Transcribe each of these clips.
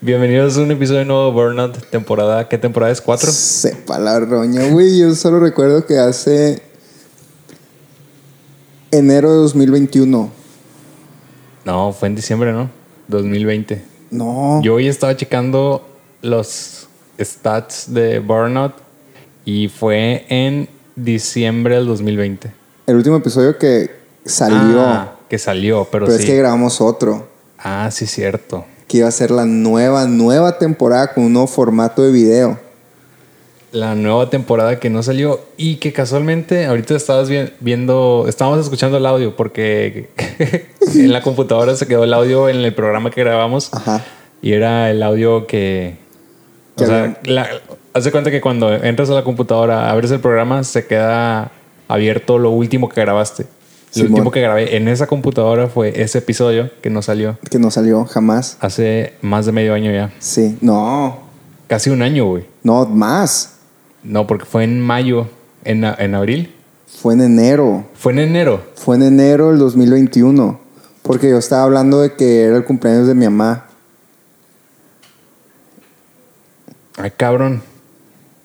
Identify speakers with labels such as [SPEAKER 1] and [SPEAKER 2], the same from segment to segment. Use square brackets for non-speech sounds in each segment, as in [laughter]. [SPEAKER 1] Bienvenidos a un episodio nuevo de Burnout, temporada, ¿qué temporada es? ¿Cuatro?
[SPEAKER 2] Sepa la roña, güey. Yo solo recuerdo que hace enero de 2021.
[SPEAKER 1] No, fue en diciembre, ¿no? 2020.
[SPEAKER 2] No.
[SPEAKER 1] Yo hoy estaba checando los stats de Burnout y fue en diciembre del 2020.
[SPEAKER 2] El último episodio que salió.
[SPEAKER 1] Ah, que salió, pero,
[SPEAKER 2] pero
[SPEAKER 1] sí.
[SPEAKER 2] es que grabamos otro.
[SPEAKER 1] Ah, sí, cierto.
[SPEAKER 2] Que iba a ser la nueva, nueva temporada con un nuevo formato de video.
[SPEAKER 1] La nueva temporada que no salió y que casualmente ahorita estabas vi- viendo, estábamos escuchando el audio porque [laughs] en la computadora se quedó el audio en el programa que grabamos.
[SPEAKER 2] Ajá.
[SPEAKER 1] Y era el audio que.
[SPEAKER 2] Que
[SPEAKER 1] o sea,
[SPEAKER 2] había-
[SPEAKER 1] la- haz de cuenta que cuando entras a la computadora, abres el programa, se queda abierto lo último que grabaste. Lo
[SPEAKER 2] Simón.
[SPEAKER 1] último que grabé en esa computadora fue ese episodio que no salió
[SPEAKER 2] Que no salió jamás.
[SPEAKER 1] hace más de medio año ya.
[SPEAKER 2] Sí. No.
[SPEAKER 1] Casi un año, güey.
[SPEAKER 2] No, más.
[SPEAKER 1] No, porque fue en mayo, en, a- en abril.
[SPEAKER 2] Fue en enero.
[SPEAKER 1] Fue en enero.
[SPEAKER 2] Fue en enero del 2021. Porque yo estaba hablando de que era el cumpleaños de mi mamá.
[SPEAKER 1] Ay, cabrón.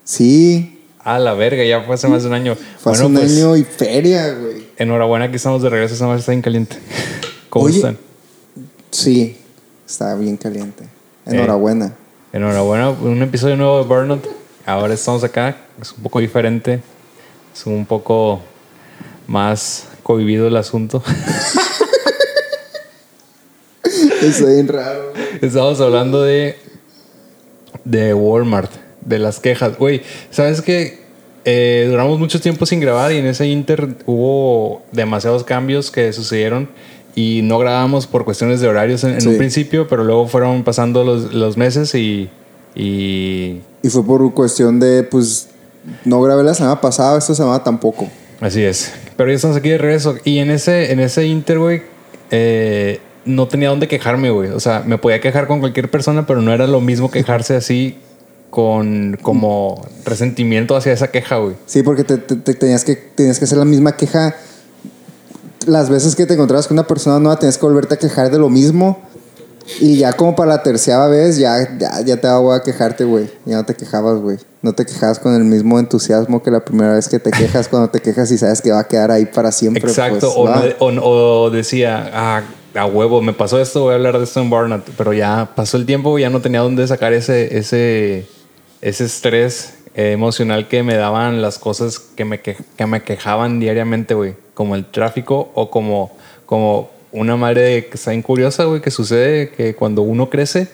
[SPEAKER 2] Sí.
[SPEAKER 1] A la verga, ya fue hace más de un año.
[SPEAKER 2] Fue hace un
[SPEAKER 1] pues,
[SPEAKER 2] año y feria, güey.
[SPEAKER 1] Enhorabuena, aquí estamos de regreso. Esa madre está bien caliente. [laughs] ¿Cómo
[SPEAKER 2] Oye.
[SPEAKER 1] están?
[SPEAKER 2] Sí. Estaba bien caliente.
[SPEAKER 1] Ey.
[SPEAKER 2] Enhorabuena. [laughs]
[SPEAKER 1] Enhorabuena, un episodio nuevo de Burnout. Ahora estamos acá, es un poco diferente, es un poco más cohibido el asunto. [laughs]
[SPEAKER 2] Está bien raro. güey.
[SPEAKER 1] Estamos hablando de de Walmart, de las quejas. Güey, ¿sabes qué? Eh, duramos mucho tiempo sin grabar y en ese inter hubo demasiados cambios que sucedieron y no grabamos por cuestiones de horarios en, en un
[SPEAKER 2] Sí.
[SPEAKER 1] principio, pero luego fueron pasando los, los meses y- y
[SPEAKER 2] Y fue por cuestión de, pues, no grabé la semana pasada, esta semana tampoco.
[SPEAKER 1] Así es. Pero ya estamos aquí de regreso. Y en ese, en ese inter, güey, eh, no tenía dónde quejarme, güey. O sea, me podía quejar con cualquier persona, pero no era lo mismo quejarse así con como resentimiento hacia esa queja, güey.
[SPEAKER 2] Sí, porque te, te- te tenías, que, tenías que hacer la misma queja. Las veces que te encontrabas con una persona nueva, tenías que volverte a quejar de lo mismo. Y ya como para la tercera vez, ya, ya, ya te daba a quejarte, güey. Ya no te quejabas, güey. No te quejabas con el mismo entusiasmo que la primera vez que te quejas, cuando te quejas y sabes que va a quedar ahí para siempre.
[SPEAKER 1] Exacto.
[SPEAKER 2] pues,
[SPEAKER 1] o,
[SPEAKER 2] ¿no?
[SPEAKER 1] no- o no- o decía, ah, a huevo, me pasó esto, voy a hablar de esto en Barnard. Pero ya pasó el tiempo, ya no tenía dónde sacar ese, ese, ese estrés eh, emocional que me daban las cosas que me, que, que me quejaban diariamente, güey. Como el tráfico o como, como una madre de- que está bien curiosa, güey, que sucede que cuando uno crece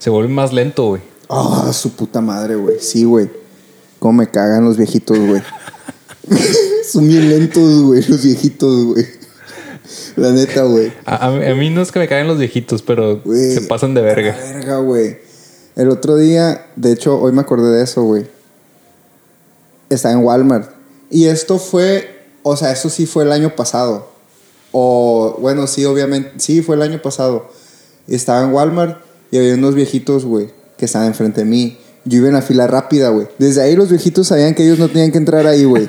[SPEAKER 1] se vuelve más lento, güey.
[SPEAKER 2] Ah, su puta madre, güey. Sí, güey. Cómo me cagan los viejitos, güey. [laughs] Son bien lentos, güey, los viejitos, güey. La neta, güey.
[SPEAKER 1] A, a mí- a mí no es que me caen los viejitos, pero
[SPEAKER 2] Güey.
[SPEAKER 1] se pasan de
[SPEAKER 2] La
[SPEAKER 1] verga.
[SPEAKER 2] verga, güey. El otro día, de hecho, hoy me acordé de eso, güey. Está en Walmart. Y esto fue, o sea, eso sí fue el año pasado. O, bueno, sí, obviamente, sí, fue el año pasado. Estaba en Walmart y había unos viejitos, güey, que estaban enfrente de mí. Yo iba en la fila rápida, güey. Desde ahí los viejitos sabían que ellos no tenían que entrar ahí, güey.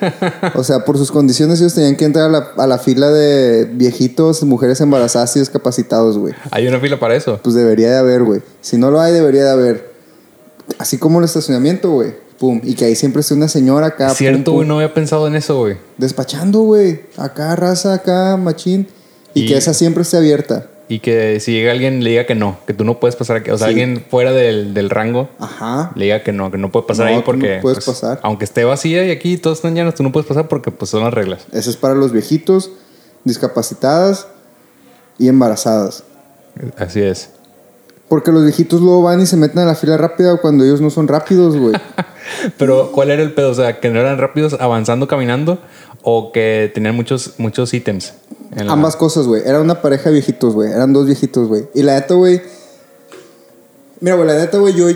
[SPEAKER 2] O sea, por sus condiciones ellos tenían que entrar a la, a la fila de viejitos, mujeres embarazadas y discapacitados, güey.
[SPEAKER 1] Hay una fila para eso.
[SPEAKER 2] Pues debería de haber, güey. Si no lo hay, debería de haber. Así como el estacionamiento, güey. Pum. Y que ahí siempre esté una señora acá. pum,
[SPEAKER 1] Cierto,
[SPEAKER 2] pum,
[SPEAKER 1] güey, no había pensado en eso, güey.
[SPEAKER 2] Despachando, güey. Acá, raza, acá, machín. Y,
[SPEAKER 1] Y-
[SPEAKER 2] que esa siempre esté abierta.
[SPEAKER 1] Y que si llega alguien le diga que no, que tú no puedes pasar aquí. O sea,
[SPEAKER 2] Sí.
[SPEAKER 1] alguien fuera del, del rango
[SPEAKER 2] Ajá.
[SPEAKER 1] le diga que no, que no puede pasar
[SPEAKER 2] No,
[SPEAKER 1] ahí
[SPEAKER 2] tú
[SPEAKER 1] porque.
[SPEAKER 2] no puedes
[SPEAKER 1] pues,
[SPEAKER 2] pasar.
[SPEAKER 1] Aunque esté vacía y aquí todos están llenos, tú no puedes pasar porque pues son las reglas.
[SPEAKER 2] Eso es para los viejitos, discapacitadas y embarazadas.
[SPEAKER 1] Así es.
[SPEAKER 2] Porque los viejitos luego van y se meten a la fila rápida cuando ellos no son rápidos, güey. Mm.
[SPEAKER 1] Pero, ¿cuál era el pedo? O sea, que no eran rápidos avanzando, caminando, o que tenían muchos, muchos ítems. en la-
[SPEAKER 2] Ambas cosas, güey. Era una pareja de viejitos, güey. Eran dos viejitos, güey. Y la neta, güey. Mira, güey, la neta, güey, yo.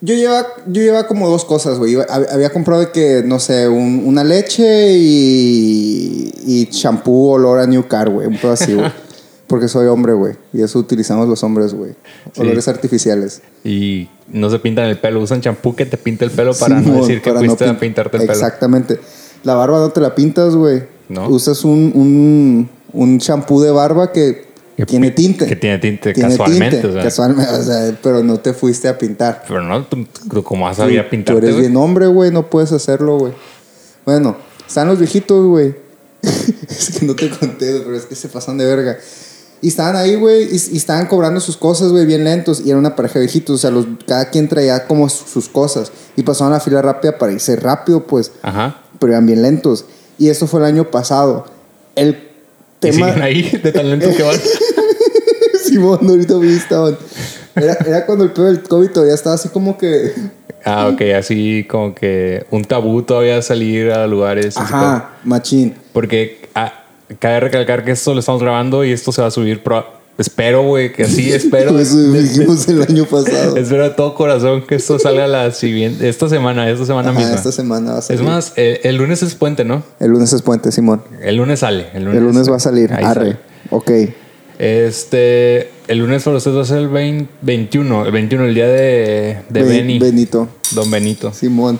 [SPEAKER 2] Yo llevaba, yo llevaba como dos cosas, güey. Iba- hab- Había comprado de que, no sé, un- una leche y. Y champú olor a New Car, güey. Un pedo
[SPEAKER 1] [laughs]
[SPEAKER 2] así, güey. Porque soy hombre, güey. Y eso utilizamos los hombres, güey.
[SPEAKER 1] Sí.
[SPEAKER 2] Olores artificiales.
[SPEAKER 1] Y no se pintan el pelo, usan champú que te pinta el pelo para no
[SPEAKER 2] Simón,
[SPEAKER 1] decir que
[SPEAKER 2] para no
[SPEAKER 1] fuiste a
[SPEAKER 2] pin-
[SPEAKER 1] pintarte el pelo.
[SPEAKER 2] Exactamente. La barba no te la pintas, güey.
[SPEAKER 1] No.
[SPEAKER 2] Usas un, un, un shampoo de barba que
[SPEAKER 1] Que-
[SPEAKER 2] tiene tinte.
[SPEAKER 1] que tiene tinte
[SPEAKER 2] Tiene
[SPEAKER 1] casualmente,
[SPEAKER 2] tinte,
[SPEAKER 1] o sea.
[SPEAKER 2] casualmente, o sea, pero no te fuiste a pintar.
[SPEAKER 1] Pero no, tú, tú como vas a
[SPEAKER 2] Tú-
[SPEAKER 1] ir a Pues pintarte,
[SPEAKER 2] Tú eres
[SPEAKER 1] güey.
[SPEAKER 2] bien hombre, güey, no puedes hacerlo, güey. Bueno, están los viejitos, güey. [laughs] es que no te conté, güey, pero es que se pasan de verga. Y estaban ahí, güey, y, y estaban cobrando sus cosas, güey, bien lentos. Y era una pareja de viejitos, o sea, los, cada quien traía como su- sus cosas. Y pasaban la fila rápida para irse rápido, pues,
[SPEAKER 1] Ajá.
[SPEAKER 2] pero eran bien lentos. Y esto fue el año pasado. El
[SPEAKER 1] Y
[SPEAKER 2] tema...
[SPEAKER 1] siguen ahí de tan lento que van.
[SPEAKER 2] [laughs] Simón, ahorita vi, estaban... Era, era cuando el pedo del COVID todavía estaba así como que...
[SPEAKER 1] [laughs] Ah, ok, así como que un tabú todavía salir a lugares. y ese pedo.
[SPEAKER 2] Ajá, machín.
[SPEAKER 1] Porque ah, cabe recalcar que esto lo estamos grabando y esto se va a subir. pro- espero, güey, que
[SPEAKER 2] [laughs]
[SPEAKER 1] sí, espero.
[SPEAKER 2] Pero eso dijimos el año pasado.
[SPEAKER 1] espero de todo corazón que esto salga la siguiente. Esta semana, esta semana
[SPEAKER 2] Ajá,
[SPEAKER 1] misma.
[SPEAKER 2] esta semana va a salir.
[SPEAKER 1] Es más, eh, el, lunes es puente, ¿no?
[SPEAKER 2] El lunes es puente, Simón.
[SPEAKER 1] El lunes sale. El lunes,
[SPEAKER 2] El lunes va a salir.
[SPEAKER 1] Ahí
[SPEAKER 2] Arre.
[SPEAKER 1] sale.
[SPEAKER 2] Ok.
[SPEAKER 1] Este, el lunes para ustedes va a ser el 20 21, el 21, el día de, de
[SPEAKER 2] Be-
[SPEAKER 1] Benny,
[SPEAKER 2] Benito.
[SPEAKER 1] Don Benito.
[SPEAKER 2] Simón.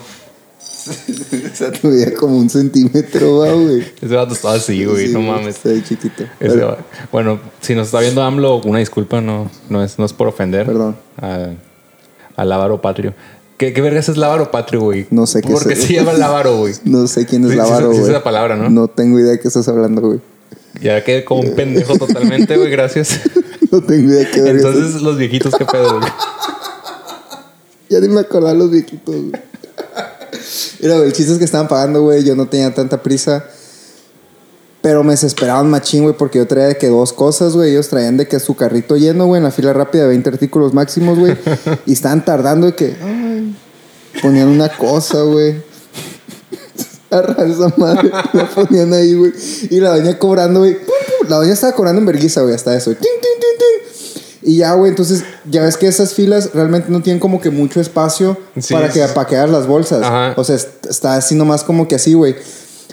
[SPEAKER 2] [laughs] Esa te veía como un centímetro, va, güey.
[SPEAKER 1] Ese vato estaba así, güey,
[SPEAKER 2] Sí,
[SPEAKER 1] no mames.
[SPEAKER 2] Está ahí chiquito.
[SPEAKER 1] Ese va- Bueno, si nos está viendo AMLO, una disculpa, no, no, es, no es por ofender.
[SPEAKER 2] Perdón.
[SPEAKER 1] A, a Lávaro Patrio. ¿Qué, qué vergas es Lávaro Patrio, güey?
[SPEAKER 2] No sé qué
[SPEAKER 1] Porque
[SPEAKER 2] es.
[SPEAKER 1] se llama
[SPEAKER 2] [laughs]
[SPEAKER 1] Lávaro, güey.
[SPEAKER 2] No sé quién es
[SPEAKER 1] Sí,
[SPEAKER 2] Lávaro,
[SPEAKER 1] sí, sí,
[SPEAKER 2] güey.
[SPEAKER 1] es la palabra, ¿no?
[SPEAKER 2] No tengo idea de qué estás hablando, güey. [laughs]
[SPEAKER 1] Ya quedé como un pendejo totalmente, güey, gracias.
[SPEAKER 2] No tengo idea de [laughs] qué verga estás-
[SPEAKER 1] Entonces, los viejitos, qué pedo,
[SPEAKER 2] [laughs]
[SPEAKER 1] güey.
[SPEAKER 2] Ya ni me acordaba los viejitos, güey. Mira, güey, el chiste es que estaban pagando, güey. Yo no tenía tanta prisa. Pero me desesperaban machín, güey, porque yo traía de que dos cosas, güey. Ellos traían de que su carrito lleno, güey, en la fila rápida, 20 artículos máximos,
[SPEAKER 1] [laughs]
[SPEAKER 2] güey. y estaban tardando de que. ay, ponían una cosa, güey. [laughs] Arrar esa madre. La ponían ahí, güey. Y la doña cobrando, güey. Pum, pum. La doña estaba cobrando en vergüenza, güey, hasta eso. Tin, tin, tin, tin. Y ya, güey, entonces, ya ves que esas filas realmente no tienen como que mucho espacio
[SPEAKER 1] Sí,
[SPEAKER 2] para que
[SPEAKER 1] sí.
[SPEAKER 2] para quedar las bolsas.
[SPEAKER 1] Ajá.
[SPEAKER 2] O sea, est- está así nomás como que así, güey.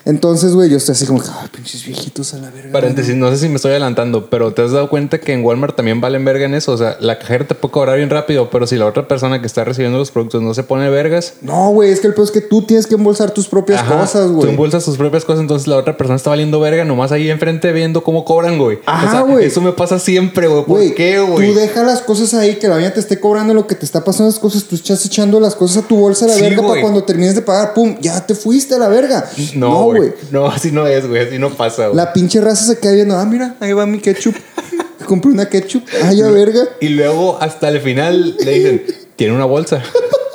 [SPEAKER 2] Entonces, güey, yo estoy así como que, ay, pinches viejitos a la verga.
[SPEAKER 1] Paréntesis, no sé si me estoy adelantando, pero ¿te has dado cuenta que en Walmart también valen verga en eso? O sea, la cajera te puede cobrar bien rápido, pero si la otra persona que está recibiendo los productos no se pone vergas,
[SPEAKER 2] No, güey, es que el peor es que tú tienes que embolsar tus propias
[SPEAKER 1] ajá,
[SPEAKER 2] cosas,
[SPEAKER 1] tú
[SPEAKER 2] güey.
[SPEAKER 1] embolsas tus propias cosas, entonces la otra persona está valiendo verga nomás ahí enfrente viendo cómo cobran, güey.
[SPEAKER 2] Ajá,
[SPEAKER 1] O sea,
[SPEAKER 2] güey.
[SPEAKER 1] Eso me pasa siempre, güey. ¿Por
[SPEAKER 2] Güey,
[SPEAKER 1] qué,
[SPEAKER 2] Tú
[SPEAKER 1] güey?
[SPEAKER 2] deja las cosas ahí, que la doña te esté cobrando lo que te está pasando las cosas, tú estás echando las cosas a tu bolsa a la
[SPEAKER 1] Sí,
[SPEAKER 2] verga para
[SPEAKER 1] güey.
[SPEAKER 2] cuando termines de pagar, pum, ya te fuiste a la verga.
[SPEAKER 1] No, güey. No, así no es, güey. Así no pasa, güey.
[SPEAKER 2] La pinche raza se queda viendo, ah, mira, ahí va mi ketchup. [laughs] Compré una ketchup. Ah, ya verga.
[SPEAKER 1] Y luego hasta el final le dicen, tiene una bolsa,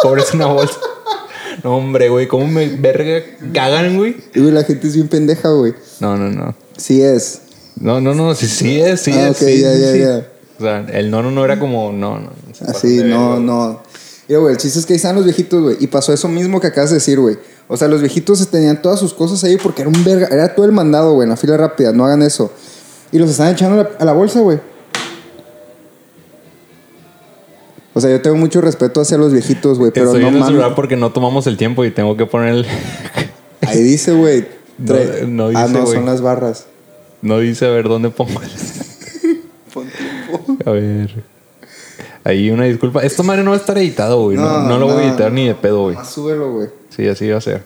[SPEAKER 1] cobres una bolsa. No, hombre, güey, ¿cómo me verga cagan, güey?
[SPEAKER 2] Y güey, la gente es bien pendeja, güey.
[SPEAKER 1] No, no, no.
[SPEAKER 2] Sí es.
[SPEAKER 1] No, no, no, sí, sí es, sí
[SPEAKER 2] Ah,
[SPEAKER 1] es.
[SPEAKER 2] ok,
[SPEAKER 1] sí,
[SPEAKER 2] ya,
[SPEAKER 1] sí,
[SPEAKER 2] ya,
[SPEAKER 1] sí.
[SPEAKER 2] ya.
[SPEAKER 1] O sea, el no, no, no era como, no, no. se pasan
[SPEAKER 2] Así,
[SPEAKER 1] de
[SPEAKER 2] no,
[SPEAKER 1] verga.
[SPEAKER 2] no. Mira, güey, el chiste es que ahí están los viejitos, güey. Y pasó eso mismo que acabas de decir, güey. O sea, los viejitos se tenían todas sus cosas ahí porque era un verga. Era todo el mandado, güey, en la fila rápida. No hagan eso. Y los estaban echando a la, a la bolsa, güey. O sea, yo tengo mucho respeto hacia los
[SPEAKER 1] [laughs]
[SPEAKER 2] viejitos, güey, pero
[SPEAKER 1] Estoy
[SPEAKER 2] no
[SPEAKER 1] viendo el celular
[SPEAKER 2] mames.
[SPEAKER 1] porque no tomamos el tiempo y tengo que poner el... [laughs]
[SPEAKER 2] Ahí dice, güey.
[SPEAKER 1] No,
[SPEAKER 2] tre-
[SPEAKER 1] no
[SPEAKER 2] Ah,
[SPEAKER 1] dice,
[SPEAKER 2] no,
[SPEAKER 1] güey.
[SPEAKER 2] son las barras.
[SPEAKER 1] No dice a ver dónde pongo el... A ver... Ahí una disculpa. Esto, madre, no va a estar editado, güey. No, no, lo voy a editar ni de pedo, güey.
[SPEAKER 2] Ah, súbelo, güey.
[SPEAKER 1] Sí, así va a ser.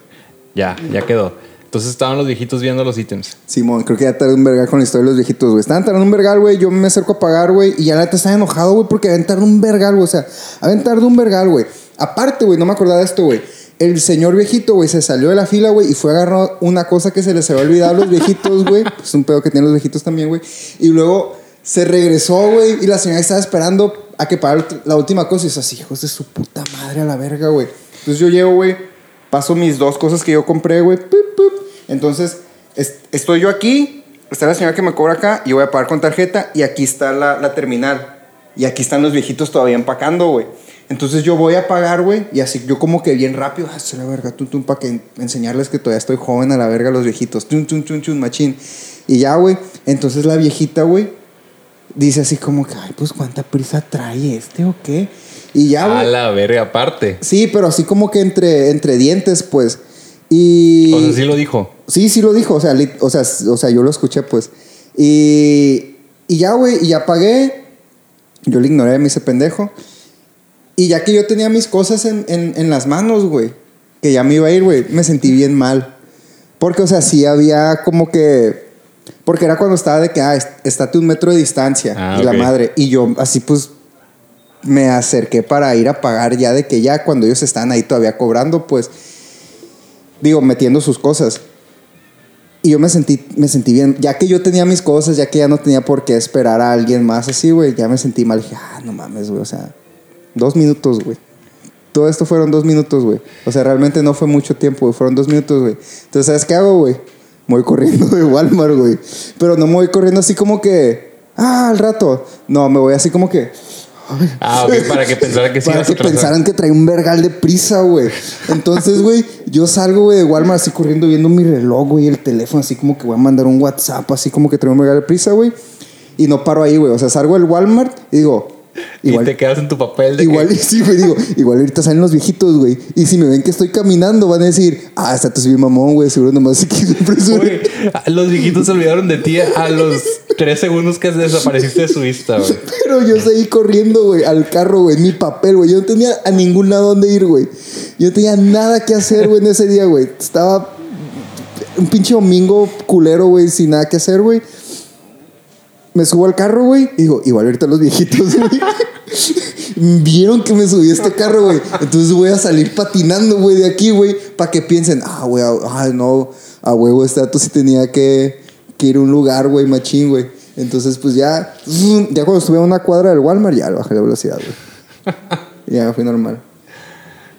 [SPEAKER 1] Ya, ya quedó. Entonces estaban los viejitos viendo los ítems.
[SPEAKER 2] Simón, creo que ya tardé un vergal con la historia de los viejitos, güey. Estaban tardando un vergal, güey. Yo me acerco a pagar, güey. Y ya la neta estaba enojado, güey, porque habían tardado un vergal, güey. O sea, habían tardado un vergal, güey. Aparte, güey, no me acordaba de esto, güey. El señor viejito, güey, se salió de la fila, güey, y fue a agarrar una cosa que se les había olvidado a los viejitos, [laughs] güey. Es un pedo que tienen los viejitos también, güey. Y luego se regresó, güey, y la señora estaba esperando a que pagara la última cosa. Y es así, hijos de su puta madre a la verga, güey. Entonces yo llego, güey, paso mis dos cosas que yo compré, güey. Pup, pup. Entonces, es- estoy yo aquí, está la señora que me cobra acá, y voy a pagar con tarjeta, y aquí está la, la terminal. Y aquí están los viejitos todavía empacando, güey. Entonces yo voy a pagar, güey, y así yo como que bien rápido, ah, se la verga, tum, tum, para que en- enseñarles que todavía estoy joven a la verga a los viejitos, tum, tum, tum, tum, machín. Y ya, güey, entonces la viejita, güey, dice así como que, ay, pues cuánta prisa trae este o qué. Y
[SPEAKER 1] A
[SPEAKER 2] ya, Ah, güey.
[SPEAKER 1] la verga, aparte.
[SPEAKER 2] Sí, pero así como que entre, entre dientes, pues. Y.
[SPEAKER 1] O sea, sí lo dijo.
[SPEAKER 2] Sí, sí lo dijo. O sea, lit- o sea, s- o sea, yo lo escuché, pues. Y. Y ya, güey, y ya pagué. Yo le ignoré, me hice pendejo. Y ya que yo tenía mis cosas en, en- en las manos, güey, que ya me iba a ir, güey, me sentí bien mal. Porque, o sea, sí había como que. Porque era cuando estaba de que, ah, est- estate un metro de distancia
[SPEAKER 1] Ah,
[SPEAKER 2] y la
[SPEAKER 1] ok.
[SPEAKER 2] madre. Y yo así pues me acerqué para ir a pagar ya de que ya cuando ellos están ahí todavía cobrando, pues digo, metiendo sus cosas. Y yo me sentí, me sentí bien, ya que yo tenía mis cosas, ya que ya no tenía por qué esperar a alguien más así, güey, ya me sentí mal. Dije, ah, no mames, güey, o sea, dos minutos, güey. Todo esto fueron dos minutos, güey. O sea, realmente no fue mucho tiempo, güey. Fueron dos minutos, güey. Entonces, ¿sabes qué hago, güey? Me voy corriendo de Walmart, güey. Pero no me voy corriendo así como que, ah, al rato. No, me voy así como que,
[SPEAKER 1] Ah, ok, para que pensara que sí
[SPEAKER 2] para
[SPEAKER 1] ibas a
[SPEAKER 2] que
[SPEAKER 1] atrasar.
[SPEAKER 2] pensaran que traía un vergal de prisa, güey. Entonces, güey, yo salgo, güey, de Walmart así corriendo viendo mi reloj, güey, el teléfono, así como que voy a mandar un WhatsApp, así como que traía un vergal de prisa, güey. Y no paro ahí, güey. O sea, salgo del Walmart y digo,
[SPEAKER 1] Y te quedas en tu papel de
[SPEAKER 2] Igual, [laughs]
[SPEAKER 1] que-
[SPEAKER 2] sí, güey, digo, igual ahorita salen los viejitos, güey. Y si me ven que estoy caminando, van a decir, ah, está tú bien mamón, güey, seguro nomás se quiso
[SPEAKER 1] Güey, los viejitos se olvidaron de ti a los tres segundos que desapareciste de su vista, güey.
[SPEAKER 2] Pero yo seguí corriendo, güey, al carro, güey, mi papel, güey. Yo no tenía a ningún lado donde ir, güey. Yo no tenía nada que hacer, güey, en ese día, güey. Estaba un pinche domingo culero, güey, sin nada que hacer, güey. Me subo al carro, güey, y digo, igual ahorita los viejitos, [laughs] güey. Vieron que me subí a este carro, güey. Entonces voy a salir patinando, güey, de aquí, güey, para que piensen, ah, güey, ah, ah, no, a huevo, este dato sí tenía que, que ir a un lugar, güey, machín, güey. Entonces, pues ya, zoom, ya cuando estuve a una cuadra del Walmart, ya le bajé la velocidad, güey.
[SPEAKER 1] [laughs]
[SPEAKER 2] Ya me fui normal.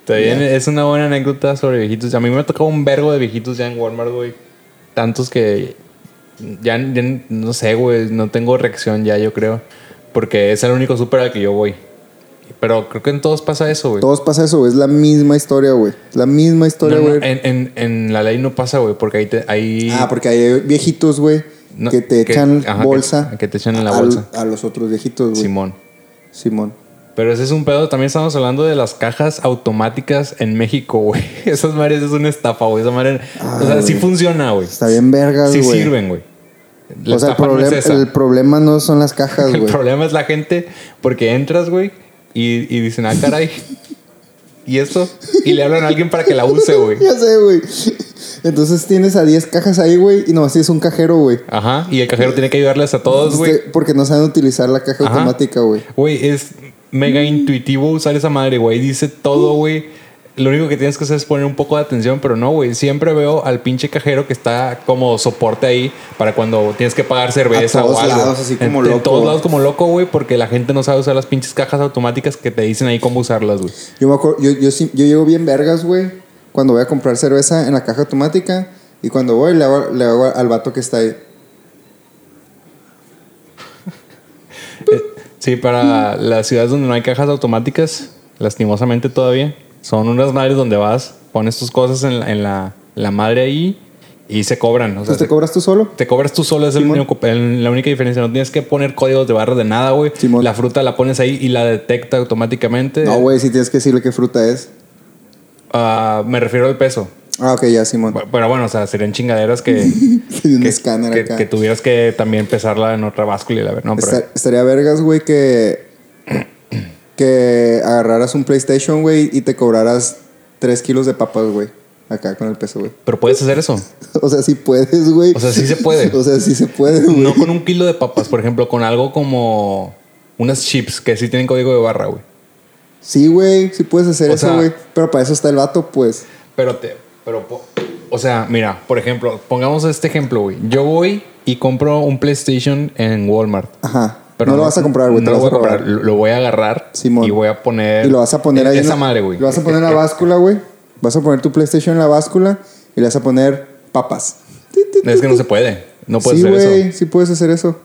[SPEAKER 1] Está bien, es una buena anécdota sobre viejitos. A mí me ha tocado un vergo de viejitos ya en Walmart, güey. Tantos que ya, ya no sé, güey, no tengo reacción ya, yo creo. Porque es el único súper al que yo voy. Pero creo que en todos pasa eso, güey.
[SPEAKER 2] Todos pasa eso, güey. Es la misma historia, güey. La misma historia,
[SPEAKER 1] No, no,
[SPEAKER 2] güey.
[SPEAKER 1] en, en- en la ley no pasa, güey, porque ahí... te- ahí
[SPEAKER 2] Ah, porque hay viejitos, güey,
[SPEAKER 1] No,
[SPEAKER 2] que te
[SPEAKER 1] que-
[SPEAKER 2] echan
[SPEAKER 1] ajá, que-
[SPEAKER 2] bolsa.
[SPEAKER 1] que te echan en la
[SPEAKER 2] al-
[SPEAKER 1] bolsa.
[SPEAKER 2] A los otros viejitos, güey.
[SPEAKER 1] Simón.
[SPEAKER 2] Simón.
[SPEAKER 1] Pero ese es un pedo. También estamos hablando de las cajas automáticas en México, güey. [laughs] Esas madres es una estafa, güey. Esa madre... o sea,
[SPEAKER 2] Ay,
[SPEAKER 1] sí
[SPEAKER 2] Ah, güey.
[SPEAKER 1] funciona, güey.
[SPEAKER 2] Está bien vergas,
[SPEAKER 1] Sí
[SPEAKER 2] güey.
[SPEAKER 1] sirven, güey. La
[SPEAKER 2] o sea, el,
[SPEAKER 1] estafa no es
[SPEAKER 2] problema-
[SPEAKER 1] esa. [laughs]
[SPEAKER 2] el problema no son las cajas,
[SPEAKER 1] El
[SPEAKER 2] güey.
[SPEAKER 1] problema es la gente porque entras, güey, y, y dicen, ah, caray. y esto, y le hablan a alguien para que la
[SPEAKER 2] [laughs]
[SPEAKER 1] use, güey.
[SPEAKER 2] Ya sé, güey. Entonces tienes a 10 cajas ahí, güey, y nomás tienes un cajero, güey.
[SPEAKER 1] Ajá, y el cajero tiene que ayudarles a todos, güey.
[SPEAKER 2] Este- Porque no saben utilizar la caja
[SPEAKER 1] Ajá.
[SPEAKER 2] automática, güey.
[SPEAKER 1] Güey, es
[SPEAKER 2] Mm.
[SPEAKER 1] mega intuitivo usar esa madre, güey. Dice todo, güey. Lo único que tienes que hacer es poner un poco de atención, pero no, güey. Siempre veo al pinche cajero que está como soporte ahí para cuando tienes que pagar cerveza
[SPEAKER 2] A todos
[SPEAKER 1] o algo.
[SPEAKER 2] lados, así como
[SPEAKER 1] en, en
[SPEAKER 2] loco.
[SPEAKER 1] todos lados como loco, güey, porque la gente no sabe usar las pinches cajas automáticas que te dicen ahí cómo usarlas, güey.
[SPEAKER 2] Yo me acuerdo, yo, yo, sí- yo llego bien vergas, güey, cuando voy a comprar cerveza en la caja automática y cuando voy le hago, le hago al vato que está ahí.
[SPEAKER 1] Eh, Sí, para
[SPEAKER 2] Mm.
[SPEAKER 1] las ciudades donde no hay cajas automáticas, lastimosamente todavía, son unas madres donde vas, pones tus cosas en la, en la, la madre ahí y se cobran. O sea,
[SPEAKER 2] Entonces Pues te
[SPEAKER 1] se-
[SPEAKER 2] cobras tú solo.
[SPEAKER 1] te cobras tú solo, es el
[SPEAKER 2] Simón.
[SPEAKER 1] único- el- la única diferencia. No tienes que poner códigos de barras de nada, güey.
[SPEAKER 2] Simón.
[SPEAKER 1] La fruta la pones ahí y la detecta automáticamente.
[SPEAKER 2] No, güey, si tienes que decirle qué fruta es.
[SPEAKER 1] Ah, me refiero al peso.
[SPEAKER 2] Ah, ok, ya, Simón. [laughs]
[SPEAKER 1] Bu- Pero bueno, o sea, serían chingaderas que,
[SPEAKER 2] Tiene [laughs] un
[SPEAKER 1] que,
[SPEAKER 2] escáner
[SPEAKER 1] que-
[SPEAKER 2] acá.
[SPEAKER 1] que tuvieras que también pesarla en otra báscula. y la ver- No, pero-
[SPEAKER 2] Estar- estaría vergas, güey, que. que agarraras un PlayStation, güey, y te cobraras 3 kilos de papas, güey. Acá con el peso, güey. [laughs]
[SPEAKER 1] pero puedes hacer eso.
[SPEAKER 2] O sea, sí puedes, güey.
[SPEAKER 1] O sea, sí se puede.
[SPEAKER 2] [laughs] O sea, sí se puede, güey.
[SPEAKER 1] No con un kilo de papas, por ejemplo, con algo como unas chips que sí tienen código de barra, güey.
[SPEAKER 2] Sí, güey, sí puedes hacer
[SPEAKER 1] O
[SPEAKER 2] eso,
[SPEAKER 1] sea-
[SPEAKER 2] güey. Pero para eso está el vato, pues.
[SPEAKER 1] Pero te, pero, po- o sea, mira, por ejemplo, pongamos este ejemplo, güey. Yo voy y compro un PlayStation en Walmart.
[SPEAKER 2] Ajá. no, lo vas a comprar, güey.
[SPEAKER 1] No
[SPEAKER 2] te
[SPEAKER 1] lo
[SPEAKER 2] lo
[SPEAKER 1] voy a
[SPEAKER 2] vas a
[SPEAKER 1] comprar.
[SPEAKER 2] robar.
[SPEAKER 1] Lo, lo voy a agarrar
[SPEAKER 2] Simón.
[SPEAKER 1] y voy a poner.
[SPEAKER 2] Y lo vas a poner
[SPEAKER 1] e-
[SPEAKER 2] ahí. en
[SPEAKER 1] Esa
[SPEAKER 2] la-
[SPEAKER 1] madre, güey.
[SPEAKER 2] Lo vas a poner en
[SPEAKER 1] [laughs]
[SPEAKER 2] la báscula, güey. Vas a poner tu PlayStation en la báscula y le vas a poner papas.
[SPEAKER 1] Es que no se puede. No puedes
[SPEAKER 2] sí,
[SPEAKER 1] hacer eso.
[SPEAKER 2] güey, sí puedes hacer eso.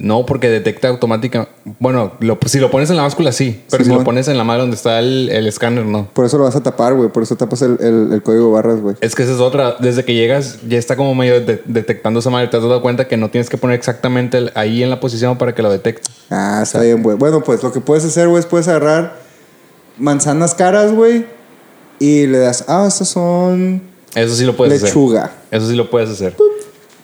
[SPEAKER 1] No, porque detecta automáticamente. Bueno, lo- si lo pones en la báscula, sí. Pero si
[SPEAKER 2] Simón.
[SPEAKER 1] lo pones en la madre donde está el, el escáner, no.
[SPEAKER 2] Por eso lo vas a tapar, güey. Por eso tapas el, el- el código barras, güey.
[SPEAKER 1] Es que esa es otra. Desde que llegas, ya está como medio de- detectando esa madre. Te has dado cuenta que no tienes que poner exactamente el- ahí en la posición para que lo detecte.
[SPEAKER 2] Ah, está bien, güey. Bueno, pues lo que puedes hacer, güey, es puedes agarrar manzanas caras, güey. Y le das, ah, estas son
[SPEAKER 1] Eso sí lo puedes
[SPEAKER 2] lechuga.
[SPEAKER 1] hacer. Eso sí lo puedes hacer.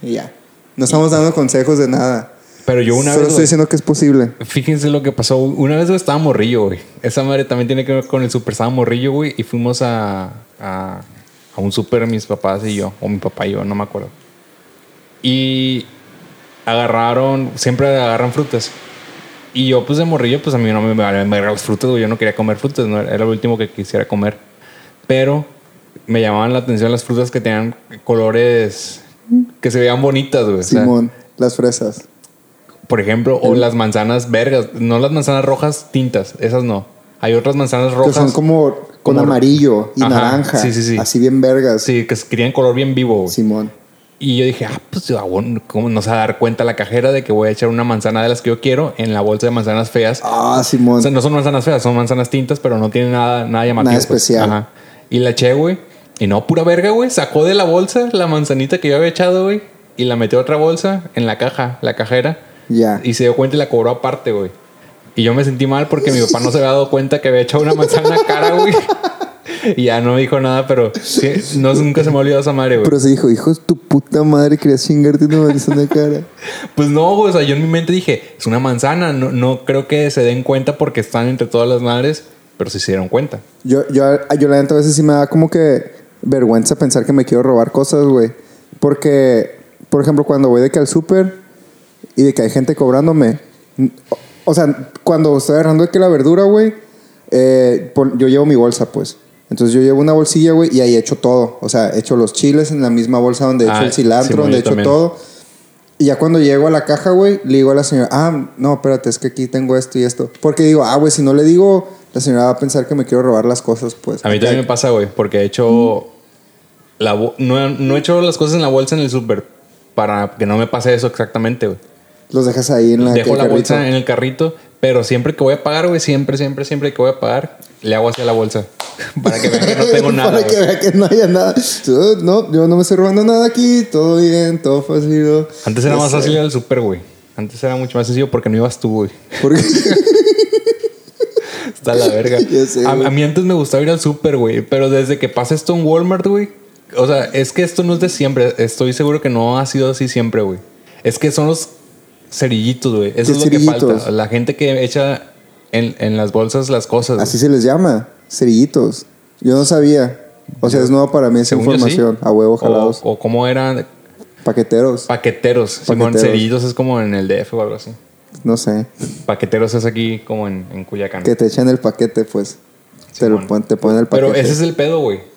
[SPEAKER 2] Y ya. No estamos dando consejos de nada.
[SPEAKER 1] Pero yo una
[SPEAKER 2] Solo
[SPEAKER 1] vez.
[SPEAKER 2] estoy
[SPEAKER 1] güey,
[SPEAKER 2] diciendo que es posible.
[SPEAKER 1] Fíjense lo que pasó. Una vez güey, estaba morrillo, güey. Esa madre también tiene que ver con el super. Estaba morrillo, güey. Y fuimos a, a, a un super mis papás y yo. O mi papá y yo, no me acuerdo. Y agarraron, siempre agarran frutas. Y yo, pues de morrillo, pues a mí no me valían verga las frutas, güey. Yo no quería comer frutas, no, era lo último que quisiera comer. Pero me llamaban la atención las frutas que tenían colores que se veían bonitas, güey. O sea,
[SPEAKER 2] Simón, las fresas.
[SPEAKER 1] por ejemplo, o las manzanas vergas, no las manzanas rojas tintas, esas no. Hay otras manzanas
[SPEAKER 2] Que
[SPEAKER 1] rojas.
[SPEAKER 2] son como con
[SPEAKER 1] como-
[SPEAKER 2] amarillo y
[SPEAKER 1] Ajá,
[SPEAKER 2] naranja.
[SPEAKER 1] sí, sí, sí.
[SPEAKER 2] Así bien vergas.
[SPEAKER 1] Sí, que querían color bien vivo, güey.
[SPEAKER 2] Simón.
[SPEAKER 1] Y yo dije, ah, pues ah, bueno, ¿cómo nos va a dar cuenta la cajera de que voy a echar una manzana de las que yo quiero en la bolsa de manzanas feas?
[SPEAKER 2] Ah, Simón.
[SPEAKER 1] O sea, no son manzanas feas, son manzanas tintas, pero no tienen nada, nada llamativo. pues.
[SPEAKER 2] Nada especial.
[SPEAKER 1] Ajá. Y la eché, güey. Y no, pura verga, güey. Sacó de la bolsa la manzanita que yo había echado, güey. Y la metió a otra bolsa en la caja, la cajera.
[SPEAKER 2] Ya.
[SPEAKER 1] Y se dio cuenta y la cobró aparte, güey. Y yo me sentí mal porque mi papá no se había dado cuenta que había echado una manzana cara, güey. Y ya no dijo nada, pero sí, no, nunca se me olvidó esa madre, güey.
[SPEAKER 2] Pero se dijo, hijo, de tu puta madre querías chingarte una manzana
[SPEAKER 1] [laughs]
[SPEAKER 2] cara.
[SPEAKER 1] Pues no, güey. O sea, yo en mi mente dije, es una manzana. No, no creo que se den cuenta porque están entre todas las madres, pero sí se dieron cuenta.
[SPEAKER 2] Yo, yo, yo la neta a veces sí me da como que vergüenza pensar que me quiero robar cosas, güey. Porque, por ejemplo, cuando voy de que al súper y de que hay gente cobrándome. n- O, o sea, cuando estoy agarrando de que la verdura, güey, eh, pon- yo llevo mi bolsa, pues. Entonces yo llevo una bolsilla, güey, y ahí echo todo. O sea, echo los chiles en la misma bolsa donde echo
[SPEAKER 1] Ah,
[SPEAKER 2] el cilantro,
[SPEAKER 1] Simón,
[SPEAKER 2] donde
[SPEAKER 1] yo
[SPEAKER 2] echo
[SPEAKER 1] también.
[SPEAKER 2] todo. Y ya cuando llego a la caja, güey, le digo a la señora, ah, no, espérate, es que aquí tengo esto y esto. Porque digo, ah, güey, si no le digo, la señora va a pensar que me quiero robar las cosas, pues.
[SPEAKER 1] A mí también me pasa, güey, porque he hecho. La bo- no, no he hecho las cosas en la bolsa en el súper para que no me pase eso exactamente, güey.
[SPEAKER 2] Los dejas ahí en la
[SPEAKER 1] Dejo
[SPEAKER 2] el
[SPEAKER 1] la
[SPEAKER 2] carrito.
[SPEAKER 1] bolsa en el carrito, pero siempre que voy a pagar, güey, siempre, siempre, siempre que voy a pagar, le hago hacia la
[SPEAKER 2] [laughs]
[SPEAKER 1] bolsa para que vean que no tengo nada.
[SPEAKER 2] Para que
[SPEAKER 1] güey.
[SPEAKER 2] vea que no haya nada. Yo, no, yo no me estoy robando nada aquí, todo bien, todo fácil. Este,
[SPEAKER 1] Antes era
[SPEAKER 2] No
[SPEAKER 1] más
[SPEAKER 2] sé.
[SPEAKER 1] fácil ir al súper, güey. Antes era mucho más sencillo porque no ibas tú, güey. [laughs]
[SPEAKER 2] Porque-
[SPEAKER 1] Está la verga.
[SPEAKER 2] [laughs] Ya sé,
[SPEAKER 1] a,
[SPEAKER 2] güey.
[SPEAKER 1] a mí antes me gustaba ir al súper, güey. Pero desde que pasa esto en Walmart, güey. O sea, es que esto no es de siempre. Estoy seguro que no ha sido así siempre, güey. Es que son los cerillitos, güey. Eso
[SPEAKER 2] ¿Qué
[SPEAKER 1] es lo que
[SPEAKER 2] cerillitos?
[SPEAKER 1] falta. La gente que echa en, en las bolsas las cosas.
[SPEAKER 2] así se les llama, cerillitos. Yo no sabía. O sea, es nuevo para mí esa
[SPEAKER 1] Según yo, sí.
[SPEAKER 2] información. A huevo, jalados.
[SPEAKER 1] O, o cómo eran
[SPEAKER 2] Paqueteros.
[SPEAKER 1] paqueteros. Simón,
[SPEAKER 2] Paqueteros.
[SPEAKER 1] cerillitos es como en el DF o algo así.
[SPEAKER 2] no sé.
[SPEAKER 1] Paqueteros es aquí como en, en Culiacán.
[SPEAKER 2] Que te echan el paquete, pues. te, lo
[SPEAKER 1] Simón.
[SPEAKER 2] pon- te ponen el paquete.
[SPEAKER 1] Pero ese es el pedo, güey.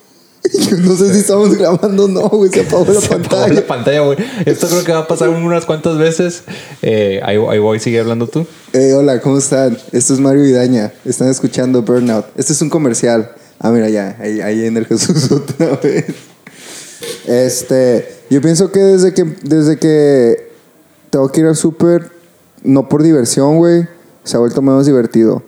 [SPEAKER 2] Yo [laughs] no sé si estamos grabando o no, güey. Se apagó
[SPEAKER 1] [laughs]
[SPEAKER 2] la
[SPEAKER 1] Se apagó
[SPEAKER 2] pantalla.
[SPEAKER 1] la pantalla, güey. Esto creo que va a pasar unas cuantas veces. Eh, ahí, ahí voy, sigue hablando tú.
[SPEAKER 2] [laughs] Eh, hola, ¿cómo están? Esto es Mario Vidaña. Están escuchando Burnout. Este es un comercial. Ah, mira, ya. Ahí, ahí en el Jesús [laughs] otra vez. Este. Yo pienso que desde que, desde que tengo que ir al súper, no por diversión, güey, se ha vuelto menos divertido.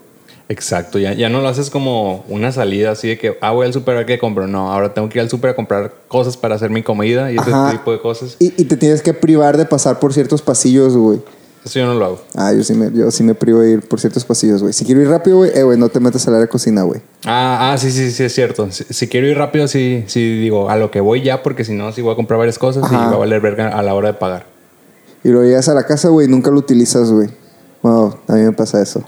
[SPEAKER 1] Exacto, ya, ya no lo haces como una salida así de que, ah, voy al súper a ver qué compro. No, ahora tengo que ir al súper a comprar cosas para hacer mi comida y ese
[SPEAKER 2] Ajá.
[SPEAKER 1] tipo de cosas.
[SPEAKER 2] Y, y te tienes que privar de pasar por ciertos pasillos, güey.
[SPEAKER 1] Eso yo no lo hago.
[SPEAKER 2] Ah, yo sí me, yo sí me privo de ir por ciertos pasillos, güey. Si quiero ir rápido, güey, eh, güey, no te metas al área de cocina, güey.
[SPEAKER 1] Ah, ah, sí, sí, sí, es cierto. Si, si quiero ir rápido, sí, sí digo, a lo que voy ya, porque si no, sí voy a comprar varias cosas y
[SPEAKER 2] Ajá.
[SPEAKER 1] va a valer verga a la hora de pagar.
[SPEAKER 2] Y lo llegas a la casa, güey, y nunca lo utilizas, güey. Wow, a mí me pasa eso.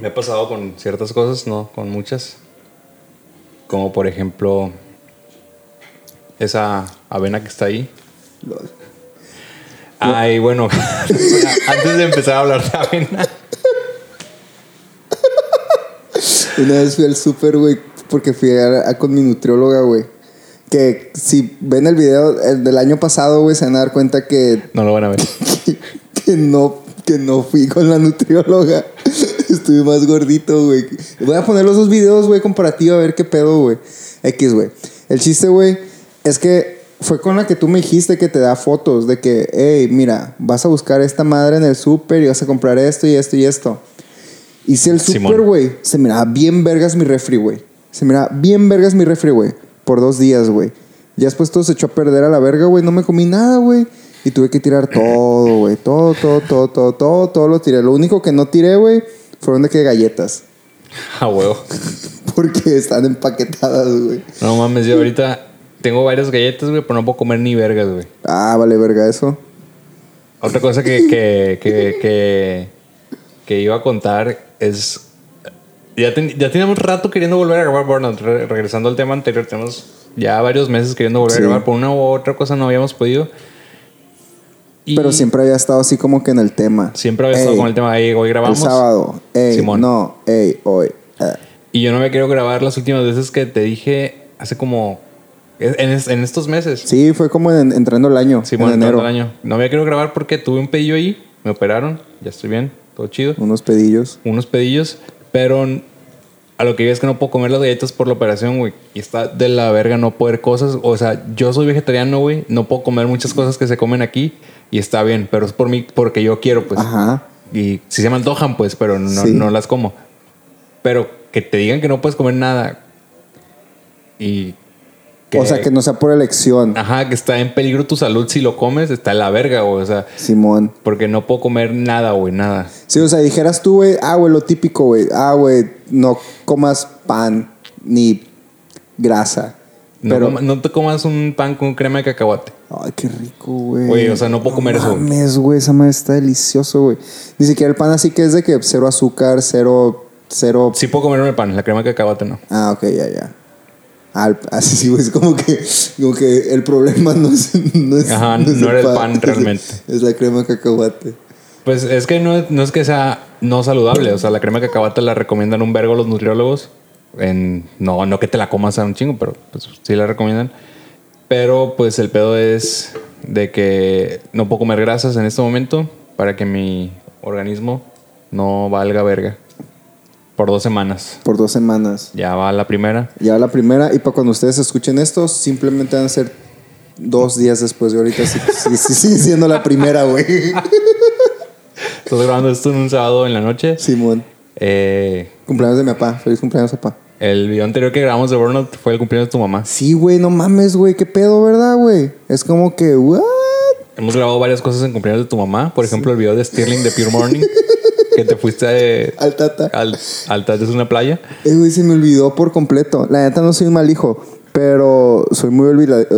[SPEAKER 1] Me ha pasado con ciertas cosas, no con muchas. Como por ejemplo, esa avena que está ahí. Ay, bueno, [laughs] antes de empezar a hablar de avena,
[SPEAKER 2] Una vez fui al súper, güey, porque fui a, a- con mi nutrióloga, güey. Que si ven el video el del año pasado, güey, se van a dar cuenta que,
[SPEAKER 1] no lo van a ver. [laughs]
[SPEAKER 2] que, [laughs] que no, que no fui con la nutrióloga. [laughs] Estuve más gordito, güey. Voy a poner los dos videos, güey, comparativo, a ver qué pedo, güey. X, güey. El chiste, güey, es que fue con la que tú me dijiste que te da fotos de que, hey, mira, vas a buscar esta madre en el súper y vas a comprar esto y esto y esto. Hice el
[SPEAKER 1] Simón.
[SPEAKER 2] súper, güey. Se miraba bien vergas mi refri, güey. Se miraba bien vergas mi refri, güey. Por dos días, güey. Ya después todo se echó a perder a la verga, güey. No me comí nada, güey. Y tuve que tirar todo, güey. Todo, todo, todo, todo, todo, todo lo tiré. Lo único que no tiré, güey, fueron de que galletas. [laughs]
[SPEAKER 1] A huevo.
[SPEAKER 2] Porque están empaquetadas, güey.
[SPEAKER 1] No mames, yo ahorita tengo varias galletas, güey, pero no puedo comer ni vergas, güey.
[SPEAKER 2] Ah, vale verga eso.
[SPEAKER 1] Otra cosa que, que, que, que, que iba a contar es. Ya, ten- ya teníamos rato queriendo volver a grabar Burnout. Re- regresando al tema anterior, tenemos ya varios meses queriendo volver
[SPEAKER 2] Sí.
[SPEAKER 1] a grabar. Por una u otra cosa no habíamos podido. Y
[SPEAKER 2] Pero siempre había estado así como que en el tema.
[SPEAKER 1] siempre había estado
[SPEAKER 2] Ey,
[SPEAKER 1] con el tema de hoy grabamos.
[SPEAKER 2] El sábado. Ey,
[SPEAKER 1] Simón.
[SPEAKER 2] no, ey, hoy. eh.
[SPEAKER 1] Y yo no me quiero grabar las últimas veces que te dije hace como. En, es- en estos meses.
[SPEAKER 2] Sí, fue como en- entrando el año.
[SPEAKER 1] Sí,
[SPEAKER 2] en
[SPEAKER 1] bueno,
[SPEAKER 2] enero.
[SPEAKER 1] todo el año. No me quiero grabar porque tuve un pedillo ahí. Me operaron. Ya estoy bien. Todo chido.
[SPEAKER 2] Unos pedillos.
[SPEAKER 1] Unos pedillos. Pero n- a lo que digo es que no puedo comer las galletas por la operación, güey. Y está de la verga no poder cosas. O sea, yo soy vegetariano, güey. No puedo comer muchas cosas que se comen aquí. Y está bien. Pero es por mí, porque yo quiero, pues.
[SPEAKER 2] Ajá.
[SPEAKER 1] Y si se me antojan, pues, pero no,
[SPEAKER 2] Sí.
[SPEAKER 1] no las como. Pero que te digan que no puedes comer nada. Y.
[SPEAKER 2] O sea, que no sea por elección,
[SPEAKER 1] Ajá, que está en peligro tu salud si lo comes, está en la verga, güey. O sea,
[SPEAKER 2] Simón.
[SPEAKER 1] porque no puedo comer nada, güey, nada.
[SPEAKER 2] Sí, o sea, dijeras tú, güey, ah, güey, lo típico, güey. Ah, güey, no comas pan ni grasa.
[SPEAKER 1] No,
[SPEAKER 2] Pero,
[SPEAKER 1] coma- no te comas un pan con crema de cacahuate.
[SPEAKER 2] ay, qué rico, güey.
[SPEAKER 1] Güey, o sea, no puedo comer eso.
[SPEAKER 2] Mames, güey, esa madre está delicioso, güey. Ni siquiera el pan así que es de que cero azúcar, cero, cero.
[SPEAKER 1] Sí puedo comerme el pan, la crema de cacahuate no.
[SPEAKER 2] Ah, ok, ya, ya. Ah, el- así sí, güey, es como que, como que el problema no es. No, es,
[SPEAKER 1] Ajá,
[SPEAKER 2] es
[SPEAKER 1] no era el pan
[SPEAKER 2] [laughs] es-
[SPEAKER 1] realmente.
[SPEAKER 2] Es la crema de cacahuate.
[SPEAKER 1] Pues es que no, no es que sea no saludable. O sea, la crema de cacahuate la recomiendan un vergo los nutriólogos. En, no, no que te la comas a un chingo, pero pues sí la recomiendan. Pero pues el pedo es de que no puedo comer grasas en este momento para que mi organismo no valga verga. Por dos semanas.
[SPEAKER 2] Por dos semanas.
[SPEAKER 1] Ya va la primera.
[SPEAKER 2] Ya la primera, y para cuando ustedes escuchen esto, simplemente van a ser dos días después de ahorita. Sí, sí, sí, sí, siendo la primera,
[SPEAKER 1] [laughs]
[SPEAKER 2] güey.
[SPEAKER 1] Estoy grabando esto en un sábado en la noche.
[SPEAKER 2] Simón.
[SPEAKER 1] Eh,
[SPEAKER 2] Cumpleaños de mi papá. Feliz cumpleaños, papá.
[SPEAKER 1] el video anterior que grabamos de Burnout fue el cumpleaños de tu mamá.
[SPEAKER 2] Sí, güey, no mames, güey. Qué pedo, ¿verdad, güey? Es como que, ¿what?
[SPEAKER 1] Hemos grabado varias cosas en cumpleaños de tu mamá. Por ejemplo, el video de Stirling de Pure
[SPEAKER 2] [laughs]
[SPEAKER 1] Morning, que te fuiste eh,
[SPEAKER 2] Al tata.
[SPEAKER 1] al, al tal de una playa.
[SPEAKER 2] Eh, güey, se me olvidó por completo. La neta no soy un mal hijo, pero soy muy olvidadizo.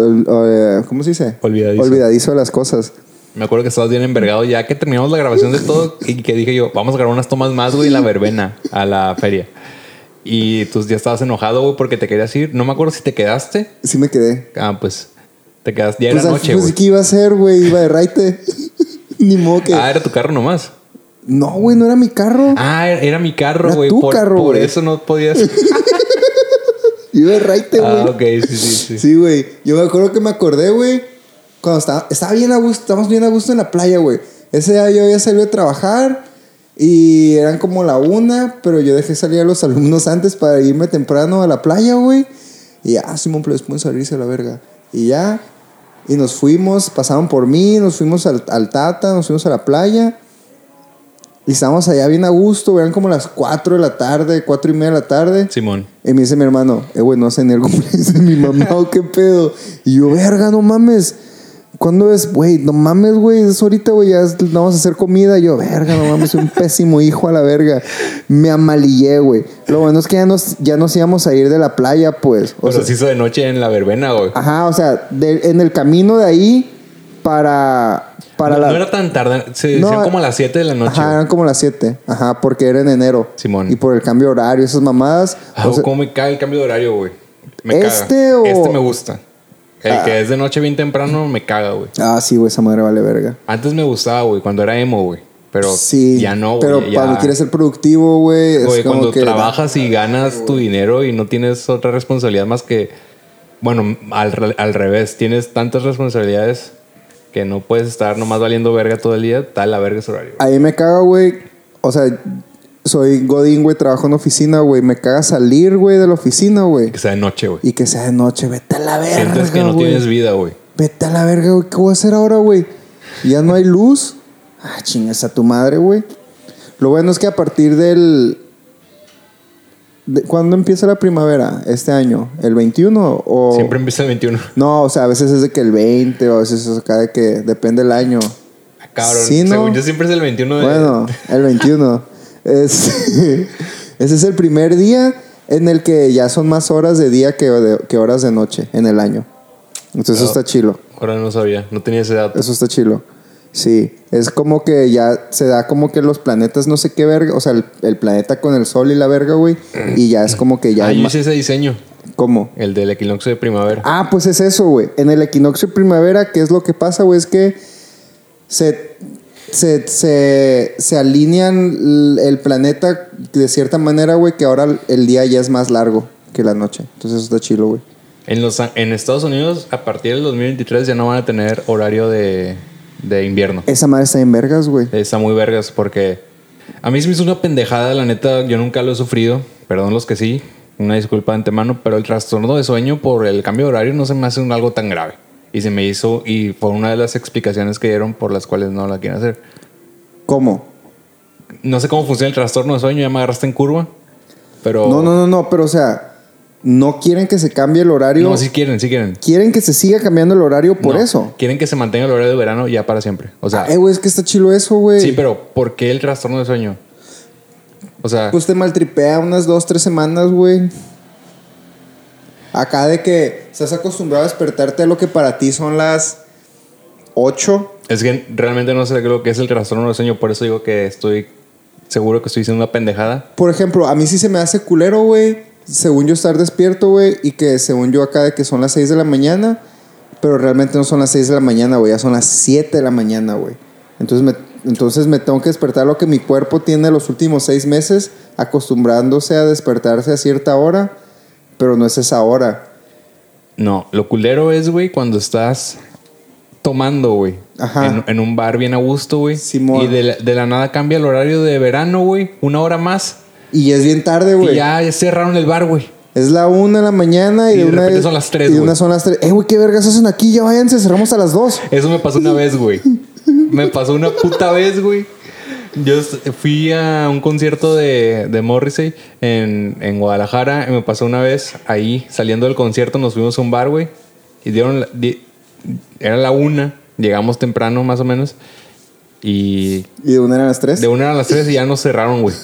[SPEAKER 2] ¿Cómo se dice?
[SPEAKER 1] Olvidadizo.
[SPEAKER 2] Olvidadizo de las cosas.
[SPEAKER 1] Me acuerdo que estabas bien envergado ya que terminamos la grabación de todo y que dije yo, vamos a grabar unas tomas más, güey, en la verbena a la feria. Y tú ya estabas enojado, güey, porque te querías ir. No me acuerdo si te quedaste.
[SPEAKER 2] Sí me quedé.
[SPEAKER 1] Ah, pues te quedaste. Ya
[SPEAKER 2] Pues,
[SPEAKER 1] era
[SPEAKER 2] al-
[SPEAKER 1] noche,
[SPEAKER 2] pues,
[SPEAKER 1] güey.
[SPEAKER 2] ¿qué iba a hacer, güey? Iba de raite. [laughs] Ni modo que.
[SPEAKER 1] Ah, era tu carro nomás.
[SPEAKER 2] No, güey, no era mi carro.
[SPEAKER 1] Ah, era, era mi carro,
[SPEAKER 2] Era
[SPEAKER 1] güey.
[SPEAKER 2] tu
[SPEAKER 1] Por,
[SPEAKER 2] carro,
[SPEAKER 1] por
[SPEAKER 2] güey.
[SPEAKER 1] eso no
[SPEAKER 2] [laughs]
[SPEAKER 1] podías.
[SPEAKER 2] Iba de raite, güey.
[SPEAKER 1] ah, ok, sí, sí, sí.
[SPEAKER 2] Sí, güey. Yo me acuerdo que me acordé, güey. Cuando estaba, estaba bien a gusto, estábamos bien a gusto en la playa, güey. Ese día yo había salido a trabajar y eran como la una, pero yo dejé salir a los [laughs] alumnos antes para irme temprano a la playa, güey. Y ya, Simón, pero después salirse a la verga. Y ya, y nos fuimos, pasaron por mí, nos fuimos al, al Tata, nos fuimos a la playa. Y estábamos allá bien a gusto, güey. eran como las 4 de la tarde, cuatro y media de la tarde.
[SPEAKER 1] Simón.
[SPEAKER 2] Y me dice mi hermano, eh, güey, no sé ni el cumpleaños de mi mamá o qué pedo. Y yo, verga, no mames. ¿Cuándo es? Güey, no mames, güey. Es ahorita, güey. Ya es- vamos a hacer comida. Y yo, verga, no mames. Soy un pésimo hijo a la verga. Me amalillé, güey. Lo bueno es que ya nos, ya nos íbamos a ir de la playa, pues. O
[SPEAKER 1] Pero
[SPEAKER 2] sea,
[SPEAKER 1] se hizo de noche en la verbena, güey.
[SPEAKER 2] Ajá, o sea, de- en el camino de ahí para... para
[SPEAKER 1] no,
[SPEAKER 2] la...
[SPEAKER 1] no era tan tarde. Se
[SPEAKER 2] No,
[SPEAKER 1] decían como a las 7 de la noche.
[SPEAKER 2] Ajá,
[SPEAKER 1] güey.
[SPEAKER 2] eran como las 7. Ajá, porque era en enero.
[SPEAKER 1] Simón.
[SPEAKER 2] Y por el cambio de horario, esas mamadas.
[SPEAKER 1] Ah,
[SPEAKER 2] o sea,
[SPEAKER 1] cómo me caga el cambio de horario, güey. Me
[SPEAKER 2] ¿Este
[SPEAKER 1] caga.
[SPEAKER 2] o-
[SPEAKER 1] Este me gusta. El que es de noche bien temprano me caga, güey.
[SPEAKER 2] ah, sí, güey, esa madre vale verga.
[SPEAKER 1] Antes me gustaba, güey, cuando era emo, güey. Pero
[SPEAKER 2] Sí.
[SPEAKER 1] ya no, güey.
[SPEAKER 2] Pero
[SPEAKER 1] ya-
[SPEAKER 2] cuando quieres ser productivo, güey, es
[SPEAKER 1] Güey,
[SPEAKER 2] como
[SPEAKER 1] cuando
[SPEAKER 2] que.
[SPEAKER 1] trabajas y ganas tu dinero y no tienes otra responsabilidad más que. Bueno, al, re- al revés, tienes tantas responsabilidades que no puedes estar nomás valiendo verga todo el día, tal la verga ese horario. güey.
[SPEAKER 2] Ahí me caga, güey. O sea, soy Godín, güey, trabajo en oficina, güey. Me caga salir, güey, de la oficina, güey.
[SPEAKER 1] Que sea de noche, güey.
[SPEAKER 2] Y que sea de noche, vete a la verga.
[SPEAKER 1] Sientes que no
[SPEAKER 2] güey.
[SPEAKER 1] tienes vida, güey.
[SPEAKER 2] Vete a la verga, güey. ¿Qué voy a hacer ahora, güey? Ya no hay luz. Ah, chingas a tu madre, güey. Lo bueno es que a partir del. de- ¿Cuándo empieza la primavera? Este año. ¿El 21 o.?
[SPEAKER 1] Siempre empieza el 21.
[SPEAKER 2] No, o sea, a veces es de que el 20, o a veces es acá de que depende el año.
[SPEAKER 1] Ah, Cabrón,
[SPEAKER 2] Sí, ¿no?
[SPEAKER 1] según yo siempre es el 21 de...
[SPEAKER 2] Bueno, [laughs] el 21. es, [laughs] ese es el primer día en el que ya son más horas de día que, de- que horas de noche en el año. Entonces eso está chilo.
[SPEAKER 1] Ahora no sabía, no tenía ese dato.
[SPEAKER 2] Eso está chilo. Sí, es como que ya se da como que los planetas, no sé qué verga, o sea, el, el planeta con el sol y la verga, güey, y ya es como que ya...
[SPEAKER 1] ah,
[SPEAKER 2] hay
[SPEAKER 1] yo
[SPEAKER 2] más-
[SPEAKER 1] hice ese diseño,
[SPEAKER 2] ¿Cómo?
[SPEAKER 1] el del equinoccio de primavera.
[SPEAKER 2] Ah, pues es eso, güey. En el equinoccio de primavera, ¿qué es lo que pasa, güey? Es que se, se, se, se alinean l- el planeta de cierta manera, güey, que ahora el día ya es más largo que la noche. Entonces eso está chilo, güey.
[SPEAKER 1] En, los, en Estados Unidos, a partir del 2023, ya no van a tener horario de, de invierno.
[SPEAKER 2] Esa madre está en vergas, güey.
[SPEAKER 1] Está muy vergas porque a mí se me hizo una pendejada, la neta, yo nunca lo he sufrido, perdón los que sí, una disculpa de antemano, pero el trastorno de sueño por el cambio de horario no se me hace un algo tan grave. Y se me hizo, y fue una de las explicaciones que dieron por las cuales no la quieren hacer.
[SPEAKER 2] ¿Cómo?
[SPEAKER 1] No sé cómo funciona el trastorno de sueño, ya me agarraste en curva, pero...
[SPEAKER 2] No, no, no, no, pero o sea, no quieren que se cambie el horario.
[SPEAKER 1] No, sí quieren, sí quieren.
[SPEAKER 2] Quieren que se siga cambiando el horario por
[SPEAKER 1] No,
[SPEAKER 2] eso.
[SPEAKER 1] Quieren que se mantenga el horario de verano ya para siempre. O sea,
[SPEAKER 2] Eh, güey, es que está chilo eso, güey.
[SPEAKER 1] sí, pero ¿por qué el trastorno de sueño? O sea,
[SPEAKER 2] Pues te maltripea unas dos, tres semanas, güey. Acá de que estás acostumbrado a despertarte a lo que para ti son las 8.
[SPEAKER 1] es que realmente no sé lo que es el trastorno de sueño, por eso digo que estoy seguro que estoy diciendo una pendejada.
[SPEAKER 2] Por ejemplo, a mí sí se me hace culero, güey. Según yo estar despierto, güey. Y que según yo acá de que son las 6 de la mañana. Pero realmente no son las 6 de la mañana, güey. Ya son las 7 de la mañana, güey. Entonces me, entonces me tengo que despertar lo que mi cuerpo tiene los últimos 6 meses. Acostumbrándose a despertarse a cierta hora. Pero no es esa hora.
[SPEAKER 1] No, lo culero es, güey, cuando estás tomando, güey.
[SPEAKER 2] Ajá.
[SPEAKER 1] En, en un bar bien a gusto, güey.
[SPEAKER 2] Simón.
[SPEAKER 1] Y de la, de la nada cambia el horario de verano, güey. Una hora más.
[SPEAKER 2] Y ya es bien tarde, güey.
[SPEAKER 1] Y ya cerraron el bar, güey.
[SPEAKER 2] Es la una de la mañana y,
[SPEAKER 1] Y de
[SPEAKER 2] una
[SPEAKER 1] repente
[SPEAKER 2] es-
[SPEAKER 1] son las tres,
[SPEAKER 2] Y de una
[SPEAKER 1] güey.
[SPEAKER 2] son las tres. Eh, güey, qué vergas hacen aquí. Ya váyanse, cerramos a las dos.
[SPEAKER 1] Eso me pasó una vez, güey. Me pasó una puta vez, güey. Yo est- fui a un concierto de, de Morrissey en, en Guadalajara y me pasó una vez ahí, saliendo del concierto, nos fuimos a un bar, güey. Y dieron. la- di- era la una, llegamos temprano más o menos. Y
[SPEAKER 2] Y de una eran las tres.
[SPEAKER 1] de una a las tres y ya nos cerraron, güey.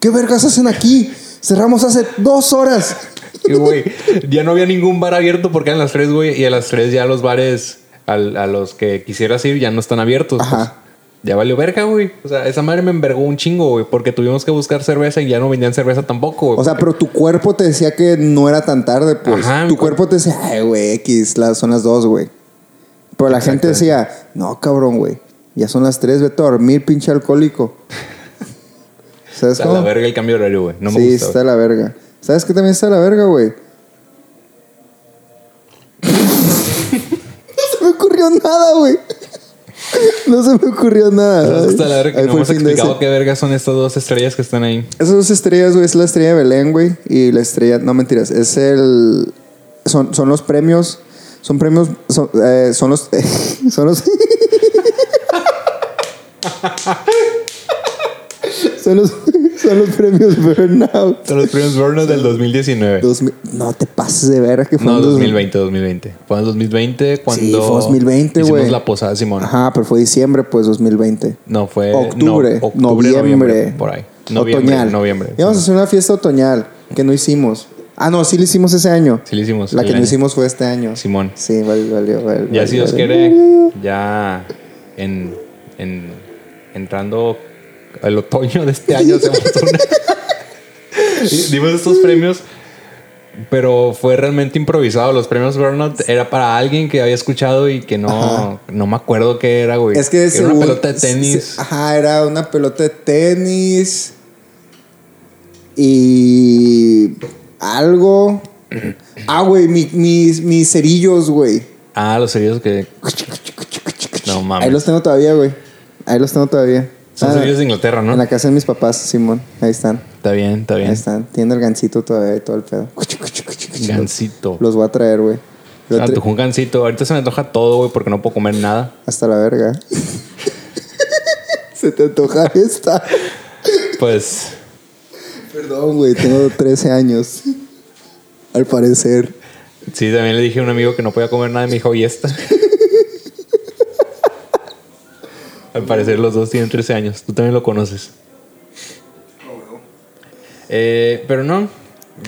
[SPEAKER 2] ¿Qué vergas hacen aquí? Cerramos hace dos horas.
[SPEAKER 1] Y, güey, ya no había ningún bar abierto porque eran las tres, güey. Y a las tres ya los bares al- a los que quisieras ir ya no están abiertos. pues.
[SPEAKER 2] Ajá.
[SPEAKER 1] Ya valió verga, güey. O sea, esa madre me envergó un chingo, güey. Porque tuvimos que buscar cerveza y ya no vendían cerveza tampoco, güey.
[SPEAKER 2] O sea, pero tu cuerpo te decía que no era tan tarde, pues.
[SPEAKER 1] Ajá,
[SPEAKER 2] tu
[SPEAKER 1] mi cuerpo-
[SPEAKER 2] cuerpo te decía, ay, güey, X, las, son las dos, güey. Pero la gente decía, no, cabrón, güey. Ya son las tres, vete a dormir,
[SPEAKER 1] [laughs]
[SPEAKER 2] pinche alcohólico. ¿Sabes
[SPEAKER 1] está la
[SPEAKER 2] cómo?
[SPEAKER 1] verga el cambio de horario, güey. No me
[SPEAKER 2] sí,
[SPEAKER 1] gusta.
[SPEAKER 2] está
[SPEAKER 1] güey.
[SPEAKER 2] la verga. ¿Sabes qué también está la verga, güey? [laughs] no se me ocurrió nada, güey. No se me ocurrió nada.
[SPEAKER 1] ¿Sabes qué Está la verga.
[SPEAKER 2] Ahí
[SPEAKER 1] No
[SPEAKER 2] fue el
[SPEAKER 1] hemos
[SPEAKER 2] fin de
[SPEAKER 1] explicado
[SPEAKER 2] ese.
[SPEAKER 1] qué verga son estas dos estrellas que están ahí.
[SPEAKER 2] Esas dos estrellas, güey, es la estrella de Belén, güey, y la estrella, no mentiras, es el. Son, son los premios. Son premios. Son, eh, son los. [laughs] son los. son los. Son los premios Burnout.
[SPEAKER 1] Son los premios Burnout del 2019.
[SPEAKER 2] Dos mil- no te pases de verga que fue
[SPEAKER 1] No,
[SPEAKER 2] en dos-
[SPEAKER 1] 2020, 2020. Fue en 2020 cuando.
[SPEAKER 2] Sí, fue 2020,
[SPEAKER 1] Hicimos
[SPEAKER 2] güey.
[SPEAKER 1] la posada, Simón.
[SPEAKER 2] Ajá, pero fue diciembre, pues 2020.
[SPEAKER 1] No, fue.
[SPEAKER 2] Octubre,
[SPEAKER 1] Eh, no, octubre,
[SPEAKER 2] noviembre,
[SPEAKER 1] Por ahí. Noviembre.
[SPEAKER 2] otoñal.
[SPEAKER 1] Noviembre.
[SPEAKER 2] Íbamos a hacer una fiesta otoñal que no hicimos. Ah, no, sí la hicimos ese año.
[SPEAKER 1] Sí, lo hicimos.
[SPEAKER 2] la
[SPEAKER 1] el
[SPEAKER 2] que no
[SPEAKER 1] año.
[SPEAKER 2] hicimos fue este año.
[SPEAKER 1] Simón.
[SPEAKER 2] Sí, valió, valió, valió.
[SPEAKER 1] Ya si Dios
[SPEAKER 2] valió.
[SPEAKER 1] quiere, ya en, en- entrando el otoño de este año hacemos una... Dimos estos premios, pero fue realmente improvisado. Los premios Burnout era para alguien que había escuchado y que no, no me acuerdo qué era, güey.
[SPEAKER 2] Es que
[SPEAKER 1] Era
[SPEAKER 2] según,
[SPEAKER 1] una pelota de tenis.
[SPEAKER 2] se- ah. ajá, era una pelota de tenis. Y.
[SPEAKER 1] [clears throat]
[SPEAKER 2] Algo. Ah, güey, mi- mis, mis cerillos, güey.
[SPEAKER 1] Ah, los cerillos que... No mames.
[SPEAKER 2] Ahí los tengo todavía, güey. Ahí los tengo todavía.
[SPEAKER 1] Son
[SPEAKER 2] Ah,
[SPEAKER 1] cerillos de Inglaterra, ¿no?
[SPEAKER 2] En la casa de mis papás, Simón. Ahí están.
[SPEAKER 1] Está bien, está
[SPEAKER 2] Ahí
[SPEAKER 1] bien.
[SPEAKER 2] están. Tiene el gancito todavía y todo el pedo.
[SPEAKER 1] Gancito.
[SPEAKER 2] Los voy a traer, güey. Lo
[SPEAKER 1] Ah,
[SPEAKER 2] tra-
[SPEAKER 1] tu un gancito. Ahorita se me antoja todo, güey, porque no puedo comer nada.
[SPEAKER 2] Hasta la verga. [laughs] Se te antoja esta.
[SPEAKER 1] Pues...
[SPEAKER 2] Perdón, güey. Tengo 13 años. Al parecer.
[SPEAKER 1] Sí, también le dije a un amigo que no podía comer nada y me dijo, ¿y esta? [laughs] Al parecer los dos tienen 13 años. Tú también lo conoces. Eh, pero no,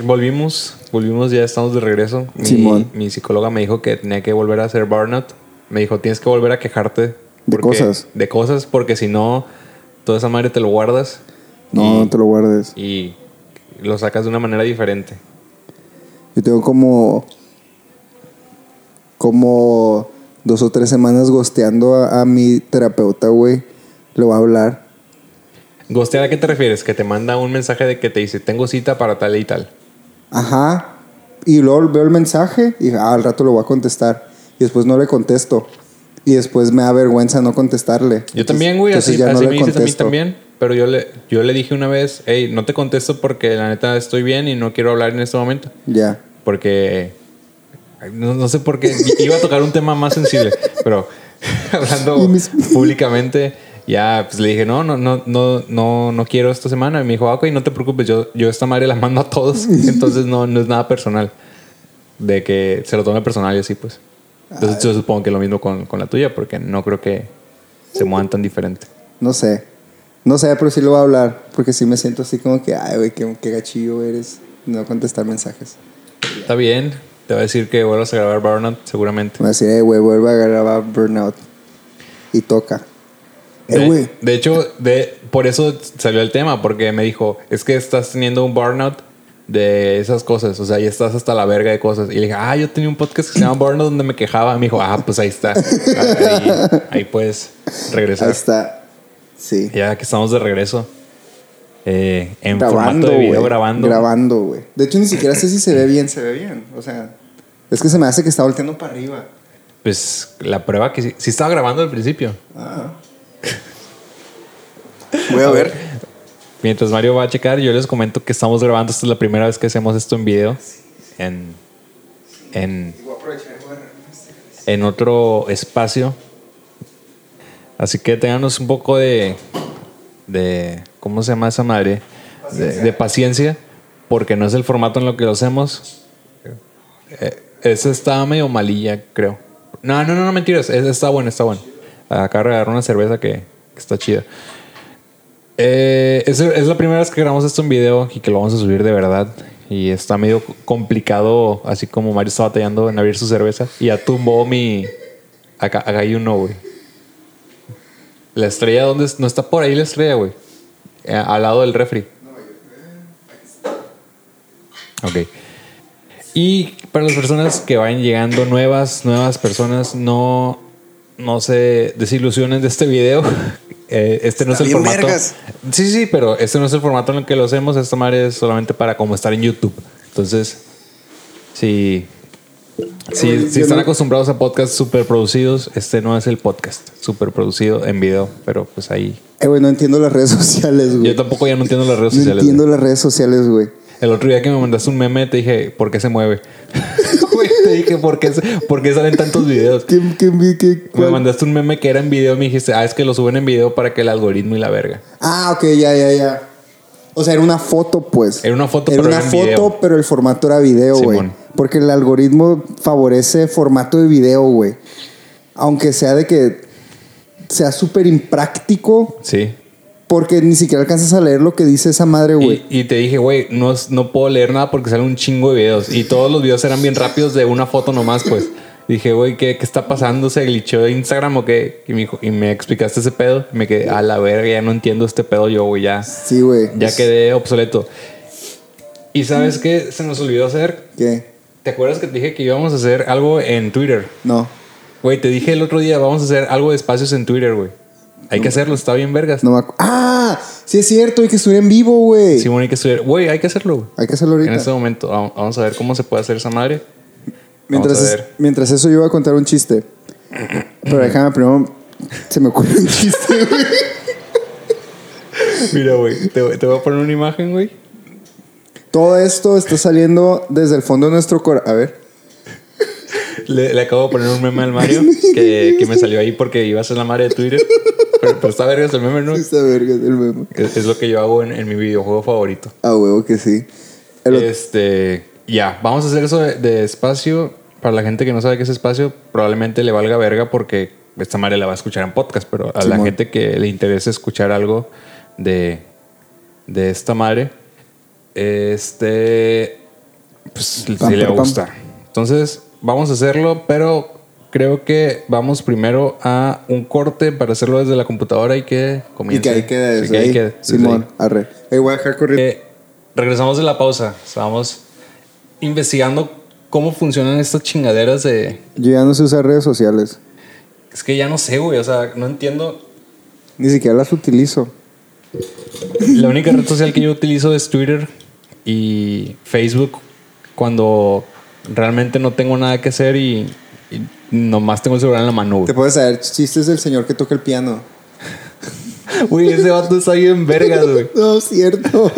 [SPEAKER 1] volvimos, volvimos, ya estamos de regreso. Mi,
[SPEAKER 2] Simón.
[SPEAKER 1] mi psicóloga me dijo que tenía que volver a hacer burnout. Me dijo, tienes que volver a quejarte.
[SPEAKER 2] De
[SPEAKER 1] porque-
[SPEAKER 2] cosas.
[SPEAKER 1] De cosas, porque si no, toda esa madre te lo guardas
[SPEAKER 2] No,
[SPEAKER 1] Y-
[SPEAKER 2] no te lo guardes.
[SPEAKER 1] y lo sacas de una manera diferente.
[SPEAKER 2] Yo tengo como. Como dos o tres semanas gosteando a, a mi terapeuta, güey. Le voy a hablar.
[SPEAKER 1] ¿Gostear a qué te refieres? Que te manda un mensaje de que te dice, tengo cita para tal y tal.
[SPEAKER 2] Ajá. Y luego veo el mensaje y ah, al rato lo voy a contestar. Y después no le contesto. Y después me da vergüenza no contestarle.
[SPEAKER 1] Yo también, güey,
[SPEAKER 2] Entonces
[SPEAKER 1] así,
[SPEAKER 2] ya no
[SPEAKER 1] así
[SPEAKER 2] le
[SPEAKER 1] me dices a mí
[SPEAKER 2] contesto.
[SPEAKER 1] también. Pero yo le, yo le dije una vez, hey, no te contesto porque la neta estoy bien y no quiero hablar en este momento.
[SPEAKER 2] Ya.
[SPEAKER 1] Porque ay, no, no sé por qué i- iba a tocar un tema más sensible, pero [laughs] hablando
[SPEAKER 2] Y mis-
[SPEAKER 1] públicamente, ya pues le dije, no, no, no, no, no, no quiero esta semana. Y me dijo, "Ah, ok, no te preocupes, yo, yo esta madre la mando a
[SPEAKER 2] [laughs]
[SPEAKER 1] todos, entonces no, no es nada personal. De que se lo tome personal y así, pues. Entonces yo supongo que lo mismo con, con la tuya, porque no creo que se muevan tan diferente.
[SPEAKER 2] No sé. No sé, pero sí lo voy a hablar. Porque sí me siento así como que, ay, güey, qué, qué gachillo eres. No contestar mensajes.
[SPEAKER 1] Está bien, te va a decir que vuelvas a grabar Burnout, seguramente.
[SPEAKER 2] Me va a decir, eh, güey, vuelve a grabar Burnout. Y toca. Eh,
[SPEAKER 1] De-
[SPEAKER 2] güey.
[SPEAKER 1] De hecho, de, por eso salió el tema, porque me dijo, es que estás teniendo un burnout de esas cosas, o sea, ya estás hasta la verga de cosas. Y le dije, ah, yo tenía un podcast que se llama Burnout donde me quejaba. Me dijo, ah, pues ahí
[SPEAKER 2] [laughs]
[SPEAKER 1] está. Ahí, ahí puedes regresar.
[SPEAKER 2] Ahí está. Sí.
[SPEAKER 1] Ya que estamos de regreso. eh, en
[SPEAKER 2] grabando,
[SPEAKER 1] formato de video
[SPEAKER 2] güey.
[SPEAKER 1] grabando.
[SPEAKER 2] Grabando, güey. De hecho, ni siquiera sé si se ve bien. Se ve bien. O sea, es que se me hace que está volteando para arriba.
[SPEAKER 1] Pues la prueba que sí, sí estaba grabando al principio.
[SPEAKER 2] Ah. Voy a ver.
[SPEAKER 1] Mientras Mario va a checar, yo les comento que estamos grabando. Esta es la primera vez que hacemos esto en video. En, en, en otro espacio. Así que tenganos un poco de. de ¿Cómo se llama esa madre? De, de paciencia. Porque no es el formato en lo que lo hacemos. Eh, ese está medio malilla, creo. No, no, no, no mentiras. Ese está bueno, está bueno. Acabo de agarrar una cerveza que, que está chida. Eh, es, es la primera vez que grabamos esto en video y que lo vamos a subir de verdad. Y está medio complicado, así como Mario está batallando en abrir su cerveza. Y ya tumbó mi. Acá, acá hay uno, güey. La estrella, ¿dónde? es? No está por ahí la estrella, güey. Eh, al lado del refri. Ok. Y para las personas que vayan llegando nuevas, nuevas personas, no, no se desilusionen de este video. [laughs] Eh, este no es
[SPEAKER 2] Está
[SPEAKER 1] el
[SPEAKER 2] bien
[SPEAKER 1] formato.
[SPEAKER 2] vergas.
[SPEAKER 1] Sí, sí, pero este no es el formato en el que lo hacemos. Esta madre es solamente para como estar en YouTube. Entonces, si, si,
[SPEAKER 2] Oye,
[SPEAKER 1] si
[SPEAKER 2] yo
[SPEAKER 1] están
[SPEAKER 2] no-
[SPEAKER 1] acostumbrados a podcasts super producidos, este no es el podcast super producido en video, pero pues ahí.
[SPEAKER 2] Eh, güey, no entiendo las redes [laughs] sociales, güey.
[SPEAKER 1] Yo tampoco ya no entiendo las redes
[SPEAKER 2] No
[SPEAKER 1] sociales.
[SPEAKER 2] entiendo las redes sociales, güey.
[SPEAKER 1] El otro día que me mandaste un meme, te dije, ¿por qué se mueve? [laughs] Güey, te dije, ¿por qué, se- por qué salen tantos videos?
[SPEAKER 2] ¿Qué, qué, qué, qué-
[SPEAKER 1] Me
[SPEAKER 2] cuál?
[SPEAKER 1] mandaste un meme que era en video, me dijiste, ah, es que lo suben en video para que el algoritmo y la verga.
[SPEAKER 2] Ah, ok, ya, ya, ya. O sea, era una foto, pues.
[SPEAKER 1] Era una foto,
[SPEAKER 2] Era
[SPEAKER 1] pero
[SPEAKER 2] una
[SPEAKER 1] era en
[SPEAKER 2] foto,
[SPEAKER 1] video.
[SPEAKER 2] pero el formato era video, güey.
[SPEAKER 1] Simón.
[SPEAKER 2] Porque el algoritmo favorece formato de video, güey. Aunque sea de que sea súper impráctico,
[SPEAKER 1] Sí.
[SPEAKER 2] porque ni siquiera alcanzas a leer lo que dice esa madre, güey.
[SPEAKER 1] Y, y te dije, güey, no, es- no puedo leer nada porque salen un chingo de videos. Y todos los videos eran bien rápidos de una foto nomás, pues. Dije, güey, ¿qué, ¿qué está pasando? ¿Se glitchó Instagram o qué? Y me, dijo- y me explicaste ese pedo. Y me quedé, a la verga, ya no entiendo este pedo yo, güey, ya.
[SPEAKER 2] Sí, güey.
[SPEAKER 1] Ya quedé obsoleto. ¿Y sabes qué se nos olvidó hacer?
[SPEAKER 2] ¿Qué?
[SPEAKER 1] ¿Te acuerdas que te dije que íbamos a hacer algo en Twitter?
[SPEAKER 2] No.
[SPEAKER 1] Güey, te dije el otro día, vamos a hacer algo de espacios en Twitter, güey. Hay que hacerlo, está bien vergas.
[SPEAKER 2] No me acu- ¡Ah! Sí es cierto, hay que subir en vivo, güey.
[SPEAKER 1] Simón, hay que subir. Güey, hay que hacerlo, güey.
[SPEAKER 2] hay que hacerlo
[SPEAKER 1] En
[SPEAKER 2] ahorita.
[SPEAKER 1] este momento, vam- vamos a ver cómo se puede hacer esa madre.
[SPEAKER 2] mientras,
[SPEAKER 1] vamos a
[SPEAKER 2] es-
[SPEAKER 1] ver.
[SPEAKER 2] mientras eso yo voy a contar un chiste. Pero déjame primero... Se me ocurre un chiste, güey.
[SPEAKER 1] Mira, güey, te, te voy a poner una imagen, güey.
[SPEAKER 2] Todo esto está saliendo desde el fondo de nuestro corazón. A ver.
[SPEAKER 1] Le, le acabo de poner un meme al
[SPEAKER 2] [laughs]
[SPEAKER 1] Mario que, que me salió ahí porque iba a ser la madre de Twitter. Pero, pero está vergas el meme, ¿no? Es,
[SPEAKER 2] Esta verga es el meme.
[SPEAKER 1] es lo que yo hago en- en mi videojuego favorito.
[SPEAKER 2] Ah, huevo que sí. El ot-
[SPEAKER 1] Este, ya, vamos a hacer eso de, de espacio. Para la gente que no sabe qué es espacio, probablemente le valga verga porque esta madre la va a escuchar en podcast, pero a la
[SPEAKER 2] Simón.
[SPEAKER 1] gente que le interese escuchar algo de, de esta madre, este, pues
[SPEAKER 2] Pam,
[SPEAKER 1] sí le va a
[SPEAKER 2] pam, pam.
[SPEAKER 1] gustar. Entonces, vamos a hacerlo, pero creo que vamos primero a un corte para hacerlo desde la computadora y que
[SPEAKER 2] y
[SPEAKER 1] comience.
[SPEAKER 2] que ahí queda
[SPEAKER 1] Sí,
[SPEAKER 2] desde
[SPEAKER 1] que ahí
[SPEAKER 2] ahí.
[SPEAKER 1] quede desde ahí.
[SPEAKER 2] Simón, arre. Ey, voy a dejar corriendo.
[SPEAKER 1] Eh, regresamos de la pausa. Estábamos investigando cómo funcionan estas chingaderas de.
[SPEAKER 2] Yo ya no sé usar redes sociales.
[SPEAKER 1] Es que ya no sé, güey. O sea, no entiendo.
[SPEAKER 2] Ni siquiera las utilizo.
[SPEAKER 1] La única red social que yo utilizo es Twitter y Facebook cuando realmente no tengo nada que hacer y, y nomás tengo el celular en la mano.
[SPEAKER 2] Te
[SPEAKER 1] güey.
[SPEAKER 2] puedes saber chistes del señor que toca el piano.
[SPEAKER 1] Güey, ese vato está bien vergas, güey. [laughs]
[SPEAKER 2] No, cierto.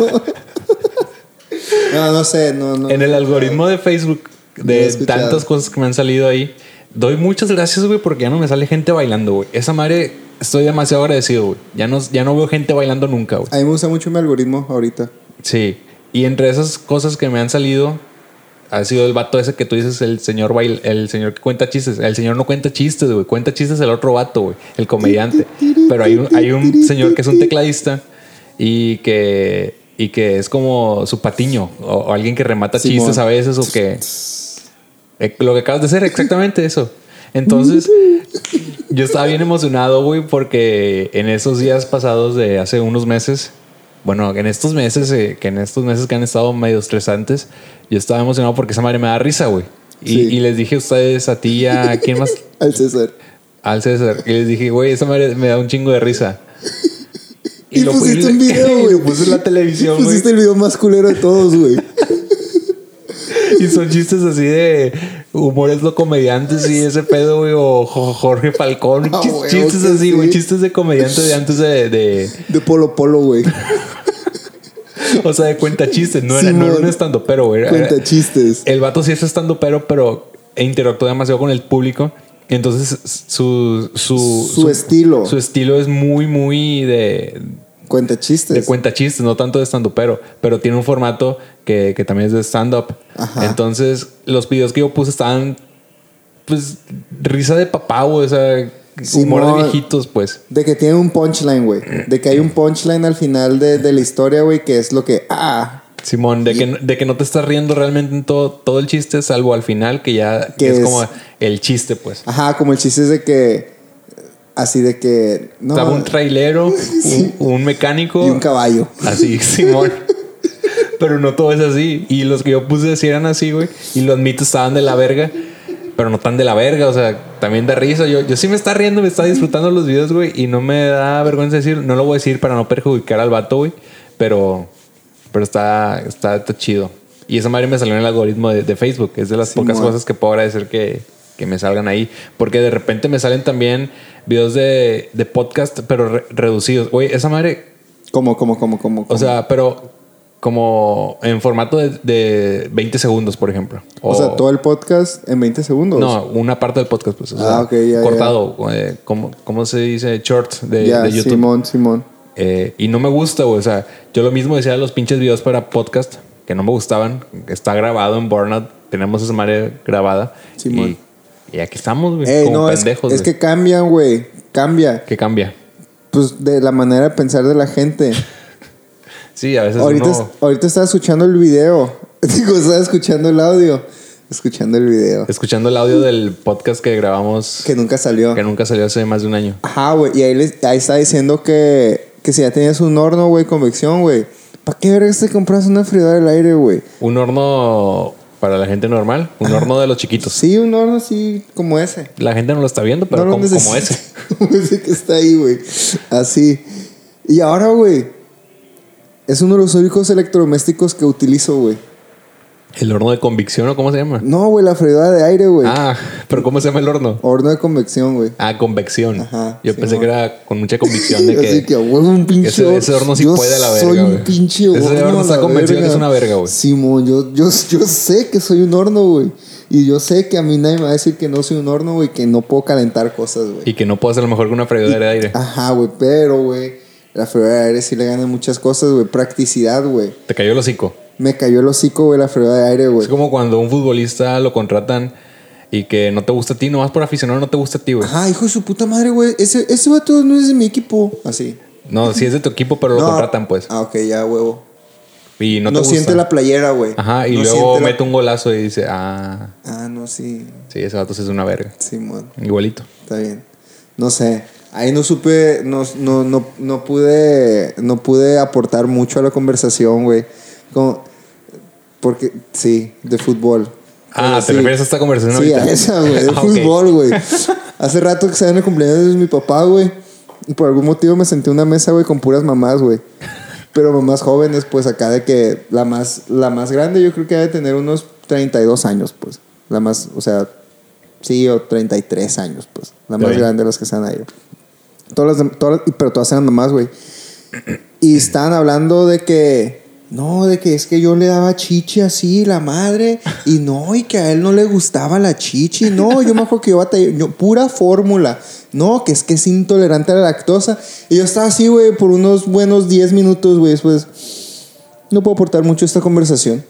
[SPEAKER 2] no, no sé, no, no.
[SPEAKER 1] En el algoritmo de Facebook,
[SPEAKER 2] No he
[SPEAKER 1] de
[SPEAKER 2] escuchado.
[SPEAKER 1] tantas cosas que me han salido ahí, doy muchas gracias, güey, porque ya no me sale gente bailando, güey. Esa madre, estoy demasiado agradecido, güey. Ya no, ya no veo gente bailando nunca, güey.
[SPEAKER 2] A mí me gusta mucho mi algoritmo ahorita.
[SPEAKER 1] Sí. Y entre esas cosas que me han salido, ha sido el vato ese que tú dices, el señor bail, el señor que cuenta chistes. El señor no cuenta chistes, güey. Cuenta chistes el otro vato, güey. El comediante. Pero hay un, hay un señor que es un tecladista y que, y que es como su patiño o, o alguien que remata
[SPEAKER 2] Simón.
[SPEAKER 1] chistes a veces o que. Eh, Lo que acabas de hacer, exactamente eso.
[SPEAKER 2] [laughs]
[SPEAKER 1] Entonces, yo estaba bien emocionado, güey, porque en esos días pasados de hace unos meses, bueno, en estos meses, eh, que en estos meses que han estado medio estresantes, yo estaba emocionado porque esa madre me da risa, güey. Y,
[SPEAKER 2] Sí.
[SPEAKER 1] y les dije a ustedes, a ti, a quién
[SPEAKER 2] [laughs]
[SPEAKER 1] más,
[SPEAKER 2] Al César.
[SPEAKER 1] al César, y les dije, güey, esa madre me da un chingo de risa.
[SPEAKER 2] Y,
[SPEAKER 1] lo
[SPEAKER 2] pusiste
[SPEAKER 1] [laughs] puse-
[SPEAKER 2] un video,
[SPEAKER 1] y
[SPEAKER 2] güey.
[SPEAKER 1] lo puse en la televisión,
[SPEAKER 2] Y
[SPEAKER 1] güey.
[SPEAKER 2] [laughs] Pusiste el video más culero de todos, güey.
[SPEAKER 1] Y son chistes así de humores no comediantes y ese pedo, güey, o Jo- Jorge Falcón.
[SPEAKER 2] Ah,
[SPEAKER 1] chis-
[SPEAKER 2] güey,
[SPEAKER 1] chistes
[SPEAKER 2] que
[SPEAKER 1] así, güey,
[SPEAKER 2] sí.
[SPEAKER 1] chistes de comediante de antes de, de-
[SPEAKER 2] De Polo Polo, güey.
[SPEAKER 1] o sea, de cuenta chistes. No era,
[SPEAKER 2] Simón.
[SPEAKER 1] no era un estando pero, güey. era-
[SPEAKER 2] Cuenta chistes.
[SPEAKER 1] El vato sí es estando pero, pero interactuó demasiado con el público. Entonces su, su,
[SPEAKER 2] Su estilo.
[SPEAKER 1] su estilo es muy, muy de,
[SPEAKER 2] Cuenta chistes.
[SPEAKER 1] de cuenta chistes, no tanto de stand-up, pero, pero tiene un formato que, que también es de stand-up.
[SPEAKER 2] Ajá.
[SPEAKER 1] Entonces, los videos que yo puse estaban, pues, risa de papá, güey, o sea,
[SPEAKER 2] Sí,
[SPEAKER 1] humor
[SPEAKER 2] no.
[SPEAKER 1] de viejitos, pues.
[SPEAKER 2] De que tiene un punchline, güey. De que hay un punchline al final de, de la historia, güey, que es lo que. ¡Ah!
[SPEAKER 1] Simón, de que, no- de que no te estás riendo realmente en todo, todo el chiste, salvo al final, que ya
[SPEAKER 2] Que
[SPEAKER 1] es,
[SPEAKER 2] es-
[SPEAKER 1] como el chiste, pues.
[SPEAKER 2] Ajá, como el chiste es de que. Así de que. No,
[SPEAKER 1] Estaba un
[SPEAKER 2] [laughs]
[SPEAKER 1] trailero, un, un mecánico.
[SPEAKER 2] y un caballo.
[SPEAKER 1] Así, Simón. Pero no todo es así. Y los que yo puse sí eran así, güey. Y los mitos estaban de la verga. Pero no tan de la verga. O sea, también da risa. Yo, yo sí me está riendo, me está disfrutando los videos, güey. Y no me da vergüenza decir. No lo voy a decir para no perjudicar al vato, güey. Pero, pero está, está, está chido. Y esa madre me salió en el algoritmo de, de Facebook. Es de las
[SPEAKER 2] Simón.
[SPEAKER 1] pocas cosas que puedo agradecer que, que me salgan ahí. Porque de repente me salen también videos de, de podcast, pero re- reducidos. Güey, esa madre
[SPEAKER 2] Como, como, como, como.
[SPEAKER 1] o sea, pero como en formato de, de 20 segundos, por ejemplo.
[SPEAKER 2] O sea, todo el podcast en 20 segundos.
[SPEAKER 1] No, una parte del podcast, pues. o
[SPEAKER 2] Ah,
[SPEAKER 1] sea,
[SPEAKER 2] ok, ya,
[SPEAKER 1] cortado. eh, como, ¿Cómo se dice? Short de,
[SPEAKER 2] ya,
[SPEAKER 1] de YouTube.
[SPEAKER 2] Simón, Simón.
[SPEAKER 1] Eh, y no me gusta, güey. O sea, yo lo mismo decía de los pinches videos para podcast que no me gustaban. Está grabado en Burnout. Tenemos esa madre grabada.
[SPEAKER 2] Simón.
[SPEAKER 1] Y, y aquí estamos, güey.
[SPEAKER 2] Ey,
[SPEAKER 1] como
[SPEAKER 2] no, es,
[SPEAKER 1] pendejos.
[SPEAKER 2] es
[SPEAKER 1] güey.
[SPEAKER 2] que cambian, güey. Cambia.
[SPEAKER 1] ¿Qué cambia?
[SPEAKER 2] Pues de la manera de pensar de
[SPEAKER 1] [laughs]
[SPEAKER 2] la gente.
[SPEAKER 1] Sí, a veces
[SPEAKER 2] Ahorita,
[SPEAKER 1] uno-
[SPEAKER 2] ahorita estaba escuchando el video. [laughs] Digo, estaba escuchando el audio. Escuchando el video.
[SPEAKER 1] escuchando el audio del podcast que grabamos
[SPEAKER 2] Que nunca salió.
[SPEAKER 1] que nunca salió hace más de un año.
[SPEAKER 2] Ajá, güey. Y ahí, les- ahí está diciendo que, que si ya tenías un horno, güey, convección, güey. ¿Para qué vergas te compras una freidora del aire, güey?
[SPEAKER 1] Un horno para la gente normal, un horno de los chiquitos.
[SPEAKER 2] Sí, un horno así como ese.
[SPEAKER 1] La gente no lo está viendo, pero
[SPEAKER 2] no lo
[SPEAKER 1] como, como
[SPEAKER 2] necesitas.
[SPEAKER 1] ese.
[SPEAKER 2] [laughs] Como ese que está ahí, güey. Así. Y ahora, güey. Es uno de los únicos electrodomésticos que utilizo, güey.
[SPEAKER 1] El horno de convicción o cómo se llama.
[SPEAKER 2] No, güey, la freidora de aire, güey.
[SPEAKER 1] Ah, pero ¿cómo se llama el horno?
[SPEAKER 2] Horno de convección, güey.
[SPEAKER 1] Ah, convección.
[SPEAKER 2] Ajá,
[SPEAKER 1] Yo
[SPEAKER 2] sí,
[SPEAKER 1] pensé
[SPEAKER 2] mo.
[SPEAKER 1] que era con mucha convicción
[SPEAKER 2] [laughs]
[SPEAKER 1] de
[SPEAKER 2] Así
[SPEAKER 1] que,
[SPEAKER 2] que, güey, un pinche
[SPEAKER 1] ese- ese horno sí
[SPEAKER 2] yo
[SPEAKER 1] puede a la verga,
[SPEAKER 2] Soy un
[SPEAKER 1] güey.
[SPEAKER 2] pinche
[SPEAKER 1] Ese
[SPEAKER 2] horno.
[SPEAKER 1] horno
[SPEAKER 2] a
[SPEAKER 1] está
[SPEAKER 2] la
[SPEAKER 1] convencido que es una verga, güey.
[SPEAKER 2] Simón, yo, yo, yo sé que soy un horno, güey. Y yo sé que a mí nadie me va a decir que no soy un horno, güey, que no puedo calentar cosas, güey.
[SPEAKER 1] y que no puedo hacer lo mejor que una freidora de aire.
[SPEAKER 2] Ajá, güey, pero, güey, la freidora de aire sí le gana muchas cosas, güey. Practicidad, güey.
[SPEAKER 1] Te cayó el hocico.
[SPEAKER 2] Me cayó el hocico, güey, la freidora de aire, güey.
[SPEAKER 1] Es como cuando un futbolista lo contratan y que no te gusta a ti, nomás por aficionado no te gusta a ti, güey.
[SPEAKER 2] Ajá, hijo de su puta madre, güey. Ese, ese vato no es de mi equipo. Así.
[SPEAKER 1] No, si es de tu equipo, pero lo
[SPEAKER 2] No.
[SPEAKER 1] contratan, pues.
[SPEAKER 2] Ah, ok, ya, huevo.
[SPEAKER 1] Y no te
[SPEAKER 2] No,
[SPEAKER 1] gusta.
[SPEAKER 2] siente la playera, güey.
[SPEAKER 1] Ajá, y
[SPEAKER 2] No
[SPEAKER 1] luego
[SPEAKER 2] siente la-
[SPEAKER 1] mete un golazo y dice, ah,
[SPEAKER 2] Ah, no, sí.
[SPEAKER 1] sí, ese vato sí es una verga.
[SPEAKER 2] Simón.
[SPEAKER 1] Igualito.
[SPEAKER 2] Está bien. No sé. Ahí no supe, no, no, no, no pude, no pude aportar mucho a la conversación, güey. Como- porque, sí, de fútbol.
[SPEAKER 1] Ah,
[SPEAKER 2] Pero
[SPEAKER 1] te
[SPEAKER 2] sí.
[SPEAKER 1] refieres a esta conversación
[SPEAKER 2] Sí,
[SPEAKER 1] ahorita.
[SPEAKER 2] a esa, güey, de
[SPEAKER 1] [laughs] Ah, ok.
[SPEAKER 2] fútbol, güey. Hace rato que estaba en el cumpleaños de mi papá, güey. Y por algún motivo me senté en una mesa, güey, con puras mamás, güey. Pero mamás jóvenes, pues acá de que la más, la más grande yo creo que debe tener unos 32 años, pues. La más, o sea, sí, o 33 años, pues. La más
[SPEAKER 1] bien.
[SPEAKER 2] grande de las que están ahí. Todas las, dem- todas las- pero todas eran mamás, güey. Y estaban hablando de que. No, de que es que yo le daba chichi así, la madre. Y no, y que a él no le gustaba la chichi. No, yo me acuerdo que yo batallé. yo- pura fórmula. No, que es que es intolerante a la lactosa. Y yo estaba así, güey, por unos buenos 10 minutos, güey. Después, no puedo aportar mucho a esta conversación.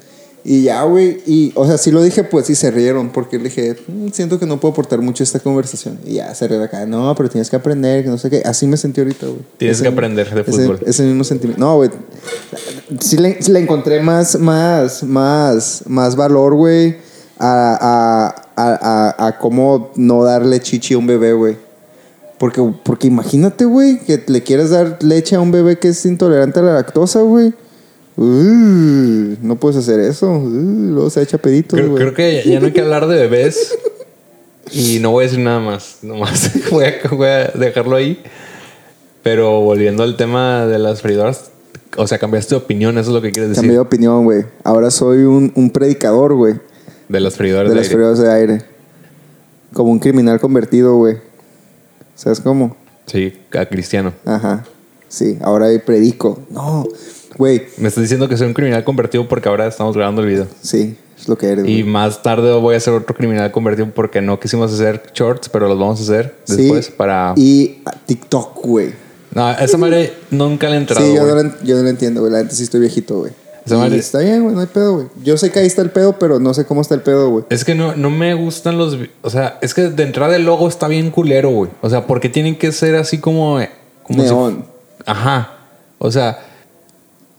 [SPEAKER 2] Y ya, güey. Y, o sea, sí lo dije, pues, y se rieron. Porque le dije, "Mm, siento que no puedo aportar mucho a esta conversación. Y ya, se rieron acá. No, pero tienes que aprender, que no sé qué. Así me sentí ahorita, güey.
[SPEAKER 1] Tienes
[SPEAKER 2] Ese-
[SPEAKER 1] que aprender de
[SPEAKER 2] ese-
[SPEAKER 1] fútbol.
[SPEAKER 2] Ese, mismo sentimiento. No, güey. Sí le, sí le encontré más, más, más, más valor, güey, a, a, a, a, a cómo no darle chichi a un bebé, güey. Porque, porque imagínate, güey, que le quieres dar leche a un bebé que es intolerante a la lactosa, güey. Uh, no puedes hacer eso. Uh, luego se echa peditos,
[SPEAKER 1] Creo,
[SPEAKER 2] güey.
[SPEAKER 1] creo que ya no hay que hablar de bebés. Y no voy a decir nada más. [laughs] Nomás voy a, voy a dejarlo ahí. Pero volviendo al tema de las freidoras. O sea, cambiaste de opinión. Eso es lo que quieres decir.
[SPEAKER 2] Cambié de opinión, güey. Ahora soy un, un predicador, güey,
[SPEAKER 1] De las freidoras
[SPEAKER 2] de
[SPEAKER 1] de,
[SPEAKER 2] las
[SPEAKER 1] aire.
[SPEAKER 2] pruebas de aire. Como un criminal convertido, güey. ¿Sabes cómo?
[SPEAKER 1] Sí, a Cristiano.
[SPEAKER 2] Ajá. Sí, ahora ahí predico. No, güey.
[SPEAKER 1] Me estás diciendo que soy un criminal convertido porque ahora estamos grabando el video.
[SPEAKER 2] Sí, es lo que eres,
[SPEAKER 1] Y
[SPEAKER 2] güey.
[SPEAKER 1] más tarde voy a ser otro criminal convertido porque no quisimos hacer shorts, pero los vamos a hacer
[SPEAKER 2] Sí,
[SPEAKER 1] después para...
[SPEAKER 2] Y a TikTok, güey.
[SPEAKER 1] No, esa madre nunca le he entrado,
[SPEAKER 2] Sí, yo
[SPEAKER 1] güey.
[SPEAKER 2] no, lo, yo no lo entiendo, güey. La gente sí estoy viejito, güey.
[SPEAKER 1] Esa
[SPEAKER 2] Y
[SPEAKER 1] madre-
[SPEAKER 2] Está bien, güey, no hay pedo, güey. Yo sé que ahí está el pedo, pero no sé cómo está el pedo, güey.
[SPEAKER 1] Es que no, no me gustan los... vi- O sea, es que de entrada el logo está bien culero, güey. O sea, porque tienen que ser así como... eh, como si-
[SPEAKER 2] Neón.
[SPEAKER 1] Ajá. O sea,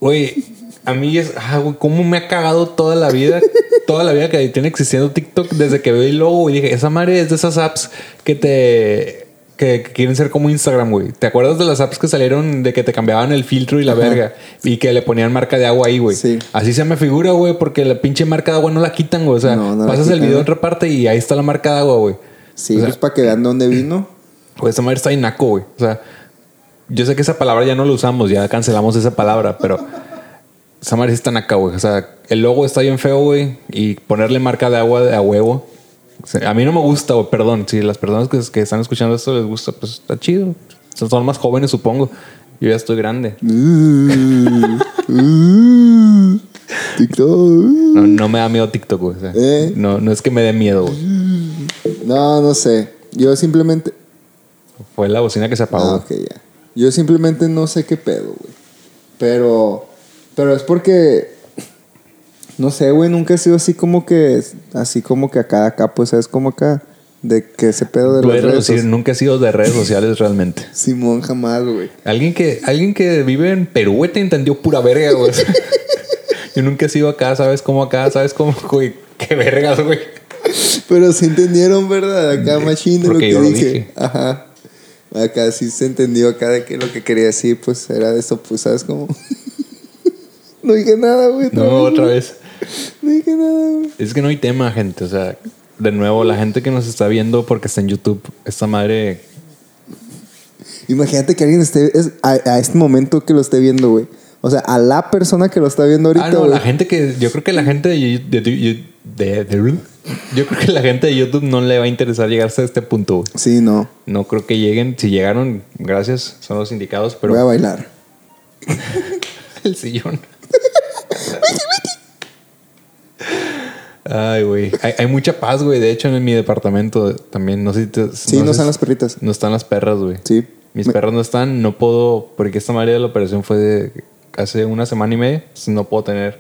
[SPEAKER 1] güey, a mí es... Ah, güey, cómo me ha cagado toda la vida. [laughs] toda la vida que tiene existiendo TikTok desde que veo el logo y dije, esa madre es de esas apps que te... Que, que quieren ser como Instagram, güey. ¿Te acuerdas de las apps que salieron de que te cambiaban el filtro y la verga? Y que le ponían marca de agua ahí, güey.
[SPEAKER 2] Sí.
[SPEAKER 1] Así se me figura, güey, porque la pinche marca de agua no la quitan, güey. O sea, sea,
[SPEAKER 2] No, no la
[SPEAKER 1] pasas el
[SPEAKER 2] quitan,
[SPEAKER 1] video a
[SPEAKER 2] ¿no?
[SPEAKER 1] otra parte y ahí está la marca de agua, güey.
[SPEAKER 2] Sí,
[SPEAKER 1] O sea-
[SPEAKER 2] pues para que vean
[SPEAKER 1] [laughs]
[SPEAKER 2] dónde vino. [laughs]
[SPEAKER 1] Güey, Pues esa madre está bien naco, güey. O sea, yo sé que esa palabra ya no la usamos, ya cancelamos esa palabra, pero esa madre sí está naca, güey. O sea, el logo está bien feo, güey, y ponerle marca de agua de a huevo. O sea, a mí no me gusta, güey, perdón. Si las personas que, que están escuchando esto les gusta, pues está chido. Son, son más jóvenes, supongo. Yo ya estoy grande.
[SPEAKER 2] Uh, TikTok.
[SPEAKER 1] No, no me da miedo TikTok, güey. O sea,
[SPEAKER 2] ¿Eh?
[SPEAKER 1] no, no es que me dé miedo, güey.
[SPEAKER 2] No, no sé. Yo simplemente.
[SPEAKER 1] Fue la bocina que se apagó.
[SPEAKER 2] Ah,
[SPEAKER 1] güey.
[SPEAKER 2] ok, ya. Yo simplemente no sé qué pedo, güey. Pero. Pero es porque. No sé, güey, nunca he sido así como que. Así como que acá, acá, pues es como acá. De que ese pedo de
[SPEAKER 1] Puedes
[SPEAKER 2] los redes.
[SPEAKER 1] reducir, nunca he sido de redes sociales realmente.
[SPEAKER 2] so- Simón jamás, güey.
[SPEAKER 1] Alguien que, alguien que vive en Perú, güey, te entendió pura verga, [laughs] güey. Yo nunca he sido acá, ¿sabes cómo acá? ¿Sabes cómo, güey? Qué vergas, güey.
[SPEAKER 2] Pero se entendieron, ¿verdad? Acá, machín, de
[SPEAKER 1] Eh,
[SPEAKER 2] lo
[SPEAKER 1] porque
[SPEAKER 2] que
[SPEAKER 1] yo lo
[SPEAKER 2] dije.
[SPEAKER 1] dije.
[SPEAKER 2] Ajá. Acá sí se entendió, acá de que lo que quería decir, pues era de eso, pues, ¿sabes cómo? [laughs] no dije nada, güey.
[SPEAKER 1] No, otra vez.
[SPEAKER 2] No dije nada, güey.
[SPEAKER 1] Es que no hay tema, gente. O sea, de nuevo, la gente que nos está viendo porque está en YouTube, esta madre.
[SPEAKER 2] Imagínate que alguien esté es- a, a este momento que lo esté viendo, güey. O sea, a la persona que lo está viendo ahorita,
[SPEAKER 1] Ah, no,
[SPEAKER 2] güey.
[SPEAKER 1] la gente que. Yo creo que la gente de, Yu- de, de- de- de- Yo creo que la gente de YouTube no le va a interesar llegarse a este punto, güey.
[SPEAKER 2] Sí, no.
[SPEAKER 1] No creo que lleguen. Si llegaron, gracias, son los indicados, pero.
[SPEAKER 2] Voy a bailar.
[SPEAKER 1] El sillón. Ay, güey. Hay, hay mucha paz, güey. De hecho, en mi departamento también. No sé si te-
[SPEAKER 2] Sí, no,
[SPEAKER 1] sé
[SPEAKER 2] están
[SPEAKER 1] si-
[SPEAKER 2] las perritas.
[SPEAKER 1] No están las perras, güey.
[SPEAKER 2] Sí.
[SPEAKER 1] Mis
[SPEAKER 2] Me-
[SPEAKER 1] perras no están. No puedo... Porque esta madre de la operación fue de hace una semana y media. entonces No puedo tener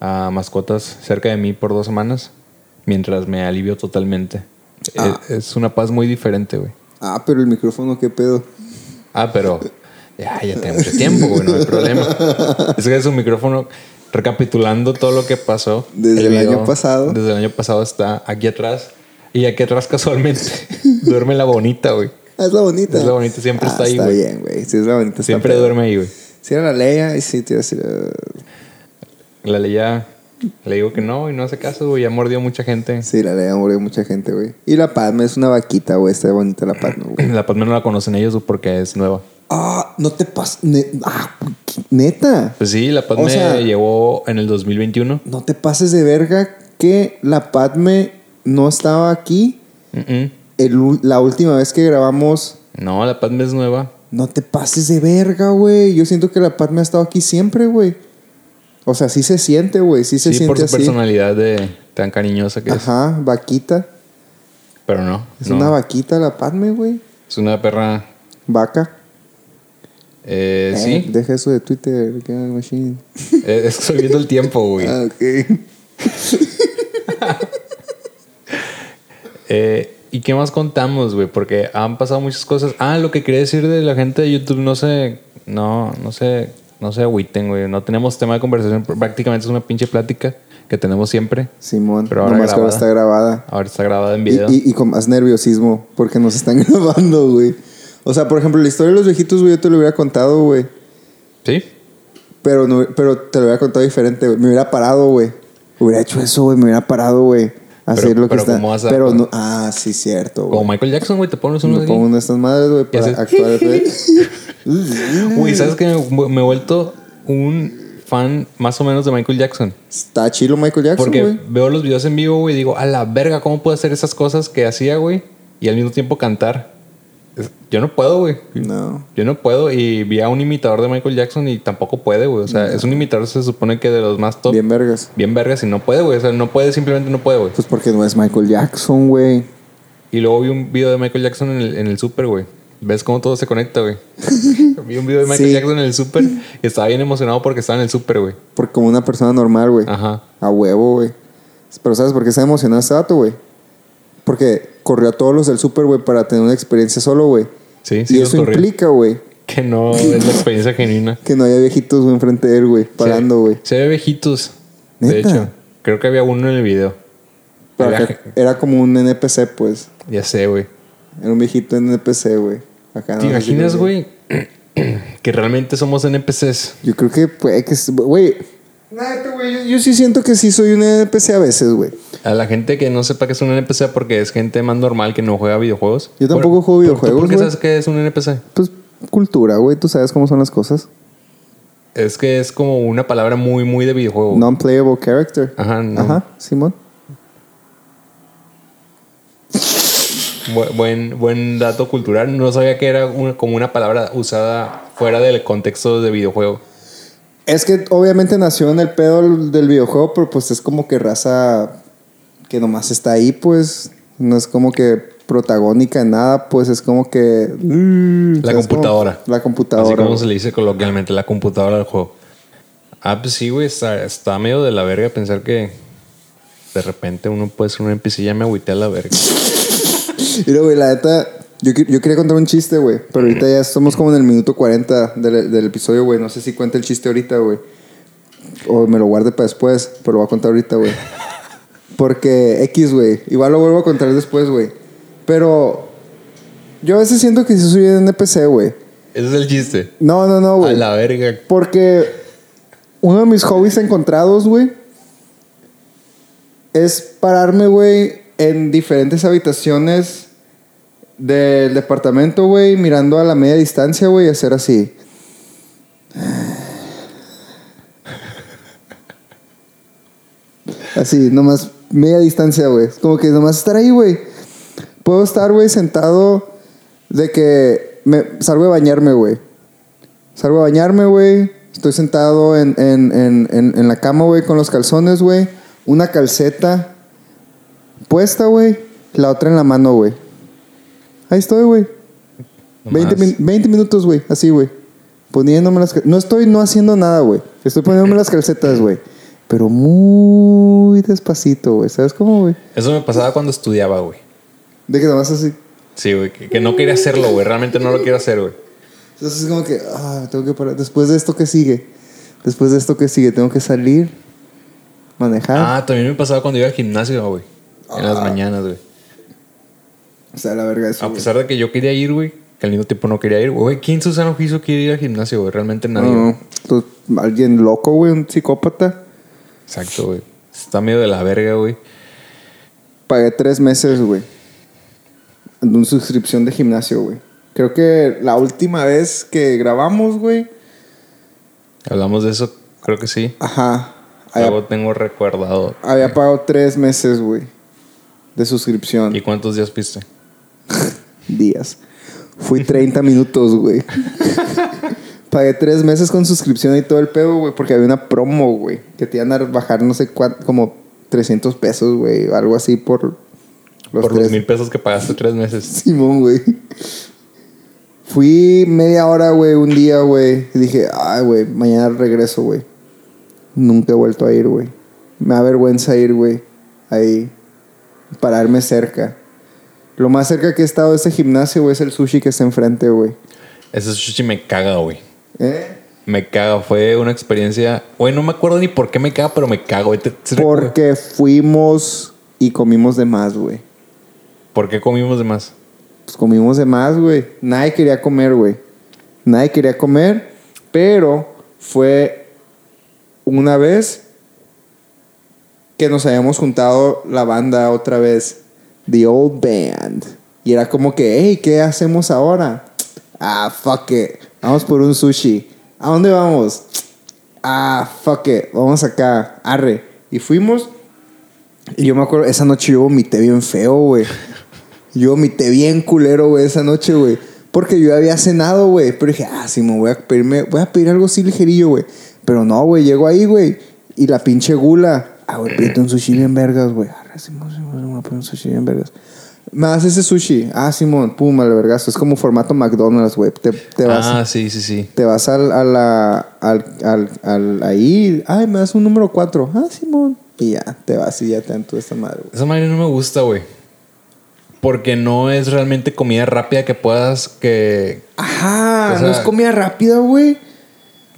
[SPEAKER 1] a mascotas cerca de mí por dos semanas. Mientras me alivio totalmente. E,
[SPEAKER 2] Ah.
[SPEAKER 1] Es, es una paz muy diferente, güey.
[SPEAKER 2] Ah, pero el micrófono, qué pedo.
[SPEAKER 1] Ah, pero ya, ya tengo mucho tiempo, güey, no hay
[SPEAKER 2] [laughs]
[SPEAKER 1] problema. Es que es un micrófono recapitulando todo lo que pasó.
[SPEAKER 2] Desde el año
[SPEAKER 1] video
[SPEAKER 2] pasado.
[SPEAKER 1] Desde el año pasado está aquí atrás. Y aquí atrás casualmente [laughs] duerme la bonita, güey.
[SPEAKER 2] Ah, es la bonita. Ah,
[SPEAKER 1] Es la bonita, siempre está ahí,
[SPEAKER 2] Está
[SPEAKER 1] güey.
[SPEAKER 2] bien, güey. Sí, es la bonita. está
[SPEAKER 1] Siempre
[SPEAKER 2] pedo.
[SPEAKER 1] duerme ahí, güey.
[SPEAKER 2] Sí, era la Leia y sí, te iba a decir. eh,
[SPEAKER 1] La leía Le digo que no y no hace caso, güey. Ya mordió mucha gente. [clears throat]
[SPEAKER 2] Sí, la ley ha morido mucha gente, güey. Y la Padme es una vaquita, güey. Está bonita la Padme,
[SPEAKER 1] [clears throat]
[SPEAKER 2] güey.
[SPEAKER 1] La Padme no la conocen ellos güey, porque es nueva.
[SPEAKER 2] Ah, no te pases. ah, ¿qué- neta.
[SPEAKER 1] Pues sí, la Padme
[SPEAKER 2] O sea-
[SPEAKER 1] llegó en el 2021.
[SPEAKER 2] No te pases de verga que la Padme no estaba aquí.
[SPEAKER 1] Mm-mm.
[SPEAKER 2] El u- la última vez que grabamos.
[SPEAKER 1] No, la Padme es nueva.
[SPEAKER 2] No te pases de verga, güey. Yo siento que la Padme ha estado aquí siempre, güey. O sea, sí se siente, güey. Sí se
[SPEAKER 1] Sí, por
[SPEAKER 2] siente
[SPEAKER 1] su
[SPEAKER 2] así.
[SPEAKER 1] personalidad de tan cariñosa que es.
[SPEAKER 2] Ajá, vaquita.
[SPEAKER 1] Pero no.
[SPEAKER 2] Es
[SPEAKER 1] no.
[SPEAKER 2] una vaquita la Padme, güey.
[SPEAKER 1] Es una perra.
[SPEAKER 2] Vaca.
[SPEAKER 1] eh,
[SPEAKER 2] Eh,
[SPEAKER 1] sí.
[SPEAKER 2] Deja eso de Twitter. que machine.
[SPEAKER 1] Eh, [laughs] es que estoy viendo el tiempo, güey.
[SPEAKER 2] Ah,
[SPEAKER 1] [laughs]
[SPEAKER 2] ok.
[SPEAKER 1] Eh, ¿Y qué más contamos, güey? Porque han pasado muchas cosas. Ah, lo que quería decir de la gente de YouTube, no sé, no, no sé, no se agüiten, güey. No tenemos tema de conversación, pr- prácticamente es una pinche plática que tenemos siempre.
[SPEAKER 2] Simón.
[SPEAKER 1] Pero ahora
[SPEAKER 2] nomás que ahora
[SPEAKER 1] grabada.
[SPEAKER 2] está grabada.
[SPEAKER 1] Ahora está grabada en
[SPEAKER 2] Y,
[SPEAKER 1] video.
[SPEAKER 2] y- y con más nerviosismo, porque nos están [laughs] grabando, güey. O sea, por ejemplo, la historia de los viejitos, güey, yo te lo hubiera contado, güey.
[SPEAKER 1] ¿Sí?
[SPEAKER 2] Pero, no, pero te lo hubiera contado diferente, güey. Me hubiera parado, güey. Hubiera hecho eso, güey. Me hubiera parado, güey. a Hacer
[SPEAKER 1] Pero-
[SPEAKER 2] lo que
[SPEAKER 1] pero
[SPEAKER 2] está.
[SPEAKER 1] ¿cómo vas a-
[SPEAKER 2] pero no. Ah, sí, cierto,
[SPEAKER 1] Como
[SPEAKER 2] güey.
[SPEAKER 1] Michael Jackson, güey, te pones uno
[SPEAKER 2] Me
[SPEAKER 1] aquí.
[SPEAKER 2] pongo una de estas madres, güey, para
[SPEAKER 1] haces?
[SPEAKER 2] actuar, güey.
[SPEAKER 1] [laughs] Güey, ¿sabes que me, me he vuelto un fan más o menos de Michael Jackson?
[SPEAKER 2] Está chilo Michael Jackson,
[SPEAKER 1] Porque
[SPEAKER 2] güey.
[SPEAKER 1] veo los videos en vivo, güey, y digo, a la verga, ¿cómo puedo hacer esas cosas que hacía, güey? Y al mismo tiempo cantar. Es- Yo no puedo, güey.
[SPEAKER 2] No.
[SPEAKER 1] Yo no puedo y vi a un imitador de Michael Jackson y tampoco puede, güey. O sea, es un imitador, se supone que de los más top. Bien,
[SPEAKER 2] Mm. Bien vergas.
[SPEAKER 1] vergas y no puede, güey. O sea, no puede, simplemente no puede, güey.
[SPEAKER 2] Pues porque no es Michael Jackson, güey.
[SPEAKER 1] Y luego vi un video de Michael Jackson en el, en el súper, güey. ¿Ves cómo todo se conecta,
[SPEAKER 2] [laughs]
[SPEAKER 1] güey? vi un video de Michael
[SPEAKER 2] Sí.
[SPEAKER 1] Jackson en el súper y estaba bien emocionado porque estaba en el súper, güey.
[SPEAKER 2] Porque como una persona normal, güey.
[SPEAKER 1] Ajá.
[SPEAKER 2] A huevo, güey. Pero ¿sabes por qué está emocionado este vato, güey? Porque corrió a todos los del Super, güey, para tener una experiencia solo, güey.
[SPEAKER 1] Sí,
[SPEAKER 2] y
[SPEAKER 1] sí, los
[SPEAKER 2] eso
[SPEAKER 1] corrió.
[SPEAKER 2] implica, güey,
[SPEAKER 1] Que no es la experiencia genuina.
[SPEAKER 2] que no haya viejitos, güey, enfrente de él, güey, parando,
[SPEAKER 1] Se-
[SPEAKER 2] güey.
[SPEAKER 1] Se ve viejitos. De
[SPEAKER 2] ¿Neta?
[SPEAKER 1] hecho, creo que había uno en el video.
[SPEAKER 2] Pero
[SPEAKER 1] Era-
[SPEAKER 2] acá era como un NPC, pues.
[SPEAKER 1] ya sé, güey.
[SPEAKER 2] Era un viejito NPC, güey. Acá
[SPEAKER 1] ¿Te
[SPEAKER 2] no,
[SPEAKER 1] imaginas,
[SPEAKER 2] así,
[SPEAKER 1] güey? [clears throat] que realmente somos NPCs.
[SPEAKER 2] Yo creo que puede que. es- Güey. Neta, güey. Yo, yo sí siento que sí soy un NPC a veces, güey.
[SPEAKER 1] A la gente que no sepa que es un NPC porque es gente más normal que no juega videojuegos.
[SPEAKER 2] Yo tampoco
[SPEAKER 1] Por-
[SPEAKER 2] juego
[SPEAKER 1] ¿tú
[SPEAKER 2] videojuegos,
[SPEAKER 1] ¿Por qué
[SPEAKER 2] güey.
[SPEAKER 1] sabes que es un NPC?
[SPEAKER 2] Pues cultura, güey. Tú sabes cómo son las cosas.
[SPEAKER 1] Es que es como una palabra muy, muy de videojuego. güey.
[SPEAKER 2] Non-playable character.
[SPEAKER 1] Ajá, Oh. Ah, no.
[SPEAKER 2] Ajá, Simón.
[SPEAKER 1] Bu- Buen, buen dato cultural. No sabía que era una- como una palabra usada fuera del contexto de videojuego.
[SPEAKER 2] Es que obviamente nació en el pedo del videojuego, pero pues es como que raza que nomás está ahí, pues. No es como que protagónica en nada, pues es como que.
[SPEAKER 1] La
[SPEAKER 2] es como-
[SPEAKER 1] computadora.
[SPEAKER 2] la
[SPEAKER 1] Así
[SPEAKER 2] computadora.
[SPEAKER 1] como se
[SPEAKER 2] güey.
[SPEAKER 1] le dice coloquialmente, la computadora del juego. Ah, pues sí, güey, está, está medio de la verga pensar que de repente uno puede ser un NPC. Ya me agüité a la verga.
[SPEAKER 2] Mira, güey, la neta. Yo, qui- yo quería contar un chiste, güey. Pero ahorita ya estamos como en el minuto 40 del, del episodio, güey. No sé si cuenta el chiste ahorita, güey. O me lo guarde para después. Pero lo voy a contar ahorita, güey. Porque X, güey. Igual lo vuelvo a contar después, güey. Pero. Yo a veces siento que si soy un NPC, güey.
[SPEAKER 1] Ese es el chiste.
[SPEAKER 2] No, no, no,
[SPEAKER 1] A
[SPEAKER 2] güey.
[SPEAKER 1] la verga.
[SPEAKER 2] Porque uno de mis hobbies encontrados, güey, es pararme, güey, en diferentes habitaciones del departamento, güey, mirando a la media distancia, güey, y hacer así. Así, nomás media distancia, güey. Es Como que nomás estar ahí, güey. Puedo estar, güey, sentado de que me salgo de bañarme, güey. Salgo a bañarme, güey. Estoy sentado en, en- en- en- en la cama, güey, con los calzones, güey. Una calceta puesta, güey. La otra en la mano, güey. Ahí estoy, güey.
[SPEAKER 1] No
[SPEAKER 2] 20,
[SPEAKER 1] más.
[SPEAKER 2] min- 20 minutos, güey. Así, güey. Poniéndome las cal- No estoy no haciendo nada, güey. Estoy poniéndome las calcetas, güey. Pero muy despacito, güey. ¿Sabes cómo, güey?
[SPEAKER 1] Eso me pasaba cuando estudiaba, güey.
[SPEAKER 2] De que nomás así.
[SPEAKER 1] Sí, güey, que, que no quería hacerlo, güey. Realmente no lo quiero hacer, güey.
[SPEAKER 2] Entonces es como que, ah, tengo que parar. Después de esto, ¿qué sigue? Después de esto, ¿qué sigue? Tengo que salir, manejar.
[SPEAKER 1] Ah, también me pasaba cuando iba al gimnasio, güey. En las
[SPEAKER 2] Ah.
[SPEAKER 1] mañanas, güey.
[SPEAKER 2] O sea, la verga eso.
[SPEAKER 1] A
[SPEAKER 2] güey.
[SPEAKER 1] pesar de que yo quería ir, güey, que al mismo tiempo no quería ir, güey. ¿Quién en su sano juicio quiere ir al gimnasio, güey? Realmente nadie.
[SPEAKER 2] No,
[SPEAKER 1] güey.
[SPEAKER 2] no. Tú- Alguien loco, güey, un psicópata.
[SPEAKER 1] Exacto, güey. Está medio de la verga, güey.
[SPEAKER 2] Pagué tres meses, güey. De una suscripción de gimnasio, güey. Creo que la última vez que grabamos, güey.
[SPEAKER 1] Hablamos de eso, creo que sí.
[SPEAKER 2] Ajá. Había,
[SPEAKER 1] Luego tengo recordado.
[SPEAKER 2] había pagado tres meses, güey. De suscripción.
[SPEAKER 1] ¿Y cuántos días viste?
[SPEAKER 2] días. Fui 30 minutos,
[SPEAKER 1] [laughs]
[SPEAKER 2] güey. Pagué tres meses con suscripción y todo el pedo, güey, porque había una promo, güey, que te iban a bajar no sé cuánto, como 300 pesos, güey, o algo así por los
[SPEAKER 1] Por
[SPEAKER 2] tres.
[SPEAKER 1] los mil pesos que pagaste tres meses.
[SPEAKER 2] Simón, güey. Fui media hora, güey, un día, güey, y dije, ay, güey, mañana regreso, güey. Nunca he vuelto a ir, güey. Me da vergüenza ir, güey, ahí, pararme cerca. Lo más cerca que he estado de ese gimnasio, güey, es el sushi que está enfrente, güey.
[SPEAKER 1] Ese sushi me caga, güey.
[SPEAKER 2] ¿Eh?
[SPEAKER 1] Me caga. Fue una experiencia. Güey, no me acuerdo ni por qué me caga, pero me cago. güey. ¿Te- te-
[SPEAKER 2] Porque fuimos y comimos de más, güey.
[SPEAKER 1] ¿Por qué comimos de más?
[SPEAKER 2] pues comimos de más, güey. Nadie quería comer, güey. Nadie quería comer, pero fue una vez que nos habíamos juntado la banda otra vez, The Old Band. Y era como que, hey, ¿qué hacemos ahora? Ah, fuck it. Vamos por un sushi. ¿A dónde vamos? Ah, fuck it. Vamos acá. Arre. Y fuimos. Y yo me acuerdo, esa noche yo vomité bien feo, güey. Yo vomité bien culero, güey, esa noche, güey. Porque yo había cenado, güey. Pero dije, ah, sí, me voy a pedirme, voy a pedir algo así ligerillo, güey. Pero no, güey, llego ahí, güey. Y la pinche gula. Ah, güey, pídete un sushi bien vergas, güey. Ah, Simón, Simón, Simón, voy a pedir un sushi bien vergas. Me das ese sushi. Ah, Simón, pum, al vergazo. Es como formato McDonald's, güey. Te, te vas
[SPEAKER 1] Ah, sí, sí, sí.
[SPEAKER 2] te vas al, a la, al, al, al- ahí, ay, me das un número 4. Ah, Simón. Y ya, te vas y ya te dan toda esta madre, güey.
[SPEAKER 1] Esa madre no me gusta, güey. Porque no es realmente comida rápida que puedas que...
[SPEAKER 2] Ajá,
[SPEAKER 1] O sea-
[SPEAKER 2] no es comida rápida, güey.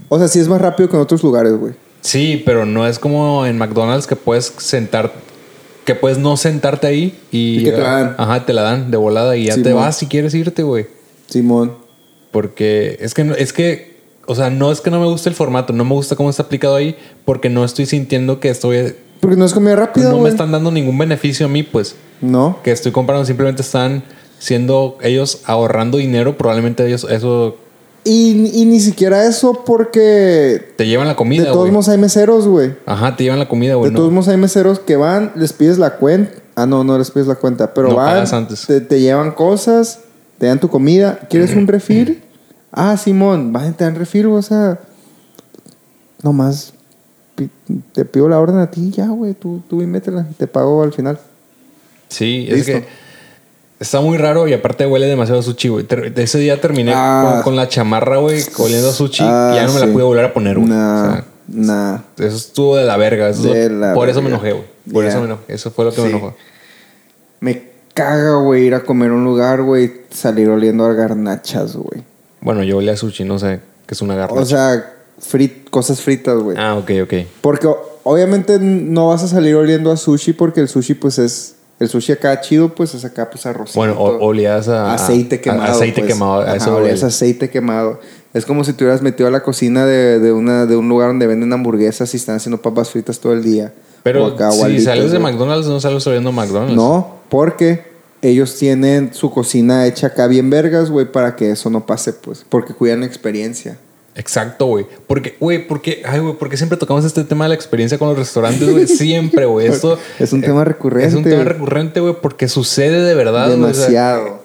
[SPEAKER 2] O sea, sí es más rápido que en otros lugares, güey.
[SPEAKER 1] Sí, pero no es como en McDonald's que puedes sentar... Que puedes no sentarte ahí y...
[SPEAKER 2] Y que te la dan.
[SPEAKER 1] Ajá, te la dan de volada y ya
[SPEAKER 2] Sí,
[SPEAKER 1] te
[SPEAKER 2] mo.
[SPEAKER 1] vas si quieres irte, güey.
[SPEAKER 2] Simón.
[SPEAKER 1] Porque es que... no- Es que... O sea, no es que no me guste el formato. No me gusta cómo está aplicado ahí porque no estoy sintiendo que estoy... eh,
[SPEAKER 2] Porque no es comida
[SPEAKER 1] Pues
[SPEAKER 2] rápida,
[SPEAKER 1] no me
[SPEAKER 2] güey.
[SPEAKER 1] están dando ningún beneficio a mí, pues.
[SPEAKER 2] No.
[SPEAKER 1] que estoy comprando simplemente están siendo ellos ahorrando dinero. Probablemente ellos eso
[SPEAKER 2] Y, y ni siquiera eso porque
[SPEAKER 1] te llevan la
[SPEAKER 2] de
[SPEAKER 1] comida,
[SPEAKER 2] todos
[SPEAKER 1] güey.
[SPEAKER 2] modos hay meseros, güey.
[SPEAKER 1] Ajá, te llevan la comida,
[SPEAKER 2] De
[SPEAKER 1] güey.
[SPEAKER 2] todos
[SPEAKER 1] No.
[SPEAKER 2] modos hay meseros que van, les pides la cuenta. Ah, no, no les pides la cuenta, pero
[SPEAKER 1] No
[SPEAKER 2] van,
[SPEAKER 1] pagas antes.
[SPEAKER 2] Te, te llevan cosas, te dan tu comida.
[SPEAKER 1] [clears throat]
[SPEAKER 2] ¿Quieres un refil? Ah, Simón, van y te dan refil, o sea, nomás pi- te pido la orden a ti y ya, güey, tú, tú y métela, te pago al final.
[SPEAKER 1] Sí, es
[SPEAKER 2] Listo.
[SPEAKER 1] que está muy raro y aparte huele demasiado a sushi, güey. Ter- Ese día terminé
[SPEAKER 2] Ah.
[SPEAKER 1] con, con la chamarra, güey, oliendo a sushi
[SPEAKER 2] Ah,
[SPEAKER 1] y ya no me la
[SPEAKER 2] sí.
[SPEAKER 1] pude volver a poner, güey.
[SPEAKER 2] Nah,
[SPEAKER 1] O sea,
[SPEAKER 2] nah.
[SPEAKER 1] eso estuvo de la verga. eso es lo-
[SPEAKER 2] De la
[SPEAKER 1] por eso me
[SPEAKER 2] verga.
[SPEAKER 1] enojé, güey. Por
[SPEAKER 2] Ya.
[SPEAKER 1] eso me enojé. Eso fue lo que me
[SPEAKER 2] Sí.
[SPEAKER 1] enojó.
[SPEAKER 2] Me caga, güey, ir a comer a un lugar, güey, salir oliendo a garnachas, güey.
[SPEAKER 1] Bueno, yo olía a sushi, no sé, que es una garra.
[SPEAKER 2] O sea, frit- cosas fritas, güey.
[SPEAKER 1] ah, ok, ok.
[SPEAKER 2] Porque o- obviamente no vas a salir oliendo a sushi porque el sushi pues es... El sushi acá chido pues es acá pues arrocito.
[SPEAKER 1] Bueno, o- olías a
[SPEAKER 2] aceite quemado.
[SPEAKER 1] a- aceite
[SPEAKER 2] pues.
[SPEAKER 1] quemado, a
[SPEAKER 2] Ajá,
[SPEAKER 1] eso
[SPEAKER 2] olías
[SPEAKER 1] huele.
[SPEAKER 2] a aceite quemado. Es como si te hubieras metido a la cocina de, de una, de un lugar donde venden hamburguesas y están haciendo papas fritas todo el día.
[SPEAKER 1] Pero
[SPEAKER 2] O acá,
[SPEAKER 1] si
[SPEAKER 2] gualitos,
[SPEAKER 1] sales de
[SPEAKER 2] güey.
[SPEAKER 1] McDonald's, no sales oliendo a McDonald's.
[SPEAKER 2] No, porque ellos tienen su cocina hecha acá bien vergas, güey, para que eso no pase, pues. Porque cuidan la experiencia.
[SPEAKER 1] Exacto, güey. Porque, güey, porque, ay, güey, porque siempre tocamos este tema de la experiencia con los restaurantes, güey. Siempre,
[SPEAKER 2] [laughs]
[SPEAKER 1] güey. Esto eh,
[SPEAKER 2] Es un tema recurrente.
[SPEAKER 1] es un tema recurrente, güey, porque sucede de verdad. güey. O sea,
[SPEAKER 2] Demasiado.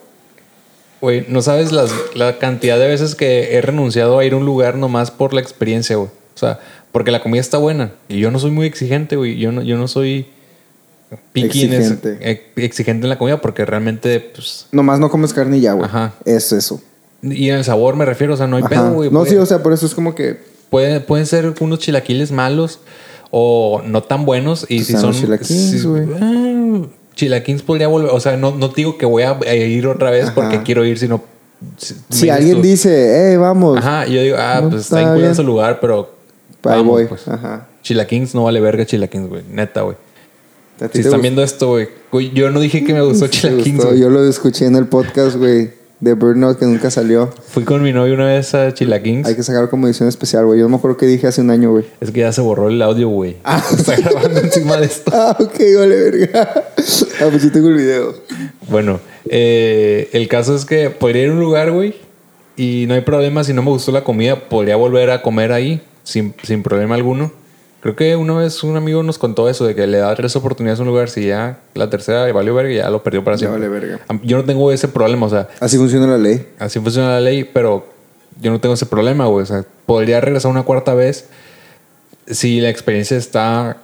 [SPEAKER 1] Güey, no sabes las, la cantidad de veces que he renunciado a ir a un lugar nomás por la experiencia, güey. O sea, porque la comida está buena. Y yo no soy muy exigente, güey. Yo no, yo no soy picky en ese-
[SPEAKER 2] Exigente.
[SPEAKER 1] eh, exigente en la comida porque realmente, pues,
[SPEAKER 2] Nomás no comes carne y ya, güey.
[SPEAKER 1] Ajá.
[SPEAKER 2] Eso, eso.
[SPEAKER 1] Y en el sabor me refiero, o sea, no hay
[SPEAKER 2] Ajá.
[SPEAKER 1] pedo, güey.
[SPEAKER 2] no,
[SPEAKER 1] Puede-
[SPEAKER 2] sí, o sea, por eso es como que.
[SPEAKER 1] puede- pueden ser unos chilaquiles malos o no tan buenos. Y
[SPEAKER 2] Pues
[SPEAKER 1] si
[SPEAKER 2] están
[SPEAKER 1] son.
[SPEAKER 2] los chilaquins,
[SPEAKER 1] si-
[SPEAKER 2] güey.
[SPEAKER 1] Ah, chilaquins podría volver. O sea, no, no te digo que voy a eh, ir otra vez
[SPEAKER 2] Ajá.
[SPEAKER 1] porque quiero ir, sino. Si,
[SPEAKER 2] Si
[SPEAKER 1] me
[SPEAKER 2] alguien
[SPEAKER 1] dices
[SPEAKER 2] dice, eh,
[SPEAKER 1] tú,
[SPEAKER 2] vamos.
[SPEAKER 1] Ajá, yo digo, ah,
[SPEAKER 2] No,
[SPEAKER 1] pues está
[SPEAKER 2] está
[SPEAKER 1] en culo
[SPEAKER 2] bien.
[SPEAKER 1] ese lugar, pero.
[SPEAKER 2] Ahí
[SPEAKER 1] vamos,
[SPEAKER 2] voy.
[SPEAKER 1] pues.
[SPEAKER 2] Ajá.
[SPEAKER 1] Chilaquins no vale verga, chilaquins, güey. Neta, güey.
[SPEAKER 2] ¿A ti
[SPEAKER 1] Si
[SPEAKER 2] te [laughs]
[SPEAKER 1] están
[SPEAKER 2] gustó? [laughs]
[SPEAKER 1] viendo esto, güey. güey, Yo no dije que me gustó
[SPEAKER 2] ¿Te
[SPEAKER 1] chilaquins,
[SPEAKER 2] gustó?
[SPEAKER 1] güey.
[SPEAKER 2] Yo lo escuché en el podcast, güey. de Burnout que nunca salió.
[SPEAKER 1] Fui con mi novio una vez a Chilaquins.
[SPEAKER 2] Hay que sacar como edición especial, güey. Yo no me acuerdo qué dije hace un año, güey. [laughs]
[SPEAKER 1] Es que ya se borró el audio, güey.
[SPEAKER 2] Ah,
[SPEAKER 1] Está grabando encima
[SPEAKER 2] [laughs]
[SPEAKER 1] de esto.
[SPEAKER 2] Ah, ok, vale, verga. [laughs] Ah, pues yo tengo el video.
[SPEAKER 1] Bueno, eh, el caso es que podría ir a un lugar, güey, y no hay problema. Si no me gustó la comida, podría volver a comer ahí sin, sin problema alguno. Creo que una vez un amigo nos contó eso, de que le da tres oportunidades a un lugar, si ya la tercera le valió verga, ya lo perdió para
[SPEAKER 2] Ya
[SPEAKER 1] siempre.
[SPEAKER 2] vale, verga.
[SPEAKER 1] Am- Yo no tengo ese problema, o sea,
[SPEAKER 2] Así funciona la ley.
[SPEAKER 1] así funciona la ley, pero yo no tengo ese problema, güey. O sea, podría regresar una cuarta vez si la experiencia está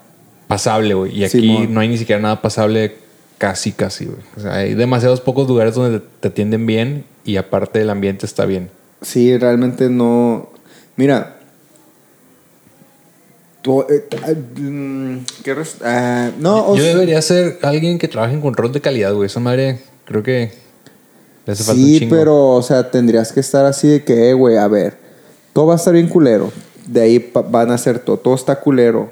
[SPEAKER 1] pasable, güey. Y aquí
[SPEAKER 2] Simón.
[SPEAKER 1] no hay ni siquiera nada pasable casi, casi, güey. O sea, hay demasiados pocos lugares donde te- te atienden bien y aparte el ambiente está bien.
[SPEAKER 2] Sí, realmente no. Mira. Tú, eh, ah, mm, ¿Qué res- ah, no, o
[SPEAKER 1] yo
[SPEAKER 2] sea-
[SPEAKER 1] debería ser alguien que trabaje en control de calidad, güey. Esa madre, creo que le hace falta un
[SPEAKER 2] Sí,
[SPEAKER 1] chingo.
[SPEAKER 2] pero, o sea, tendrías que estar así de que, eh, güey, a ver, todo va a estar bien culero. De ahí pa- van a ser todo, todo está culero.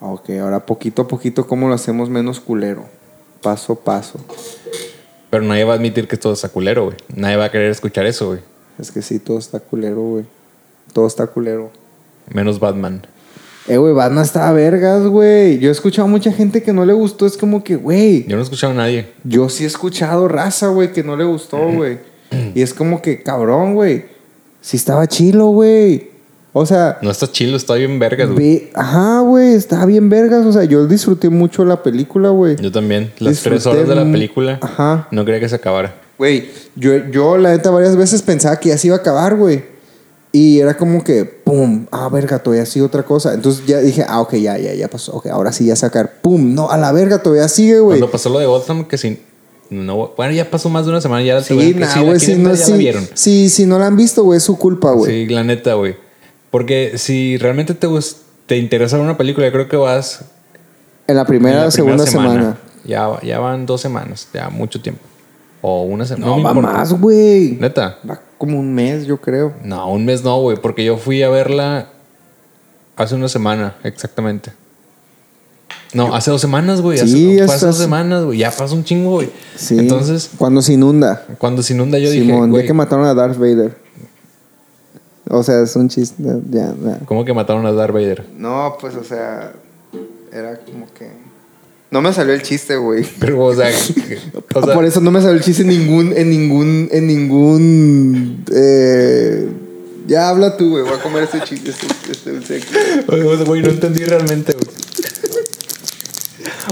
[SPEAKER 2] Ah, Ok, ahora poquito a poquito, ¿cómo lo hacemos menos culero? Paso a paso.
[SPEAKER 1] Pero nadie va a admitir que todo está culero, güey. Nadie va a querer escuchar eso, güey.
[SPEAKER 2] Es que sí, todo está culero, güey. Todo está culero.
[SPEAKER 1] Menos Batman.
[SPEAKER 2] Eh, güey, van a estar vergas, güey. Yo he escuchado a mucha gente que no le gustó. Es como que, güey,
[SPEAKER 1] Yo no he escuchado a nadie.
[SPEAKER 2] yo sí he escuchado raza, güey, que no le gustó, güey. Y es como que, cabrón, güey. Sí estaba chilo, güey. O sea,
[SPEAKER 1] No está chilo, está bien vergas, güey.
[SPEAKER 2] Ve- Ajá, güey, está bien vergas. O sea, yo disfruté mucho la película, güey.
[SPEAKER 1] Yo también. Las
[SPEAKER 2] Disfruté
[SPEAKER 1] tres horas de la
[SPEAKER 2] mu-
[SPEAKER 1] película.
[SPEAKER 2] Ajá.
[SPEAKER 1] No creía que se acabara.
[SPEAKER 2] Güey, yo, yo la neta varias veces pensaba que ya se iba a acabar, güey. Y era como que, pum, ah, verga, todavía sigue otra cosa. Entonces ya dije, ah, ok, ya, ya, ya pasó. Ok, ahora sí ya sacar, pum, no, a la verga, todavía sigue, güey.
[SPEAKER 1] Cuando pasó lo de Gotham, que sin. No, bueno, ya pasó más de una semana. Ya
[SPEAKER 2] Sí,
[SPEAKER 1] que
[SPEAKER 2] nah,
[SPEAKER 1] la
[SPEAKER 2] güey, si
[SPEAKER 1] quieren
[SPEAKER 2] no,
[SPEAKER 1] ver, ya la
[SPEAKER 2] sí,
[SPEAKER 1] vieron.
[SPEAKER 2] sí, si no la han visto, güey, es su culpa, güey.
[SPEAKER 1] Sí, la neta, güey. Porque si realmente te, gus- te interesa ver una película, yo creo que vas. en
[SPEAKER 2] En la primera
[SPEAKER 1] la
[SPEAKER 2] o segunda semana.
[SPEAKER 1] Ya, ya van dos semanas. Ya mucho tiempo. O una semana.
[SPEAKER 2] No,
[SPEAKER 1] me
[SPEAKER 2] va
[SPEAKER 1] importa.
[SPEAKER 2] más, güey.
[SPEAKER 1] Neta.
[SPEAKER 2] Va como un mes, yo creo.
[SPEAKER 1] No, un mes no, güey. Porque yo fui a verla hace una semana, exactamente. No, hace dos semanas, güey. Hace-
[SPEAKER 2] Sí,
[SPEAKER 1] fue hace,
[SPEAKER 2] hasta
[SPEAKER 1] dos
[SPEAKER 2] hace-
[SPEAKER 1] semanas, güey. Ya pasó un chingo, güey.
[SPEAKER 2] Sí.
[SPEAKER 1] Entonces,
[SPEAKER 2] Cuando se inunda.
[SPEAKER 1] cuando se inunda, yo
[SPEAKER 2] Simón, ya
[SPEAKER 1] dije,
[SPEAKER 2] que
[SPEAKER 1] güey,
[SPEAKER 2] mataron a Darth Vader. O sea, es un chiste. Ya, ya.
[SPEAKER 1] ¿cómo que mataron a Darth Vader?
[SPEAKER 2] No, pues, o sea, era como que. No me salió el chiste, güey.
[SPEAKER 1] Pero, o
[SPEAKER 2] [laughs]
[SPEAKER 1] sea, [laughs] o sea,
[SPEAKER 2] Por eso no me salió el chiste en ningún. En ningún. En ningún. eh, Ya habla tú, güey. Voy a comer este chiste. Este, este dulce aquí.
[SPEAKER 1] o sea, güey, no entendí realmente, güey.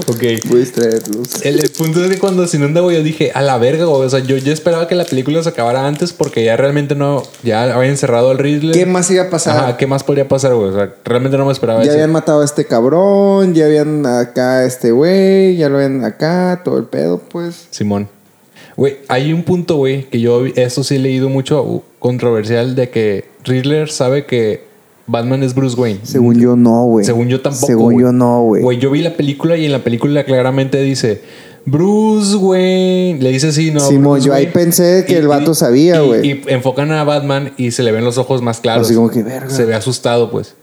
[SPEAKER 1] Ok.
[SPEAKER 2] Voy a distraerlos.
[SPEAKER 1] El, el punto es que cuando se inunda, güey, yo dije, a la verga, güey. O sea, yo, yo esperaba que la película se acabara antes porque ya realmente no. Ya habían cerrado al Ridley.
[SPEAKER 2] ¿Qué más iba a pasar?
[SPEAKER 1] Ajá, ¿qué más podría pasar, güey? O sea, realmente no me esperaba
[SPEAKER 2] Ya
[SPEAKER 1] eso.
[SPEAKER 2] habían matado a este cabrón, ya habían acá a este güey, ya lo habían acá, todo el pedo, pues.
[SPEAKER 1] Simón. Güey, hay un punto, güey, que yo eso sí he leído mucho uh, controversial de que Riddler sabe que Batman es Bruce Wayne.
[SPEAKER 2] Según yo, no, güey.
[SPEAKER 1] Según yo tampoco.
[SPEAKER 2] Según
[SPEAKER 1] güey.
[SPEAKER 2] yo, no, güey.
[SPEAKER 1] Güey, yo vi la película y en la película claramente dice Bruce Wayne. Le dice sí, no.
[SPEAKER 2] Simón,
[SPEAKER 1] Bruce
[SPEAKER 2] yo ahí
[SPEAKER 1] Wayne".
[SPEAKER 2] pensé que el vato sabía,
[SPEAKER 1] y-
[SPEAKER 2] güey.
[SPEAKER 1] Y, enfocan a Batman y se le ven los ojos más claros.
[SPEAKER 2] Así como que, verga.
[SPEAKER 1] Se ve asustado, pues.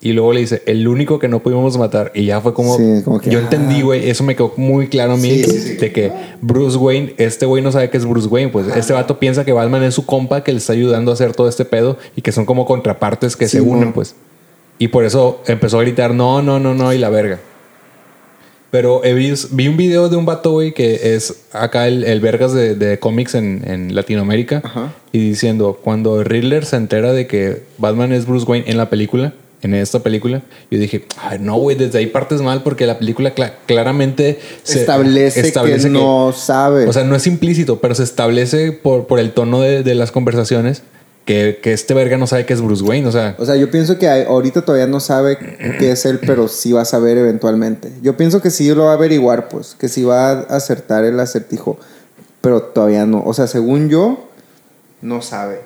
[SPEAKER 1] Y luego le dice, el único que no pudimos matar. Y ya fue como.
[SPEAKER 2] Sí, como que,
[SPEAKER 1] yo
[SPEAKER 2] ah.
[SPEAKER 1] entendí, güey. Eso me quedó muy claro a mí.
[SPEAKER 2] Sí, sí, sí.
[SPEAKER 1] De que Bruce Wayne, este güey no sabe que es Bruce Wayne. Pues este vato piensa que Batman es su compa que le está ayudando a hacer todo este pedo y que son como contrapartes que se
[SPEAKER 2] Simón.
[SPEAKER 1] unen, pues. Y por eso empezó a gritar, no, no, no, no, y la verga. Pero he vis- vi, un video de un vato, güey, que es acá el, el vergas de, de cómics en, en Latinoamérica.
[SPEAKER 2] Ajá.
[SPEAKER 1] Y diciendo, cuando Riddler se entera de que Batman es Bruce Wayne en la película, en esta película, yo dije, "Ay, no, güey, desde ahí partes mal porque la película cla- claramente se-
[SPEAKER 2] establece, que, no sabe.
[SPEAKER 1] eh, O sea, no es implícito, pero se establece por, por el tono de, de las conversaciones que, que este verga no sabe que es Bruce Wayne. O sea,
[SPEAKER 2] O sea, yo pienso que hay- ahorita todavía no sabe qué es él, pero sí va a saber eventualmente. Yo pienso que sí lo va a averiguar, pues, que sí va a acertar el acertijo, pero todavía no. O sea, según yo, no sabe.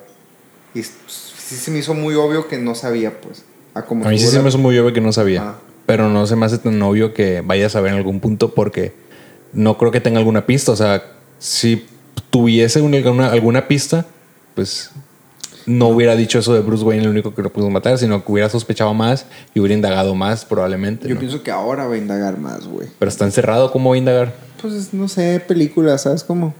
[SPEAKER 2] Y s- sí se me hizo muy obvio que no sabía, pues. A, como
[SPEAKER 1] a mí sí
[SPEAKER 2] tuvo
[SPEAKER 1] se
[SPEAKER 2] la-
[SPEAKER 1] me hizo muy obvio que no sabía.
[SPEAKER 2] Ah.
[SPEAKER 1] Pero no se me hace tan obvio que vaya a saber en algún punto porque no creo que tenga alguna pista. O sea, si tuviese un- alguna, alguna pista, pues no hubiera dicho eso de Bruce Wayne, el único que lo pudo matar, sino que hubiera sospechado más y hubiera indagado más probablemente.
[SPEAKER 2] Yo
[SPEAKER 1] ¿no?
[SPEAKER 2] pienso que ahora va a indagar más, güey.
[SPEAKER 1] Pero está encerrado, ¿cómo va a indagar?
[SPEAKER 2] Pues no sé, películas, ¿sabes cómo?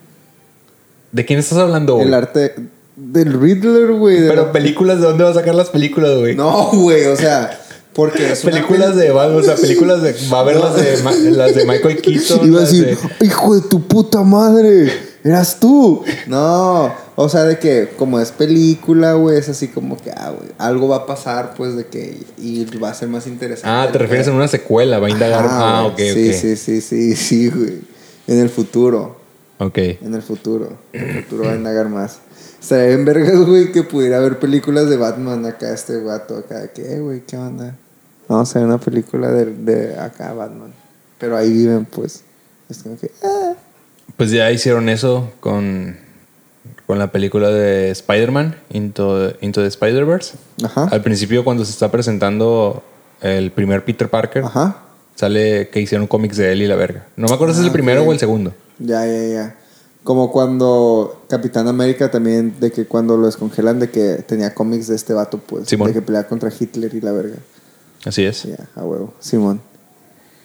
[SPEAKER 1] ¿De quién estás hablando, güey?
[SPEAKER 2] El arte del Riddler, güey. de
[SPEAKER 1] Pero
[SPEAKER 2] la-
[SPEAKER 1] películas, ¿de dónde vas a sacar las películas, güey?
[SPEAKER 2] No, güey, o sea, porque es una
[SPEAKER 1] películas de Batman, o sea, películas de. Va a haber las, de, Ma- las de
[SPEAKER 2] [laughs]
[SPEAKER 1] Michael Keaton.
[SPEAKER 2] Iba a
[SPEAKER 1] las
[SPEAKER 2] decir,
[SPEAKER 1] de-
[SPEAKER 2] hijo de tu puta madre, eras tú. No, o sea, de que como es película, güey, es así como que, ah, güey, algo va a pasar, pues, de que, y va a ser más interesante.
[SPEAKER 1] Ah, te refieres a
[SPEAKER 2] a
[SPEAKER 1] una secuela, va a indagar. Ah, ok,
[SPEAKER 2] sí,
[SPEAKER 1] ok.
[SPEAKER 2] Sí, sí, sí, sí, güey. En el futuro,
[SPEAKER 1] Ok.
[SPEAKER 2] en el futuro, en el futuro va a indagar más. Estaría bien vergas, güey, que pudiera haber películas de Batman acá, este guato acá, de que, eh, güey, ¿qué onda? Vamos a ver una película de, de acá, Batman. Pero ahí viven, pues. Es como que, ah.
[SPEAKER 1] Pues ya hicieron eso con, con la película de Spider-Man, Into, Into the Spider-Verse.
[SPEAKER 2] Ajá.
[SPEAKER 1] Al principio, cuando se está presentando el primer Peter Parker,
[SPEAKER 2] Ajá.
[SPEAKER 1] sale que hicieron cómics de él y la verga. No me acuerdo si es
[SPEAKER 2] Ah,
[SPEAKER 1] el primero o el segundo.
[SPEAKER 2] Ya, ya, ya. Como cuando Capitán América también, de que cuando lo descongelan, de que tenía cómics de este vato, pues.
[SPEAKER 1] Simón.
[SPEAKER 2] De que pelea contra Hitler y la verga.
[SPEAKER 1] Así es.
[SPEAKER 2] Ya, a huevo. Simón.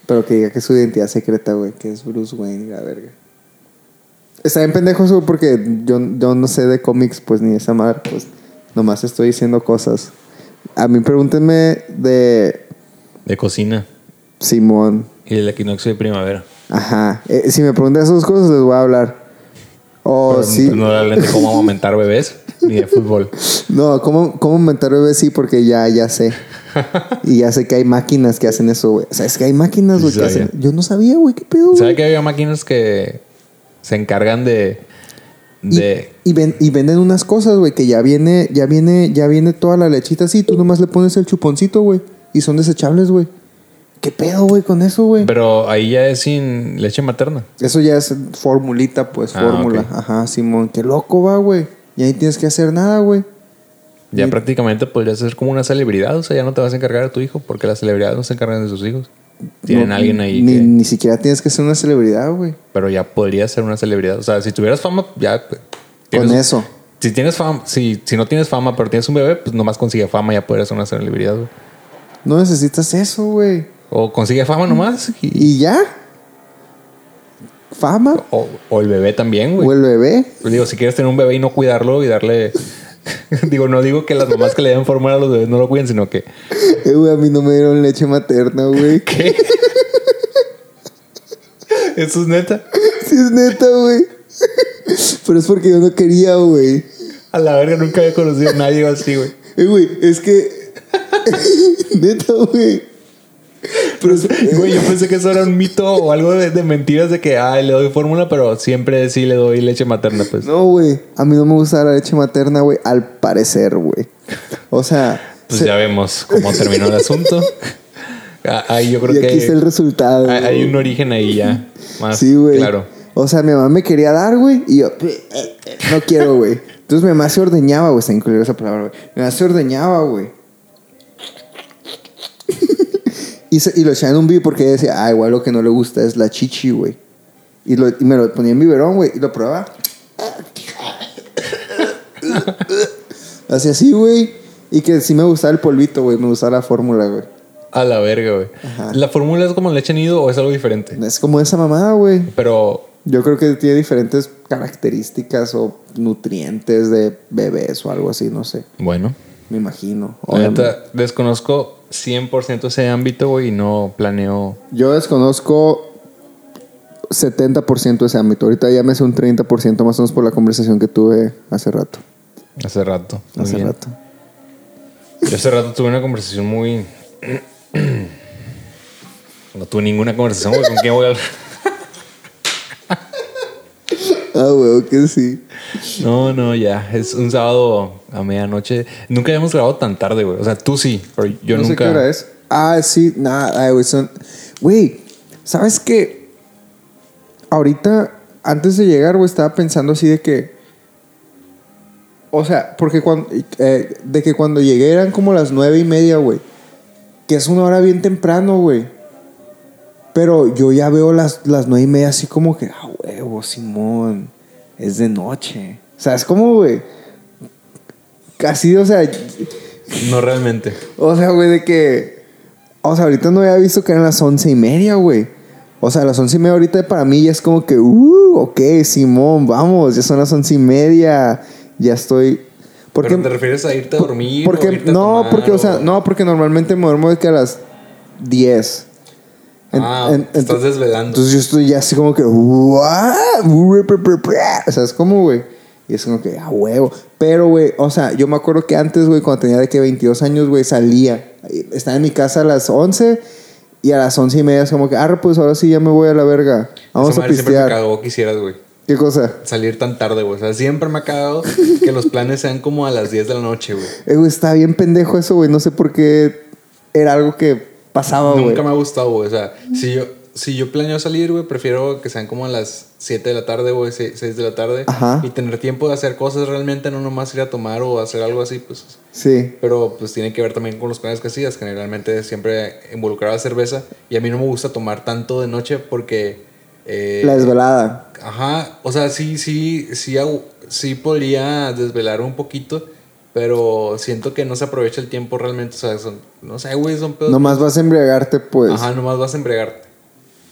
[SPEAKER 2] Pero que diga que es su identidad secreta, güey, que es Bruce Wayne y la verga. Está bien pendejo eso porque yo, yo no sé de cómics, pues, ni esa madre, pues. Nomás estoy diciendo cosas. A mí pregúntenme de
[SPEAKER 1] De cocina
[SPEAKER 2] Simón.
[SPEAKER 1] y del equinoccio de primavera.
[SPEAKER 2] Ajá. Eh, si me preguntan esas cosas, les voy a hablar. O
[SPEAKER 1] Pero
[SPEAKER 2] Oh, sí.
[SPEAKER 1] No realmente cómo aumentar bebés ni de
[SPEAKER 2] [laughs]
[SPEAKER 1] fútbol.
[SPEAKER 2] No, ¿cómo, cómo aumentar bebés? Sí, porque ya, ya
[SPEAKER 1] [laughs]
[SPEAKER 2] sé. y ya sé que hay máquinas que hacen eso, güey. O sea, es que hay máquinas, güey,
[SPEAKER 1] Sí
[SPEAKER 2] que
[SPEAKER 1] sabía.
[SPEAKER 2] hacen. Yo no sabía, güey, qué pedo,
[SPEAKER 1] ¿Sabe
[SPEAKER 2] güey.
[SPEAKER 1] que había máquinas que se encargan de.
[SPEAKER 2] Y,
[SPEAKER 1] de
[SPEAKER 2] y ven- y venden unas cosas, güey, que ya viene, ya viene, ya viene toda la lechita así. Tú nomás le pones el chuponcito, güey. Y son desechables, güey. ¿Qué pedo, güey, con eso, güey?
[SPEAKER 1] pero ahí ya es sin leche materna.
[SPEAKER 2] Eso ya es formulita, pues,
[SPEAKER 1] Ah,
[SPEAKER 2] fórmula.
[SPEAKER 1] ok.
[SPEAKER 2] Ajá, Simón, qué loco va, güey. Y ahí tienes que hacer nada, güey.
[SPEAKER 1] Ya
[SPEAKER 2] Y-
[SPEAKER 1] prácticamente podrías ser como una celebridad. O sea, ya no te vas a encargar de tu hijo porque las celebridades no se encargan de sus hijos. Tienen
[SPEAKER 2] No,
[SPEAKER 1] alguien ahí
[SPEAKER 2] Ni,
[SPEAKER 1] que-
[SPEAKER 2] ni siquiera tienes que ser una celebridad, güey.
[SPEAKER 1] Pero ya podrías ser una celebridad. O sea, si tuvieras fama, ya.
[SPEAKER 2] Con
[SPEAKER 1] tienes-
[SPEAKER 2] eso.
[SPEAKER 1] Si tienes fama, si, si no tienes fama, pero tienes un bebé, pues nomás consigue fama, ya podrías ser una celebridad. güey.
[SPEAKER 2] No necesitas eso, güey.
[SPEAKER 1] O consigue fama nomás y-
[SPEAKER 2] ¿Y ya? ¿Fama?
[SPEAKER 1] o, o el bebé también, güey.
[SPEAKER 2] ¿O el bebé? [laughs]
[SPEAKER 1] Pues Digo, si quieres tener un bebé y no cuidarlo y darle. [laughs] Digo, no digo que las mamás que le den fórmula a los bebés no lo cuiden, sino que.
[SPEAKER 2] Eh, güey, a mí no me dieron leche materna, güey.
[SPEAKER 1] ¿Qué? Eso es neta.
[SPEAKER 2] Sí, es neta, güey. [laughs] Pero es porque yo no quería, güey.
[SPEAKER 1] A la verga, nunca había conocido a nadie así, güey.
[SPEAKER 2] Eh, güey, es que... [laughs] neta, güey. Pero es-
[SPEAKER 1] Güey, yo pensé que eso era un mito o algo de, de mentiras de que, ay, le doy fórmula, pero siempre sí le doy leche materna, pues.
[SPEAKER 2] No, güey. A mí no me gusta la leche materna, güey. Al parecer, güey. O sea...
[SPEAKER 1] Pues ya vemos cómo terminó el asunto. Ah, Ahí yo creo
[SPEAKER 2] Y
[SPEAKER 1] que
[SPEAKER 2] aquí está el resultado.
[SPEAKER 1] hay, hay
[SPEAKER 2] güey.
[SPEAKER 1] un origen ahí ya. Más
[SPEAKER 2] Sí, güey.
[SPEAKER 1] Claro.
[SPEAKER 2] O sea, mi mamá me quería dar, güey, y yo, "Eh, no quiero, güey. Entonces mi mamá se ordeñaba, güey, se incluyó esa palabra, güey. Mi mamá se ordeñaba, güey. [laughs] y, se- y lo echaba en un biberón porque ella decía, ah, igual lo que no le gusta es la chichi, güey. Y, lo- y me lo ponía en biberón, güey, y lo probaba. [laughs] Así así, güey. Y que sí me gustaba el polvito, güey, me gustaba la fórmula, güey.
[SPEAKER 1] A la verga, güey.
[SPEAKER 2] Ajá.
[SPEAKER 1] ¿La fórmula es como leche nido o es algo diferente?
[SPEAKER 2] Es como esa mamada, güey.
[SPEAKER 1] Pero
[SPEAKER 2] Yo creo que tiene diferentes características o nutrientes de bebés o algo así, no sé.
[SPEAKER 1] bueno,
[SPEAKER 2] Me imagino.
[SPEAKER 1] la neta,
[SPEAKER 2] obviamente.
[SPEAKER 1] desconozco 100% ese ámbito, güey, y no planeo.
[SPEAKER 2] Yo desconozco 70% de ese ámbito. Ahorita ya me sé un 30% más o menos por la conversación que tuve hace rato.
[SPEAKER 1] Hace rato. Muy
[SPEAKER 2] Hace
[SPEAKER 1] bien.
[SPEAKER 2] rato.
[SPEAKER 1] Yo hace rato tuve una conversación muy. [clears throat] No tuve ninguna conversación, güey. ¿Con quién voy a hablar? [laughs]
[SPEAKER 2] Ah, huevo, que sí.
[SPEAKER 1] No, no, ya. Es un sábado a medianoche. Nunca habíamos grabado tan tarde, güey. O sea, tú sí, pero yo
[SPEAKER 2] no
[SPEAKER 1] nunca.
[SPEAKER 2] sé qué hora es. Ah, sí, nada, ay, güey, son... Güey, ¿sabes qué? Ahorita, antes de llegar, güey, estaba pensando así de que... O sea, porque cuando... eh, de que cuando llegué eran como las nueve y media, güey. Que es una hora bien temprano, güey. Pero yo ya veo las, las nueve y media así como que... Ah, huevo, Simón. Es de noche. O sea, es como, güey... Casi, o sea...
[SPEAKER 1] No realmente.
[SPEAKER 2] O sea, güey, de que. O sea, ahorita no había visto que eran las once y media, güey. O sea, las once y media ahorita para mí ya es como que, uh, ok, Simón, vamos, ya son las once y media, ya estoy...
[SPEAKER 1] ¿Pero te refieres a irte a dormir?
[SPEAKER 2] porque,
[SPEAKER 1] o irte a
[SPEAKER 2] no,
[SPEAKER 1] tomar,
[SPEAKER 2] porque, o sea,
[SPEAKER 1] o-
[SPEAKER 2] no, porque normalmente me duermo de que a las 10. En-
[SPEAKER 1] Ah,
[SPEAKER 2] en-
[SPEAKER 1] te estás
[SPEAKER 2] ento-
[SPEAKER 1] desvelando.
[SPEAKER 2] Entonces yo estoy ya así como que, "What? Ue, pre, pre, pre". o sea, es como, güey. Y es como que, a huevo. Pero, güey, o sea, yo me acuerdo que antes, güey, cuando tenía de que 22 años, güey, salía. Estaba en mi casa a las 11 y a las 11 y media es como que, ah, pues ahora sí ya me voy a la verga. Vamos
[SPEAKER 1] Esa
[SPEAKER 2] a
[SPEAKER 1] madre siempre me
[SPEAKER 2] pistear.
[SPEAKER 1] cagó que hicieras, güey.
[SPEAKER 2] ¿Qué cosa?
[SPEAKER 1] Salir tan tarde, güey. O sea, siempre me ha cagado que los planes sean como a las 10 de la noche, güey.
[SPEAKER 2] Eh, güey, está bien pendejo eso, güey. No sé por qué era algo que pasaba, güey.
[SPEAKER 1] Nunca me ha gustado, güey. O sea, si yo, si yo planeo salir, güey, prefiero que sean como a las 7 de la tarde, güey, 6 de la tarde.
[SPEAKER 2] Ajá.
[SPEAKER 1] Y tener tiempo de hacer cosas realmente, no nomás ir a tomar o hacer algo así, pues.
[SPEAKER 2] Sí.
[SPEAKER 1] Pero pues tiene que ver también con los planes que hacías. Generalmente siempre involucraba cerveza. Y a mí no me gusta tomar tanto de noche porque... eh,
[SPEAKER 2] La desvelada.
[SPEAKER 1] Ajá, o sea, sí, sí, sí, agu- sí podría desvelar un poquito, pero siento que no se aprovecha el tiempo realmente, o sea, son, no sé, güey, son pedos.
[SPEAKER 2] Nomás vas a embriagarte, pues.
[SPEAKER 1] Ajá, nomás vas a embriagarte.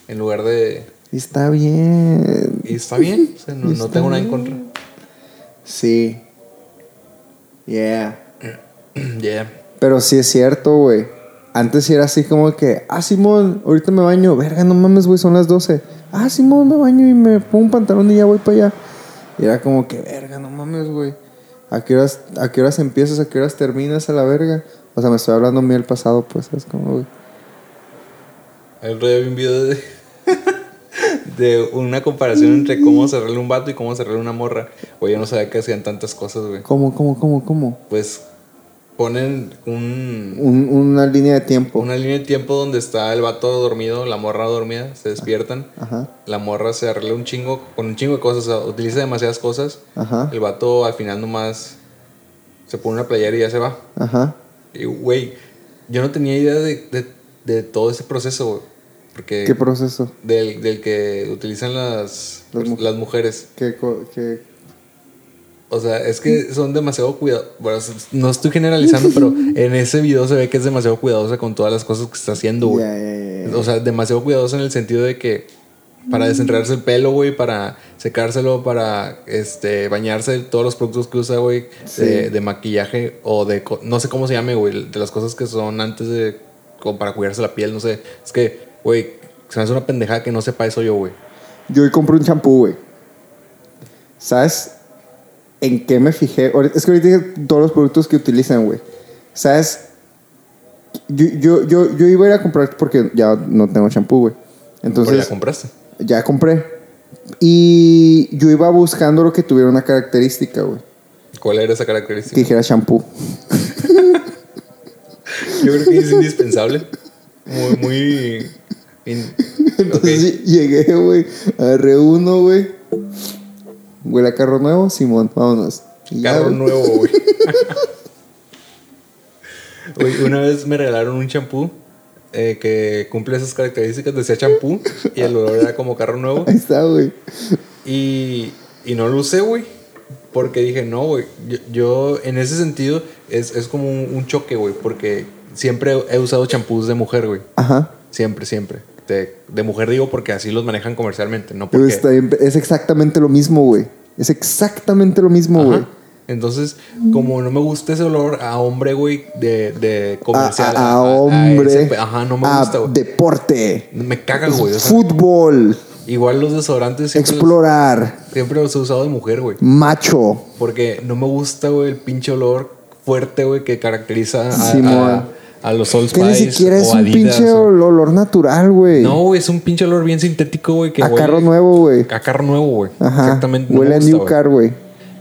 [SPEAKER 1] En lugar de...
[SPEAKER 2] Y está bien.
[SPEAKER 1] Y está bien, o sea, no, no tengo nada en contra. [clears throat]
[SPEAKER 2] Sí. Yeah.
[SPEAKER 1] Yeah.
[SPEAKER 2] Pero sí es cierto, güey. Antes sí era así como que, ah, Simón, ahorita me baño. Verga, no mames, güey, son las 12. Ah, Simón, me baño y me pongo un pantalón y ya voy para allá. Y era como que, verga, no mames, güey. ¿A qué, horas, ¿A qué horas empiezas? ¿A qué horas terminas a la verga? O sea, me estoy hablando a mí del pasado, pues, es como, güey.
[SPEAKER 1] El otro día vi un video de, [laughs] de una comparación entre cómo cerrarle un vato y cómo cerrarle una morra. Oye, yo no sabía que hacían tantas cosas, güey.
[SPEAKER 2] ¿Cómo, cómo, cómo, cómo?
[SPEAKER 1] Pues ponen un...
[SPEAKER 2] Un- una línea de tiempo.
[SPEAKER 1] Una línea de tiempo donde está el vato dormido, la morra dormida, se despiertan.
[SPEAKER 2] Ajá,
[SPEAKER 1] La morra se arregla un chingo, con un chingo de cosas, o sea, utiliza demasiadas cosas.
[SPEAKER 2] ajá,
[SPEAKER 1] El vato al final nomás se pone una playera y ya se va.
[SPEAKER 2] ajá.
[SPEAKER 1] Y güey, yo no tenía idea de, de- de todo ese proceso, güey. Porque
[SPEAKER 2] ¿Qué proceso?
[SPEAKER 1] del, del que utilizan las,
[SPEAKER 2] Las mu-
[SPEAKER 1] las mujeres.
[SPEAKER 2] ¿Qué, co- qué-
[SPEAKER 1] O sea, es que son demasiado cuidados. no estoy generalizando,
[SPEAKER 2] [laughs]
[SPEAKER 1] pero en ese video se ve que es demasiado cuidadosa con todas las cosas que está haciendo, güey.
[SPEAKER 2] Ya, ya, ya, ya.
[SPEAKER 1] Eh, O sea, demasiado cuidadoso en el sentido de que para desenredarse el pelo, güey, para secárselo, para este bañarse, todos los productos que usa, güey, de,
[SPEAKER 2] Sí.
[SPEAKER 1] de maquillaje o de co- no sé cómo se llame, güey, de las cosas que son antes de como para cuidarse la piel, no sé. Es que, güey, se me hace una pendejada que no sepa eso yo, güey.
[SPEAKER 2] Yo hoy compré un champú, güey. ¿Sabes en qué me fijé? Ahori- Es que ahorita dije todos los productos que utilizan, güey. ¿Sabes? Yo, yo, yo, yo iba a ir a comprar porque ya no tengo champú, güey.
[SPEAKER 1] Entonces,
[SPEAKER 2] Entonces,
[SPEAKER 1] ya compraste.
[SPEAKER 2] ya compré. Y yo iba buscando lo que tuviera una característica, güey.
[SPEAKER 1] ¿Cuál era esa
[SPEAKER 2] Que
[SPEAKER 1] característica?
[SPEAKER 2] dijera champú.
[SPEAKER 1] Yo creo que es indispensable. Muy, muy. in-
[SPEAKER 2] [laughs] [laughs] Entonces
[SPEAKER 1] Ok.
[SPEAKER 2] llegué, güey. Agarré uno, güey. Huele a carro nuevo, Simón, vámonos. Y ya,
[SPEAKER 1] Carro
[SPEAKER 2] güey.
[SPEAKER 1] nuevo, güey. [laughs] Güey, una vez me regalaron un champú eh, que cumple esas características. Decía champú y el olor era como carro nuevo.
[SPEAKER 2] Ahí está, güey.
[SPEAKER 1] Y, y no lo usé, güey. Porque dije, no, güey. Yo, yo, en ese sentido es, es como un, un choque, güey. Porque siempre he usado champús de mujer, güey.
[SPEAKER 2] Ajá.
[SPEAKER 1] Siempre, siempre. De, de mujer digo porque así los manejan comercialmente, no
[SPEAKER 2] Pero
[SPEAKER 1] porque...
[SPEAKER 2] está bien, es exactamente lo mismo, güey. Es exactamente lo mismo,
[SPEAKER 1] Ajá.
[SPEAKER 2] güey.
[SPEAKER 1] Entonces, como no me gusta ese olor a hombre, güey, de, de
[SPEAKER 2] A,
[SPEAKER 1] comercial.
[SPEAKER 2] a- a
[SPEAKER 1] ese
[SPEAKER 2] hombre.
[SPEAKER 1] pe- ajá, no me
[SPEAKER 2] a
[SPEAKER 1] gusta, güey.
[SPEAKER 2] Deporte.
[SPEAKER 1] Me caga, güey. o sea,
[SPEAKER 2] Fútbol.
[SPEAKER 1] igual los desodorantes siempre, los,
[SPEAKER 2] Explorar.
[SPEAKER 1] siempre los he usado de mujer, güey.
[SPEAKER 2] Macho.
[SPEAKER 1] Porque no me gusta, güey, el pinche olor fuerte, güey, que caracteriza a,
[SPEAKER 2] Simón.
[SPEAKER 1] a- a los Old
[SPEAKER 2] Que
[SPEAKER 1] Spice.
[SPEAKER 2] ni siquiera es
[SPEAKER 1] o
[SPEAKER 2] un
[SPEAKER 1] Adidas,
[SPEAKER 2] pinche
[SPEAKER 1] o-
[SPEAKER 2] olor natural, güey.
[SPEAKER 1] No, güey, es un pinche olor bien sintético, güey. que
[SPEAKER 2] a
[SPEAKER 1] huele-
[SPEAKER 2] carro nuevo, güey.
[SPEAKER 1] A carro nuevo, güey.
[SPEAKER 2] Ajá.
[SPEAKER 1] Exactamente. no me
[SPEAKER 2] Huele a
[SPEAKER 1] gusta,
[SPEAKER 2] New
[SPEAKER 1] güey.
[SPEAKER 2] Car, güey.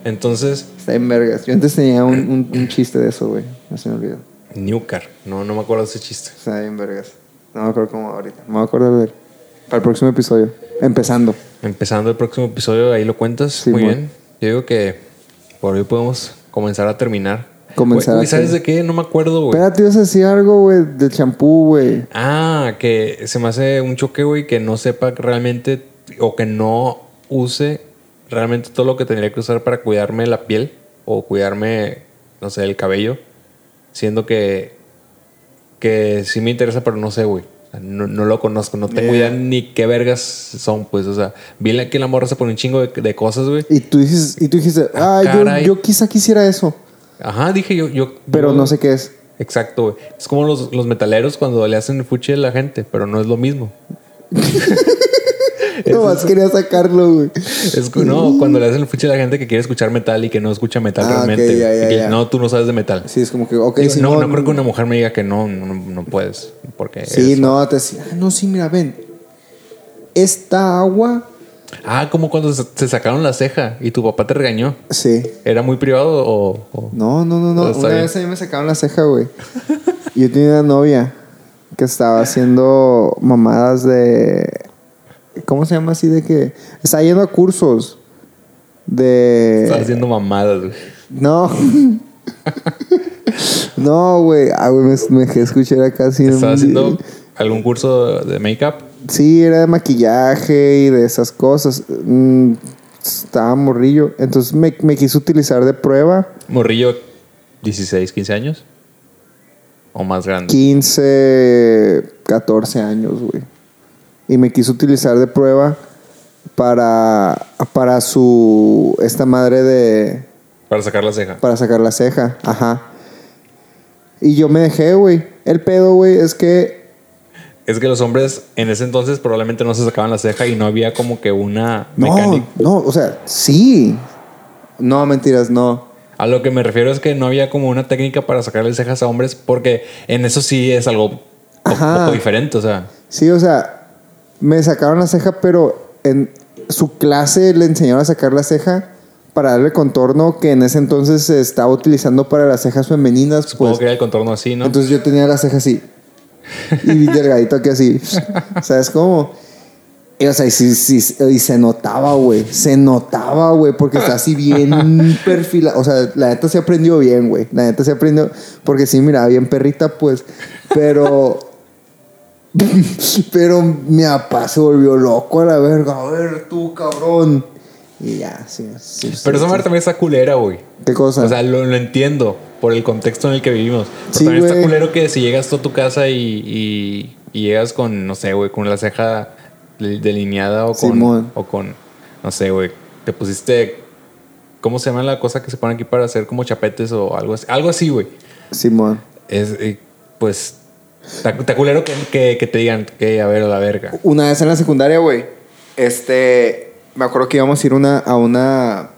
[SPEAKER 1] Entonces,
[SPEAKER 2] Está en vergas. Yo antes tenía un, un- un chiste de eso, güey. No se me olvidó.
[SPEAKER 1] New Car. No, no me acuerdo de ese chiste.
[SPEAKER 2] Está bien vergas. No me acuerdo cómo ahorita. Me voy a acordar de él. Para el próximo episodio. Empezando.
[SPEAKER 1] Empezando el próximo episodio, ahí lo cuentas.
[SPEAKER 2] Sí,
[SPEAKER 1] Muy
[SPEAKER 2] muy.
[SPEAKER 1] bien. Yo digo que por hoy podemos comenzar a terminar.
[SPEAKER 2] Comenzar
[SPEAKER 1] Güey,
[SPEAKER 2] a
[SPEAKER 1] güey, ¿Sabes de qué? No me acuerdo, güey.
[SPEAKER 2] Espérate, ibas a decir algo, güey, del champú, güey.
[SPEAKER 1] Ah, que se me hace un choque, güey, que no sepa realmente o que no use realmente todo lo que tendría que usar para cuidarme la piel o cuidarme, no sé, el cabello. Siendo que, que sí me interesa, pero no sé, güey. No, no lo conozco, no tengo idea ni qué vergas son, pues, o sea, vi la- que la morra se pone un chingo de, de cosas, güey.
[SPEAKER 2] Y tú dices, y tú dijiste,
[SPEAKER 1] Ah,
[SPEAKER 2] ah, yo,
[SPEAKER 1] caray.
[SPEAKER 2] yo quizá quisiera eso,
[SPEAKER 1] Ajá, dije yo, yo.
[SPEAKER 2] pero
[SPEAKER 1] yo-
[SPEAKER 2] no sé
[SPEAKER 1] [laughs]
[SPEAKER 2] qué es.
[SPEAKER 1] Exacto, güey. Es como los, los metaleros cuando le hacen fuchi a la gente, pero no es lo mismo.
[SPEAKER 2] No más quería sacarlo, güey.
[SPEAKER 1] Es que
[SPEAKER 2] [laughs]
[SPEAKER 1] no, cuando le hacen fuchi a la gente que quiere escuchar metal y que no escucha metal
[SPEAKER 2] Uh. Ah,
[SPEAKER 1] realmente.
[SPEAKER 2] ok, ya,
[SPEAKER 1] güey.
[SPEAKER 2] ya,
[SPEAKER 1] Y que,
[SPEAKER 2] ya.
[SPEAKER 1] No, tú no sabes de metal.
[SPEAKER 2] Sí, es como que, ok,
[SPEAKER 1] Digo,
[SPEAKER 2] sí,
[SPEAKER 1] no, no creo que una mujer me diga que no, no, no puedes. Porque
[SPEAKER 2] Sí,
[SPEAKER 1] es-
[SPEAKER 2] no, te decía, ah, no, sí, mira, ven. Esta agua,
[SPEAKER 1] Ah, como cuando se, se sacaron la ceja y tu papá te regañó.
[SPEAKER 2] sí.
[SPEAKER 1] ¿Era muy privado o...? o-
[SPEAKER 2] No, no, no, no.
[SPEAKER 1] Todo está
[SPEAKER 2] Una
[SPEAKER 1] bien.
[SPEAKER 2] vez a mí me sacaron la ceja, güey. Yo tenía una novia que estaba haciendo mamadas de. ¿Cómo se llama así? De que. Estaba yendo a cursos de.
[SPEAKER 1] Estás haciendo mamadas, güey.
[SPEAKER 2] No. no, güey. Ah, güey, me, me dejé escuchar acá así.
[SPEAKER 1] ¿Estás haciendo algún curso de make-up?
[SPEAKER 2] Sí, era de maquillaje y de esas cosas. Mm, estaba morrillo. Entonces me, me quiso utilizar de prueba.
[SPEAKER 1] Morrillo, 16, 15 años. ¿O más grande?
[SPEAKER 2] 15, 14 años, güey. Y me quiso utilizar de prueba para, para su. Esta madre de.
[SPEAKER 1] Para sacar la ceja.
[SPEAKER 2] Para sacar la ceja. Ajá. Y yo me dejé, güey. El pedo, güey, es que.
[SPEAKER 1] Es que los hombres en ese entonces probablemente no se sacaban la ceja y no había como que una
[SPEAKER 2] No,
[SPEAKER 1] mecánica.
[SPEAKER 2] no, o sea, sí. No, mentiras, no.
[SPEAKER 1] A lo que me refiero es que no había como una técnica para sacarle cejas a hombres porque en eso sí es algo po-
[SPEAKER 2] Ajá. Pues,
[SPEAKER 1] poco diferente, o sea.
[SPEAKER 2] Sí, o sea, me sacaron la ceja, pero en su clase le enseñaron a sacar la ceja para darle contorno que en ese entonces se estaba utilizando para las cejas femeninas.
[SPEAKER 1] Supongo
[SPEAKER 2] pues.
[SPEAKER 1] que era el contorno así, ¿no?
[SPEAKER 2] Entonces yo tenía la ceja así. Y delgadito aquí así. ¿Sabes cómo? Y, o sea, y, sí- sí- y se notaba, güey. Se notaba, güey, porque está así bien perfilado. O sea, la neta se aprendió bien, güey. La neta se aprendió. Porque sí, mira, bien perrita, pues. Pero. pero mi papá se volvió loco a la verga. A ver, tú, cabrón. Y ya, sí. sí, sí,
[SPEAKER 1] Pero esa
[SPEAKER 2] sí.
[SPEAKER 1] madre también está culera, güey.
[SPEAKER 2] ¿Qué cosa?
[SPEAKER 1] O sea, lo, lo entiendo por el contexto en el que vivimos. Pero
[SPEAKER 2] Sí,
[SPEAKER 1] también
[SPEAKER 2] güey.
[SPEAKER 1] está culero que si llegas tú a tu casa y, y- y llegas con, no sé, güey, con la ceja del- delineada o con,
[SPEAKER 2] Simón.
[SPEAKER 1] o con, no sé, güey, te pusiste, ¿cómo se llama la cosa que se pone aquí para hacer como chapetes o algo así? Algo así, güey.
[SPEAKER 2] Simón.
[SPEAKER 1] Es, eh, pues, está está culero que, que- que te digan que, a ver, a la verga.
[SPEAKER 2] Una vez en la secundaria, güey. Este. Me acuerdo que íbamos a ir una, a una.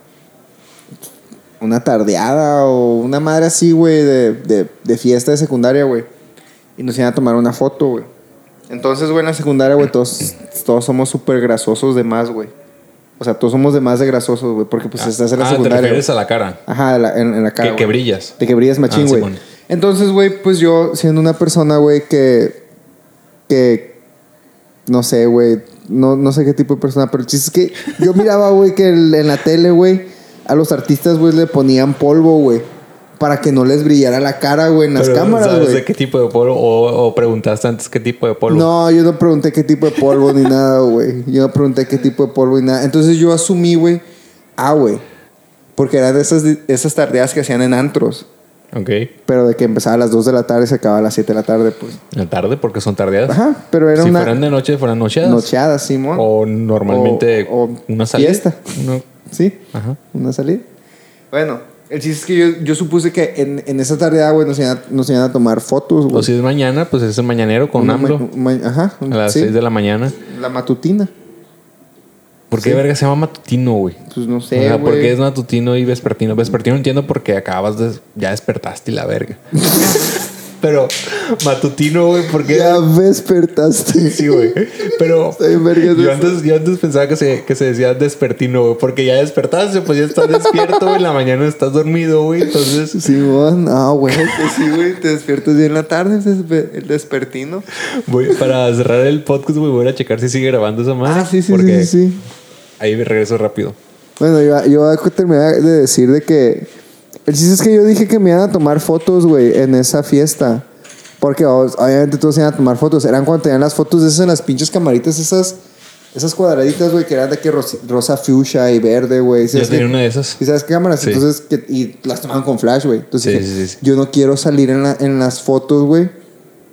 [SPEAKER 2] Una tardeada o una madre así, güey, de, de- de fiesta de secundaria, güey. Y nos iban a tomar una foto, güey. Entonces, güey, en la secundaria, güey, todos, todos somos súper grasosos de más, güey. O sea, todos somos de más de grasosos, güey, porque pues estás en la
[SPEAKER 1] ah, te
[SPEAKER 2] secundaria.
[SPEAKER 1] refieres
[SPEAKER 2] güey.
[SPEAKER 1] a la cara.
[SPEAKER 2] Ajá, en la- en, en la cara.
[SPEAKER 1] que, que
[SPEAKER 2] güey.
[SPEAKER 1] brillas.
[SPEAKER 2] De que brillas machín,
[SPEAKER 1] Ah,
[SPEAKER 2] güey.
[SPEAKER 1] Simón.
[SPEAKER 2] Entonces, güey, pues yo siendo una persona, güey, que... Que... No sé, güey. No, no sé qué tipo de persona, pero el chiste es que yo miraba, güey, que el- en la tele, güey, a los artistas, güey, le ponían polvo, güey. Para que no les brillara la cara, güey, en las
[SPEAKER 1] Pero,
[SPEAKER 2] cámaras,
[SPEAKER 1] ¿Sabes de
[SPEAKER 2] güey.
[SPEAKER 1] qué tipo de polvo? O, o preguntaste antes qué tipo de polvo.
[SPEAKER 2] No, yo no pregunté qué tipo de polvo ni nada, güey. Yo no pregunté qué tipo de polvo ni nada. Entonces yo asumí, güey, ah, güey. Porque eran de esas, esas tardeadas que hacían en antros.
[SPEAKER 1] Ok.
[SPEAKER 2] Pero de que empezaba a las 2 de la tarde y se acababa a las 7 de la tarde, pues.
[SPEAKER 1] En la tarde, porque son tardeadas.
[SPEAKER 2] Ajá, pero era
[SPEAKER 1] si
[SPEAKER 2] una
[SPEAKER 1] fueran de noche, fueran nocheadas.
[SPEAKER 2] nocheada, Simón.
[SPEAKER 1] O normalmente
[SPEAKER 2] O- o
[SPEAKER 1] una salida.
[SPEAKER 2] fiesta.
[SPEAKER 1] No.
[SPEAKER 2] Sí,
[SPEAKER 1] Ajá.
[SPEAKER 2] una salida. Bueno, el chiste es que yo, yo supuse que en, en esa tarde, ah, güey, nos iban a, nos iban a tomar fotos, güey.
[SPEAKER 1] O si es mañana, pues es el mañanero con
[SPEAKER 2] Una
[SPEAKER 1] AMLO.
[SPEAKER 2] ma- ma- Ajá,
[SPEAKER 1] A las
[SPEAKER 2] sí,
[SPEAKER 1] 6 de la mañana.
[SPEAKER 2] la matutina.
[SPEAKER 1] ¿Por qué
[SPEAKER 2] Sí.
[SPEAKER 1] verga se llama matutino, güey?
[SPEAKER 2] Pues no
[SPEAKER 1] o
[SPEAKER 2] sé,
[SPEAKER 1] sea,
[SPEAKER 2] güey.
[SPEAKER 1] porque es matutino y vespertino. Vespertino entiendo porque acabas de. Ya despertaste y la
[SPEAKER 2] [laughs]
[SPEAKER 1] verga. Pero matutino, güey, porque.
[SPEAKER 2] Ya
[SPEAKER 1] [laughs]
[SPEAKER 2] despertaste.
[SPEAKER 1] Sí, güey.
[SPEAKER 2] [laughs]
[SPEAKER 1] Pero
[SPEAKER 2] Está bien vergas
[SPEAKER 1] yo
[SPEAKER 2] eso.
[SPEAKER 1] antes, yo antes pensaba que se, que se decía despertino, güey, porque ya despertaste, pues ya estás despierto, güey, en la mañana estás dormido, güey, entonces...
[SPEAKER 2] Simón, ah, güey, que sí, güey, te despiertas bien en la tarde, el despe- el despertino.
[SPEAKER 1] Voy, para cerrar el podcast, güey, voy a ir a checar si sigue grabando esa madre.
[SPEAKER 2] Ah, sí, sí,
[SPEAKER 1] porque
[SPEAKER 2] sí, sí, sí.
[SPEAKER 1] Ahí me regreso rápido.
[SPEAKER 2] Bueno, yo, yo voy a terminar de decir de que... El chiste es que yo dije que me iban a tomar fotos, güey, en esa fiesta. Porque o- obviamente todos iban a tomar fotos. Eran cuando tenían las fotos de esas en las pinches camaritas, esas... Esas cuadraditas, güey, que eran de que ros- rosa fuchsia y verde, güey.
[SPEAKER 1] Yo
[SPEAKER 2] ¿Sabes
[SPEAKER 1] tenía
[SPEAKER 2] qué?
[SPEAKER 1] una de esas.
[SPEAKER 2] ¿Y sabes qué cámaras?
[SPEAKER 1] Sí.
[SPEAKER 2] Entonces, que, y las tomaban con flash, güey. Entonces,
[SPEAKER 1] Sí,
[SPEAKER 2] dije,
[SPEAKER 1] sí, sí, sí.
[SPEAKER 2] yo no quiero salir en, la- en las fotos, güey,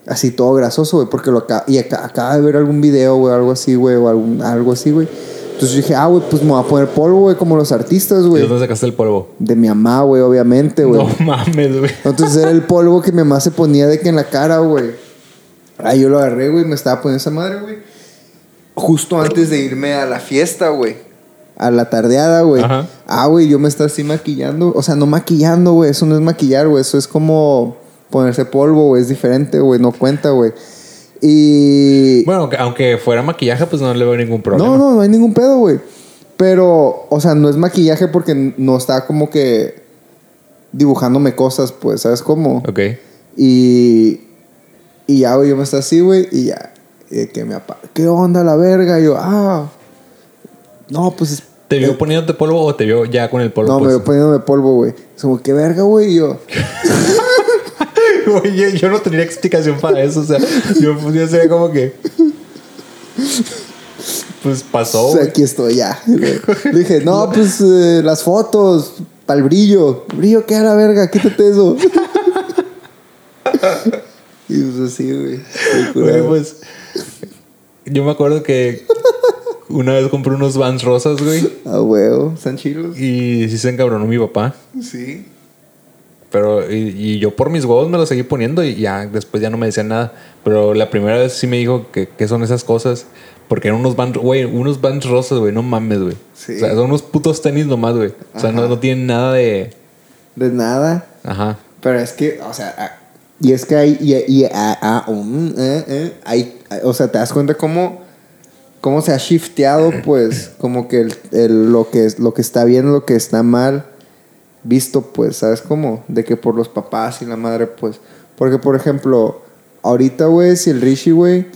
[SPEAKER 2] Así todo grasoso, güey, porque lo acá y acá, acaba de ver algún video, güey, algo así, güey, o algún, algo así, güey. Entonces yo dije, ah, güey, pues me voy a poner polvo, güey, como los artistas,
[SPEAKER 1] ¿De
[SPEAKER 2] güey.
[SPEAKER 1] dónde sacaste el polvo?
[SPEAKER 2] De mi mamá, güey, obviamente, güey.
[SPEAKER 1] No [laughs] mames, güey.
[SPEAKER 2] Entonces era el polvo que mi mamá se ponía de que en la cara, güey. Ahí yo lo agarré, güey, me estaba poniendo esa madre, güey. Justo antes de irme a la fiesta, güey. A la tardeada, güey.
[SPEAKER 1] Ajá.
[SPEAKER 2] Ah, güey, yo me estaba así maquillando. O sea, no maquillando, güey. Eso no es maquillar, güey. Eso es como ponerse polvo, güey. Es diferente, güey. No cuenta, güey. Y...
[SPEAKER 1] Bueno, aunque- aunque fuera maquillaje, pues no le veo ningún problema.
[SPEAKER 2] No, no, no hay ningún pedo, güey. Pero, o sea, no es maquillaje porque no está como que dibujándome cosas, pues, ¿sabes cómo?
[SPEAKER 1] Ok.
[SPEAKER 2] Y, y ya, güey, yo me estaba así, güey, y ya. Y de que me apa ¿Qué onda la verga? Y yo, ah. No, pues es.
[SPEAKER 1] ¿Te vio
[SPEAKER 2] eh,
[SPEAKER 1] poniéndote polvo o te vio ya con el polvo? pues.
[SPEAKER 2] No, me
[SPEAKER 1] puesto? [laughs]
[SPEAKER 2] veo poniéndome polvo, güey. Es como, ¿qué verga, güey? Y yo,
[SPEAKER 1] Güey, yo, yo no tendría explicación para eso. O sea, yo, pues, yo sería como que. Pues pasó.
[SPEAKER 2] o sea,
[SPEAKER 1] güey.
[SPEAKER 2] aquí estoy ya.
[SPEAKER 1] [laughs]
[SPEAKER 2] Le dije, no, pues eh, las fotos, para el brillo. ¿Brillo qué a la verga? Quítate eso. [laughs] y pues así, güey. Estoy
[SPEAKER 1] Güey,
[SPEAKER 2] curado.
[SPEAKER 1] pues, yo me acuerdo que una vez compré unos vans rosas, güey.
[SPEAKER 2] Ah, huevo. ¿Están chilos?
[SPEAKER 1] Y sí se encabronó mi papá.
[SPEAKER 2] Sí.
[SPEAKER 1] Pero, y, y yo por mis huevos me los seguí poniendo y ya después ya no me decían nada. Pero la primera vez sí me dijo que, que son esas cosas. Porque eran unos vans, güey, unos vans rosas, güey, no mames, güey.
[SPEAKER 2] Sí.
[SPEAKER 1] O sea, son unos putos tenis nomás, güey. O sea, no, no tienen nada de.
[SPEAKER 2] De nada.
[SPEAKER 1] Ajá.
[SPEAKER 2] Pero es que, o sea, ah, y es que hay, y, y- ah, ah, um, eh, eh, hay, o sea, te das cuenta cómo, cómo se ha shifteado, pues, como que el, el- lo que es, lo que está bien, lo que está mal, visto, pues, ¿sabes cómo? De que por los papás y la madre, pues, porque, por ejemplo, ahorita, güey, si el Rishi, güey,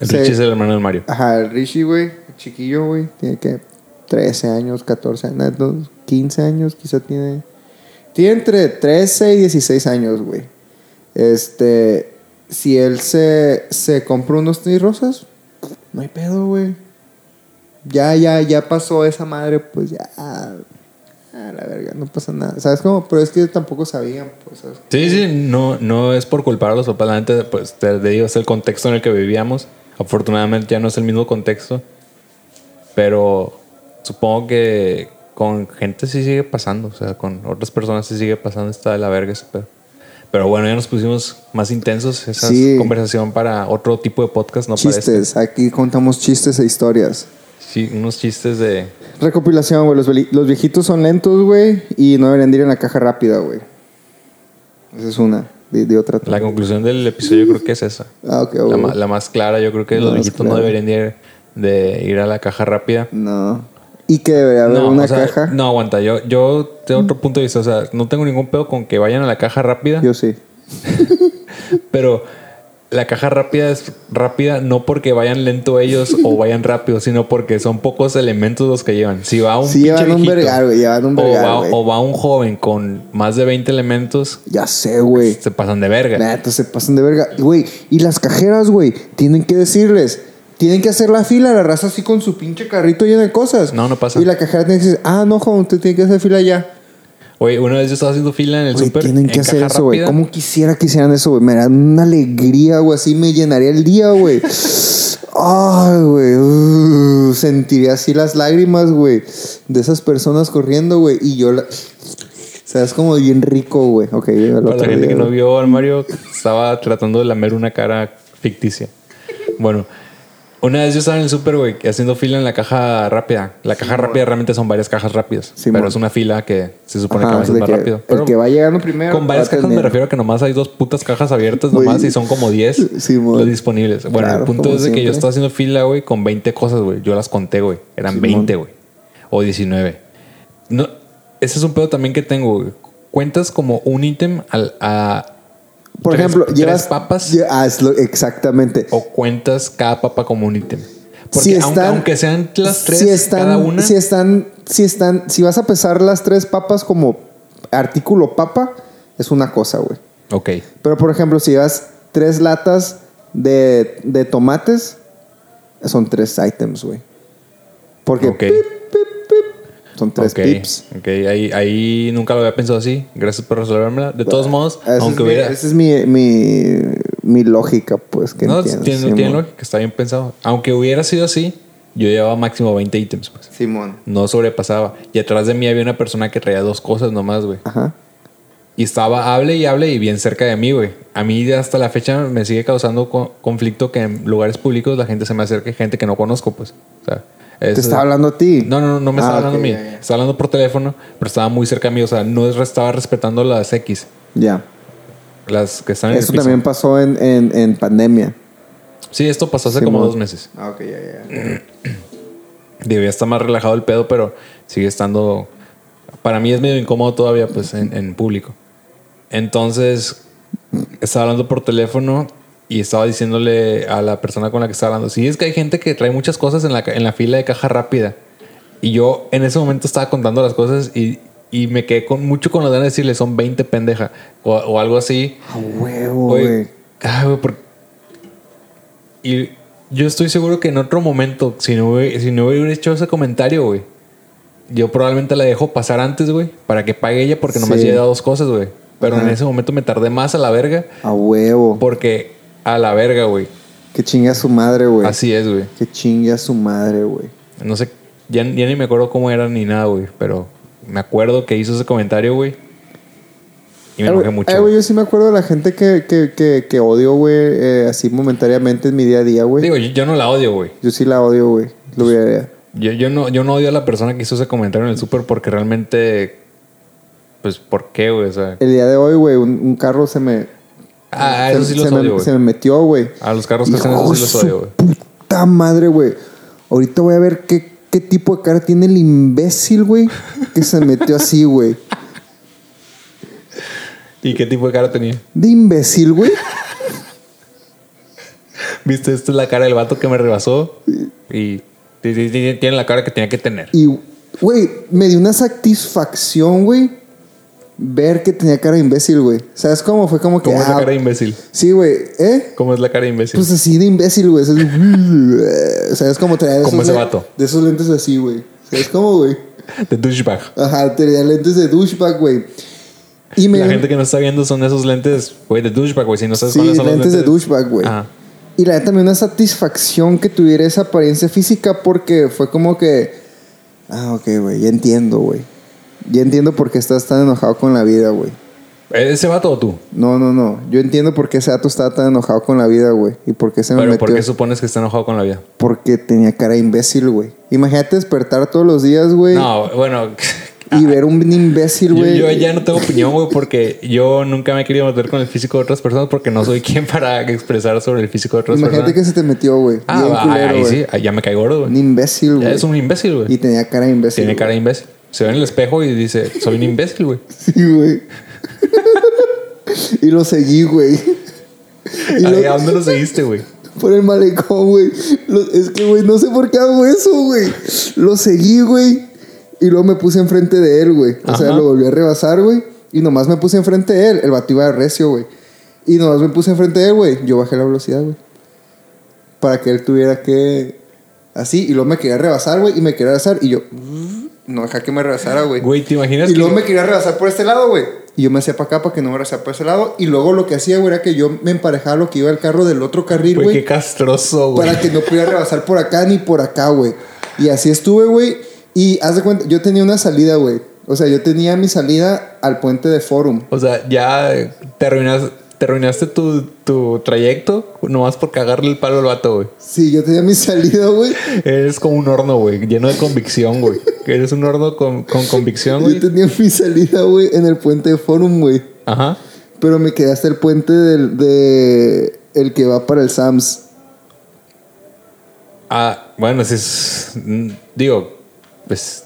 [SPEAKER 1] El
[SPEAKER 2] Sí.
[SPEAKER 1] Richie es el hermano del Mario.
[SPEAKER 2] ajá, el Rishi, güey, chiquillo, güey, tiene que 13 años, 14 años, no, 15 años, quizá tiene. Tiene entre 13 y 16 años, güey. Este. Si él se, se compra unos tenis rosas, no hay pedo, güey. Ya, ya, ya pasó esa madre, pues ya. A la verga, no pasa nada. ¿Sabes cómo? Pero es que tampoco sabían, pues, ¿sabes?
[SPEAKER 1] Sí, sí, no, no es por culpar a los papás, la neta, pues te digo, es el contexto en el que vivíamos. Afortunadamente ya no es el mismo contexto, pero supongo que con gente sí sigue pasando, o sea, con otras personas sí sigue pasando esta de la verga ese pedo. Pero bueno, ya nos pusimos más intensos, esa es
[SPEAKER 2] Sí.
[SPEAKER 1] conversación para otro tipo de podcast, no parece.
[SPEAKER 2] Chistes, aquí contamos chistes e historias.
[SPEAKER 1] Sí, unos chistes de...
[SPEAKER 2] Recopilación, güey. Los, veli- los viejitos son lentos, güey. Y no deberían de ir en la caja rápida, güey. Esa es una. De, de otra.
[SPEAKER 1] La conclusión del episodio yo creo que es esa.
[SPEAKER 2] Ah, ok,
[SPEAKER 1] La,
[SPEAKER 2] güey.
[SPEAKER 1] ma- la más clara, yo creo que
[SPEAKER 2] La
[SPEAKER 1] los
[SPEAKER 2] más
[SPEAKER 1] viejitos no
[SPEAKER 2] clara.
[SPEAKER 1] deberían ir- de ir a la caja rápida.
[SPEAKER 2] No. ¿Y que debería haber una
[SPEAKER 1] o sea,
[SPEAKER 2] caja?
[SPEAKER 1] No, aguanta. Yo, yo tengo otro punto de vista. O sea, no tengo ningún pedo con que vayan a la caja rápida.
[SPEAKER 2] Yo sí.
[SPEAKER 1] Pero la caja rápida es rápida no porque vayan lento ellos
[SPEAKER 2] [laughs]
[SPEAKER 1] o vayan rápido, sino porque son pocos elementos los que llevan. Si va un
[SPEAKER 2] Sí,
[SPEAKER 1] pinche
[SPEAKER 2] llevan un
[SPEAKER 1] viejito,
[SPEAKER 2] vergal, güey. Llevan un
[SPEAKER 1] o,
[SPEAKER 2] vergal,
[SPEAKER 1] va,
[SPEAKER 2] güey.
[SPEAKER 1] o va un joven con más de 20 elementos,
[SPEAKER 2] Ya sé, güey.
[SPEAKER 1] se pasan de verga.
[SPEAKER 2] Neta, se pasan de verga. Güey, y las cajeras, güey. Tienen que decirles. Tienen que hacer la fila, la raza así con su pinche carrito lleno de cosas.
[SPEAKER 1] No, no pasa.
[SPEAKER 2] Y la cajera tiene que decir, ah, no, joven, usted tiene que hacer fila ya.
[SPEAKER 1] Oye, una vez yo estaba haciendo fila en el
[SPEAKER 2] Güey,
[SPEAKER 1] súper.
[SPEAKER 2] tienen
[SPEAKER 1] en
[SPEAKER 2] que hacer
[SPEAKER 1] caja
[SPEAKER 2] eso, güey.
[SPEAKER 1] rápida.
[SPEAKER 2] ¿Cómo quisiera que hicieran eso, güey? Me da una alegría, güey. Así me llenaría el
[SPEAKER 1] [laughs]
[SPEAKER 2] día, güey. Ay, güey. Uh, sentiría así las lágrimas, güey. De esas personas corriendo, güey. Y yo la... ¿Sabes? Como bien rico, güey. Ok, el
[SPEAKER 1] Para
[SPEAKER 2] otro
[SPEAKER 1] la gente
[SPEAKER 2] día,
[SPEAKER 1] que no
[SPEAKER 2] güey.
[SPEAKER 1] vio al Mario, estaba tratando de lamer una cara ficticia. Bueno, una vez yo estaba en el súper, güey, haciendo fila en la caja rápida. La caja rápida realmente son varias cajas rápidas,
[SPEAKER 2] Simón.
[SPEAKER 1] pero es una fila que se supone
[SPEAKER 2] Ajá,
[SPEAKER 1] que avanza
[SPEAKER 2] de
[SPEAKER 1] más
[SPEAKER 2] que
[SPEAKER 1] rápido.
[SPEAKER 2] el
[SPEAKER 1] Pero
[SPEAKER 2] que va llegando primero
[SPEAKER 1] Con varias
[SPEAKER 2] va a
[SPEAKER 1] cajas me
[SPEAKER 2] tener.
[SPEAKER 1] refiero a que nomás hay dos putas cajas abiertas
[SPEAKER 2] Güey.
[SPEAKER 1] nomás y son como 10
[SPEAKER 2] Simón.
[SPEAKER 1] los disponibles. Bueno,
[SPEAKER 2] Claro,
[SPEAKER 1] el punto
[SPEAKER 2] como
[SPEAKER 1] es de que yo
[SPEAKER 2] siempre.
[SPEAKER 1] estaba haciendo fila, güey, con 20 cosas, güey. Yo las conté, güey. Eran
[SPEAKER 2] Simón.
[SPEAKER 1] 20, güey. O 19. No, ese es un pedo también que tengo, güey. Cuentas como un ítem al, a,
[SPEAKER 2] Por
[SPEAKER 1] tres-
[SPEAKER 2] ejemplo,
[SPEAKER 1] tres
[SPEAKER 2] llevas...
[SPEAKER 1] papas.
[SPEAKER 2] lle- ah, es lo- exactamente.
[SPEAKER 1] o cuentas cada papa como un ítem. Porque
[SPEAKER 2] Si
[SPEAKER 1] aunque,
[SPEAKER 2] están-
[SPEAKER 1] aunque sean las tres,
[SPEAKER 2] si están,
[SPEAKER 1] cada una.
[SPEAKER 2] Si están, si están, si vas a pesar las tres papas como artículo papa, es una cosa, güey.
[SPEAKER 1] Ok.
[SPEAKER 2] Pero por ejemplo, si llevas tres latas de, de tomates, son tres items, güey. Porque
[SPEAKER 1] Ok.
[SPEAKER 2] pip, pip, pip, son tres
[SPEAKER 1] ok,
[SPEAKER 2] pips.
[SPEAKER 1] ok. Ahí, ahí nunca lo había pensado así. Gracias por resolvérmela. De todos modos,
[SPEAKER 2] Ese
[SPEAKER 1] aunque
[SPEAKER 2] es
[SPEAKER 1] hubiera.
[SPEAKER 2] mi, ese es mi, mi, mi mi lógica, pues. Que
[SPEAKER 1] No,
[SPEAKER 2] entiendes,
[SPEAKER 1] tiene,
[SPEAKER 2] Simón.
[SPEAKER 1] tiene lo que está bien pensado. Aunque hubiera sido así, yo llevaba máximo 20 ítems, pues.
[SPEAKER 2] Simón.
[SPEAKER 1] No sobrepasaba. Y atrás de mí había una persona que traía dos cosas nomás, güey.
[SPEAKER 2] Ajá.
[SPEAKER 1] Y estaba, hable y hable y bien cerca de mí, güey. A mí hasta la fecha me sigue causando co- conflicto que en lugares públicos la gente se me acerque, gente que no conozco, pues. O sea,
[SPEAKER 2] ¿Te
[SPEAKER 1] eso-
[SPEAKER 2] estaba hablando a ti?
[SPEAKER 1] No, no, no, no me
[SPEAKER 2] Ah,
[SPEAKER 1] estaba hablando
[SPEAKER 2] ok,
[SPEAKER 1] a mí.
[SPEAKER 2] ya, ya.
[SPEAKER 1] Estaba hablando por teléfono, pero estaba muy cerca a mí. O sea, no es- estaba respetando las X,
[SPEAKER 2] Ya.
[SPEAKER 1] las que están en
[SPEAKER 2] Eso
[SPEAKER 1] el piso.
[SPEAKER 2] también pasó en, en, en pandemia.
[SPEAKER 1] Sí, esto pasó hace
[SPEAKER 2] Sí,
[SPEAKER 1] como
[SPEAKER 2] mo-
[SPEAKER 1] dos meses.
[SPEAKER 2] Ah, ok, ya, ya.
[SPEAKER 1] Debería estar más relajado el pedo, pero sigue estando. Para mí es medio incómodo todavía, pues, en, en público. Entonces, estaba hablando por teléfono y estaba diciéndole a la persona con la que estaba hablando: Sí, es que hay gente que trae muchas cosas en la, ca- en la fila de caja rápida. Y yo en ese momento estaba contando las cosas y, y me quedé con mucho con la ganas de decirle: Son 20 pendeja o, o algo así.
[SPEAKER 2] A huevo,
[SPEAKER 1] Oye,
[SPEAKER 2] güey.
[SPEAKER 1] ah, güey, por- Y yo estoy seguro que en otro momento, si no, hubie- si no hubiera hecho ese comentario, güey, yo probablemente la dejo pasar antes, güey, para que pague ella porque nomás
[SPEAKER 2] Sí.
[SPEAKER 1] lleva dos cosas, güey. Pero en
[SPEAKER 2] Ajá.
[SPEAKER 1] ese momento me tardé más a la verga
[SPEAKER 2] A huevo.
[SPEAKER 1] porque a la verga, güey.
[SPEAKER 2] Que chingue a su madre, güey.
[SPEAKER 1] Así es, güey.
[SPEAKER 2] Que chingue a su madre, güey.
[SPEAKER 1] No sé, ya, ya ni me acuerdo cómo era ni nada, güey, pero me acuerdo que hizo ese comentario, güey. Y me
[SPEAKER 2] Eh,
[SPEAKER 1] enojé
[SPEAKER 2] güey,
[SPEAKER 1] mucho.
[SPEAKER 2] eh,
[SPEAKER 1] güey.
[SPEAKER 2] güey, yo sí me acuerdo de la gente que, que, que, que odio, güey, eh, así momentáneamente en mi día a día, güey.
[SPEAKER 1] Digo, Pues- yo, yo no la odio, güey.
[SPEAKER 2] Yo sí la odio, güey. Lo voy a-
[SPEAKER 1] Yo, yo, no, yo no odio a la persona que hizo ese comentario en el súper porque realmente. Pues, ¿por qué, güey? O sea,
[SPEAKER 2] El día de hoy, güey, un, un carro se me.
[SPEAKER 1] ah,
[SPEAKER 2] se,
[SPEAKER 1] eso sí
[SPEAKER 2] se
[SPEAKER 1] los
[SPEAKER 2] me,
[SPEAKER 1] odio,
[SPEAKER 2] se
[SPEAKER 1] güey.
[SPEAKER 2] me metió, güey.
[SPEAKER 1] A los carros que hacen eso
[SPEAKER 2] Hijo
[SPEAKER 1] sí los
[SPEAKER 2] su
[SPEAKER 1] odio, güey.
[SPEAKER 2] Puta madre, güey. Ahorita voy a ver qué, qué tipo de cara tiene el imbécil, güey, que se metió así, güey.
[SPEAKER 1] ¿Y qué tipo de cara tenía?
[SPEAKER 2] De imbécil, güey.
[SPEAKER 1] ¿Viste? Esta es la cara del vato que me rebasó. Y ti- ti- ti- tiene la cara que tenía que tener.
[SPEAKER 2] Y, güey, me dio una satisfacción, güey, ver que tenía cara de imbécil, güey. ¿Sabes cómo? Fue como que.
[SPEAKER 1] ¿Cómo es la
[SPEAKER 2] ah,
[SPEAKER 1] cara de imbécil?
[SPEAKER 2] Sí, güey. ¿Eh?
[SPEAKER 1] ¿Cómo es la cara de imbécil?
[SPEAKER 2] Pues así de imbécil, güey. ¿Sabes? [laughs] ¿Sabes cómo traer
[SPEAKER 1] Como ese
[SPEAKER 2] esos,
[SPEAKER 1] vato.
[SPEAKER 2] de esos lentes así, güey? ¿Sabes cómo, güey? Pues,
[SPEAKER 1] De douchebag.
[SPEAKER 2] Ajá, tenía lentes de douchebag, güey. Y me
[SPEAKER 1] La gente que no está viendo son esos lentes, güey, de douchebag, güey. Si no sabes
[SPEAKER 2] Sí,
[SPEAKER 1] cuáles son los
[SPEAKER 2] lentes
[SPEAKER 1] lentes
[SPEAKER 2] de douchebag, güey.
[SPEAKER 1] Ajá.
[SPEAKER 2] Y la neta me dio una satisfacción que tuviera esa apariencia física porque fue como que. Ah, ok, güey, ya entiendo, güey. Ya entiendo por qué estás tan enojado con la vida, güey.
[SPEAKER 1] ¿Ese vato o tú?
[SPEAKER 2] No, no, no. Yo entiendo por qué ese dato estaba tan enojado con la vida, güey. Y por qué se me
[SPEAKER 1] Pero
[SPEAKER 2] metió.
[SPEAKER 1] ¿por qué supones que está enojado con la vida?
[SPEAKER 2] Porque tenía cara de imbécil, güey. Imagínate despertar todos los días, güey.
[SPEAKER 1] No, bueno. [laughs]
[SPEAKER 2] Y ver un imbécil,
[SPEAKER 1] Yo,
[SPEAKER 2] güey.
[SPEAKER 1] yo ya no tengo opinión, güey, porque yo nunca me he querido meter con el físico de otras personas porque no soy quien para expresar sobre el físico de otras
[SPEAKER 2] Imagínate que
[SPEAKER 1] personas.
[SPEAKER 2] se te metió, güey.
[SPEAKER 1] ah,
[SPEAKER 2] Bien
[SPEAKER 1] va,
[SPEAKER 2] culero,
[SPEAKER 1] ahí
[SPEAKER 2] güey.
[SPEAKER 1] sí, ahí ya me cae gordo,
[SPEAKER 2] Un
[SPEAKER 1] güey.
[SPEAKER 2] imbécil,
[SPEAKER 1] Ya
[SPEAKER 2] güey.
[SPEAKER 1] Es un imbécil,
[SPEAKER 2] Y
[SPEAKER 1] güey.
[SPEAKER 2] tenía cara de imbécil.
[SPEAKER 1] Tiene
[SPEAKER 2] güey.
[SPEAKER 1] cara de imbécil. Se ve en el espejo y dice, soy un imbécil, güey.
[SPEAKER 2] Sí, güey. y lo seguí, güey. Y
[SPEAKER 1] Ay,
[SPEAKER 2] lo-
[SPEAKER 1] ¿A dónde lo seguiste, güey?
[SPEAKER 2] por el malecón, güey. Lo- Es que, güey, no sé por qué hago eso, güey. Lo seguí, güey. Y luego me puse enfrente de él, güey. O sea,
[SPEAKER 1] Ajá.
[SPEAKER 2] lo volví a rebasar, güey. Y nomás me puse enfrente de él. El vato iba recio, güey. Y nomás me puse enfrente de él, güey. Yo bajé la velocidad, güey. Para que él tuviera que... Así. Y luego me quería rebasar, güey. Y me quería rebasar. Y yo... "Mm, No deja que me rebasara, güey.
[SPEAKER 1] Güey, ¿te imaginas
[SPEAKER 2] Y luego
[SPEAKER 1] que
[SPEAKER 2] me quería rebasar por este lado, güey. Y yo me hacía para acá para que no me rebasara por ese lado. Y luego lo que hacía, güey, era que yo me emparejaba lo que iba el carro del otro carril,
[SPEAKER 1] Güey,
[SPEAKER 2] güey.
[SPEAKER 1] qué castroso, güey.
[SPEAKER 2] Para que no pudiera rebasar por acá ni por acá, güey. Y así estuve, güey. Y haz de cuenta, yo tenía una salida, güey. O sea, yo tenía mi salida al puente de Forum.
[SPEAKER 1] O sea, ya te arruinas- te arruinaste tu, tu trayecto nomás por cagarle el palo al vato, güey.
[SPEAKER 2] Sí, yo tenía mi [laughs] salida, güey.
[SPEAKER 1] Eres como un horno, güey, lleno de convicción, güey. Eres un horno con, con convicción,
[SPEAKER 2] Yo
[SPEAKER 1] güey.
[SPEAKER 2] tenía mi salida, güey, en el puente de Forum, güey.
[SPEAKER 1] Ajá.
[SPEAKER 2] Pero me quedé hasta el puente del de el que va para el Sams.
[SPEAKER 1] Ah, bueno, si es. mm, Digo, pues.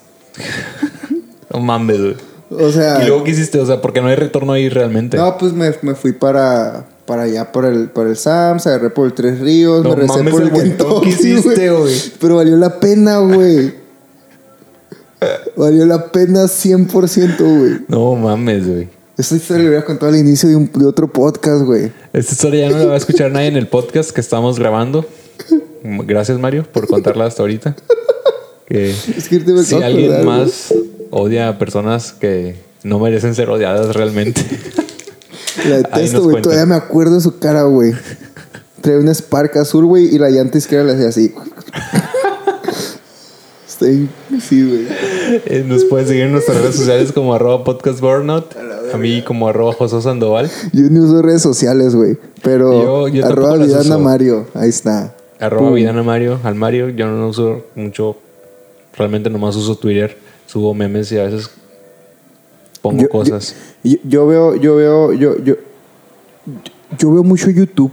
[SPEAKER 1] [laughs] no mames, güey.
[SPEAKER 2] O sea,
[SPEAKER 1] ¿Y luego qué hiciste? O sea, porque no hay retorno ahí realmente.
[SPEAKER 2] No, pues me, me fui para, para allá, para el, para el Sams, agarré por el Tres Ríos,
[SPEAKER 1] No
[SPEAKER 2] pues, me regresé
[SPEAKER 1] mames
[SPEAKER 2] por el
[SPEAKER 1] el vueltón
[SPEAKER 2] Kentucky,
[SPEAKER 1] que hiciste,
[SPEAKER 2] güey.
[SPEAKER 1] güey.
[SPEAKER 2] Pero valió la pena, güey. valió la pena 100%, güey.
[SPEAKER 1] No mames, güey.
[SPEAKER 2] Esta historia la hubiera contado al inicio de, un- de otro podcast, güey.
[SPEAKER 1] Esta historia ya no la va a escuchar nadie en el podcast que estamos grabando. Gracias, Mario, por contarla hasta ahorita. Que
[SPEAKER 2] Es que ahorita me
[SPEAKER 1] si
[SPEAKER 2] acabo de
[SPEAKER 1] alguien
[SPEAKER 2] acordar, güey.
[SPEAKER 1] más odia a personas que no merecen ser odiadas realmente.
[SPEAKER 2] La
[SPEAKER 1] Ahí
[SPEAKER 2] detesto,
[SPEAKER 1] nos
[SPEAKER 2] güey.
[SPEAKER 1] cuentan.
[SPEAKER 2] Todavía me acuerdo de su cara, güey. Traía una Spark azul, güey, y la llanta izquierda le hacía así. [laughs] Estoy. Sí, güey.
[SPEAKER 1] Eh, Nos pueden seguir en nuestras redes sociales como arroba podcast burnout. A mí como arroba José Sandoval.
[SPEAKER 2] Yo no uso redes sociales, güey. Pero.
[SPEAKER 1] Yo- yo tampoco
[SPEAKER 2] arroba
[SPEAKER 1] las
[SPEAKER 2] Vidana
[SPEAKER 1] uso.
[SPEAKER 2] Mario. Ahí está.
[SPEAKER 1] Arroba
[SPEAKER 2] Pum.
[SPEAKER 1] Vidana Mario. Al Mario yo no uso mucho. Realmente nomás uso Twitter. Subo memes y a veces pongo
[SPEAKER 2] Yo- yo-
[SPEAKER 1] cosas.
[SPEAKER 2] Yo, yo veo, yo veo, yo, yo. Yo veo mucho YouTube.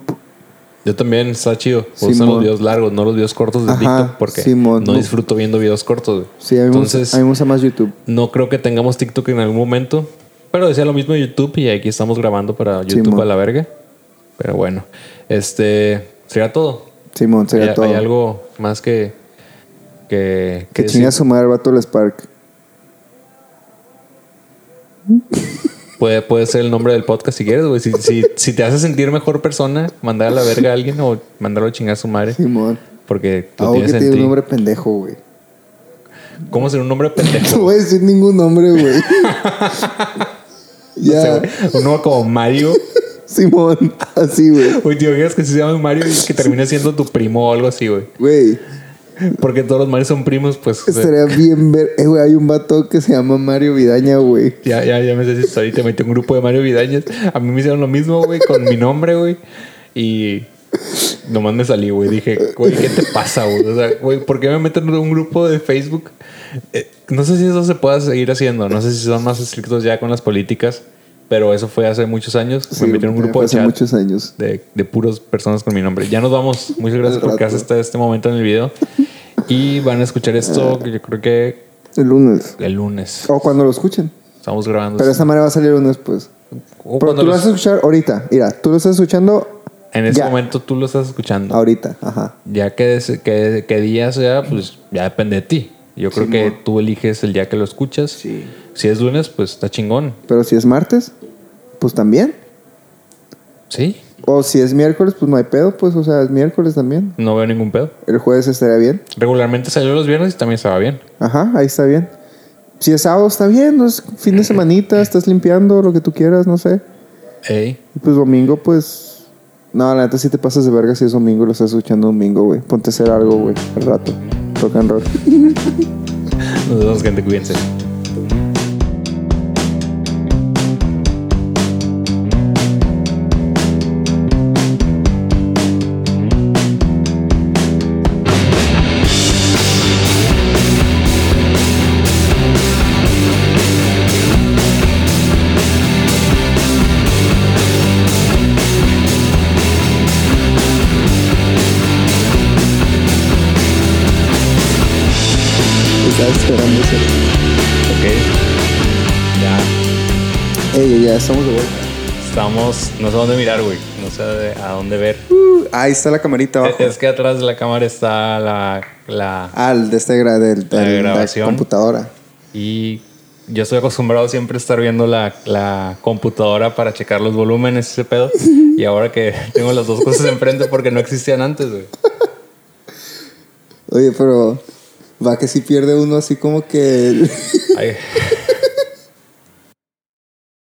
[SPEAKER 1] Yo también, está chido. Me gustan
[SPEAKER 2] Simón.
[SPEAKER 1] los videos largos, no los videos cortos de
[SPEAKER 2] Ajá,
[SPEAKER 1] TikTok porque
[SPEAKER 2] Simón.
[SPEAKER 1] no disfruto viendo videos cortos. güey.
[SPEAKER 2] Sí, a mí, me gusta-
[SPEAKER 1] Entonces,
[SPEAKER 2] a mí me gusta más YouTube.
[SPEAKER 1] no creo que tengamos TikTok en algún momento. Pero decía lo mismo de YouTube y aquí estamos grabando para YouTube
[SPEAKER 2] Simón.
[SPEAKER 1] a la verga. Pero bueno, este sería todo.
[SPEAKER 2] Simón, sería
[SPEAKER 1] hay,
[SPEAKER 2] todo.
[SPEAKER 1] hay algo más que. Que,
[SPEAKER 2] que
[SPEAKER 1] que
[SPEAKER 2] chinga a su madre, el vato del Spark.
[SPEAKER 1] decir? Puede, puede ser el nombre del podcast si quieres, güey. Si,
[SPEAKER 2] [laughs]
[SPEAKER 1] si, si te hace sentir mejor persona, mandar a la verga a alguien o mandarlo a chingar a su madre.
[SPEAKER 2] Simón.
[SPEAKER 1] Porque lo
[SPEAKER 2] Algo
[SPEAKER 1] tienes
[SPEAKER 2] Ah, que
[SPEAKER 1] en
[SPEAKER 2] tiene
[SPEAKER 1] ti.
[SPEAKER 2] un nombre pendejo, güey. [laughs]
[SPEAKER 1] ¿Cómo ser un nombre pendejo?
[SPEAKER 2] No voy a decir ningún
[SPEAKER 1] [laughs]
[SPEAKER 2] nombre, güey. [laughs] ya,
[SPEAKER 1] Uno como Mario.
[SPEAKER 2] Simón, así, güey.
[SPEAKER 1] Güey, te imaginas que se llama Mario y que termina siendo tu primo o algo así, güey.
[SPEAKER 2] Güey,
[SPEAKER 1] Porque todos los Marios son primos, pues. o sea,
[SPEAKER 2] estaría bien ver. Eh, güey, hay un vato que se llama Mario Vidaña, güey.
[SPEAKER 1] Ya, ya, ya me sé si estoy ahorita metí un grupo de Mario Vidañas. A mí me hicieron lo mismo, güey, con mi nombre, güey. Y nomás me salí, güey. Dije, güey, ¿qué te pasa, güey? O sea, güey, ¿por qué me meten en un grupo de Facebook? Eh, no sé si eso se pueda seguir haciendo. No sé si son más estrictos ya con las políticas. Pero eso fue hace muchos años.
[SPEAKER 2] Sí,
[SPEAKER 1] me metí en un grupo de
[SPEAKER 2] hace
[SPEAKER 1] chat.
[SPEAKER 2] muchos años.
[SPEAKER 1] de, de puras personas con mi nombre. Ya nos vamos. Muchas gracias
[SPEAKER 2] Al
[SPEAKER 1] por
[SPEAKER 2] rato.
[SPEAKER 1] quedarse hasta este momento en el video. Y van a escuchar esto, que yo creo que
[SPEAKER 2] El lunes.
[SPEAKER 1] el lunes.
[SPEAKER 2] O cuando lo escuchen.
[SPEAKER 1] Estamos grabando.
[SPEAKER 2] Pero esa madre va a salir el lunes, pues.
[SPEAKER 1] O
[SPEAKER 2] Pero
[SPEAKER 1] cuando
[SPEAKER 2] tú lo
[SPEAKER 1] los-
[SPEAKER 2] vas a escuchar ahorita. Mira, tú lo estás escuchando
[SPEAKER 1] en ese
[SPEAKER 2] ya.
[SPEAKER 1] momento tú lo estás escuchando.
[SPEAKER 2] ahorita. Ajá.
[SPEAKER 1] Ya que, des- que, que día sea, pues ya depende de ti. Yo creo que tú eliges el día que lo escuchas.
[SPEAKER 2] Sí.
[SPEAKER 1] Si es lunes, pues está chingón.
[SPEAKER 2] Pero si es martes, pues también.
[SPEAKER 1] Sí,
[SPEAKER 2] O si es miércoles, pues no hay pedo, pues. O sea, es miércoles también.
[SPEAKER 1] no veo ningún pedo.
[SPEAKER 2] El jueves estaría bien.
[SPEAKER 1] Regularmente salió los viernes y también estaba bien.
[SPEAKER 2] Ajá, ahí está bien. Si es sábado, está bien. no es fin de semanita, estás limpiando lo que tú quieras, no sé.
[SPEAKER 1] Ey,
[SPEAKER 2] Y pues domingo, pues. No, la neta sí te pasas de verga si es domingo, lo estás escuchando domingo, güey. Ponte a hacer algo, güey, al rato. Rock and roll.
[SPEAKER 1] nos vemos, gente, cuídense.
[SPEAKER 2] Estaba esperando eso.
[SPEAKER 1] Ok. Ya.
[SPEAKER 2] Ey, ya estamos de vuelta.
[SPEAKER 1] Estamos, no sé dónde mirar, güey. No sé a dónde ver.
[SPEAKER 2] Uh, ahí está la camarita abajo.
[SPEAKER 1] Es que atrás de la cámara está la, la...
[SPEAKER 2] Ah, el de este gra del,
[SPEAKER 1] La
[SPEAKER 2] del- la
[SPEAKER 1] grabación.
[SPEAKER 2] computadora.
[SPEAKER 1] Y yo estoy acostumbrado siempre a estar viendo la, la computadora para checar los volúmenes, ese pedo. Y ahora que tengo las dos cosas enfrente porque no existían antes, güey.
[SPEAKER 2] Oye, pero va que si pierde uno así como que el-
[SPEAKER 1] Ay,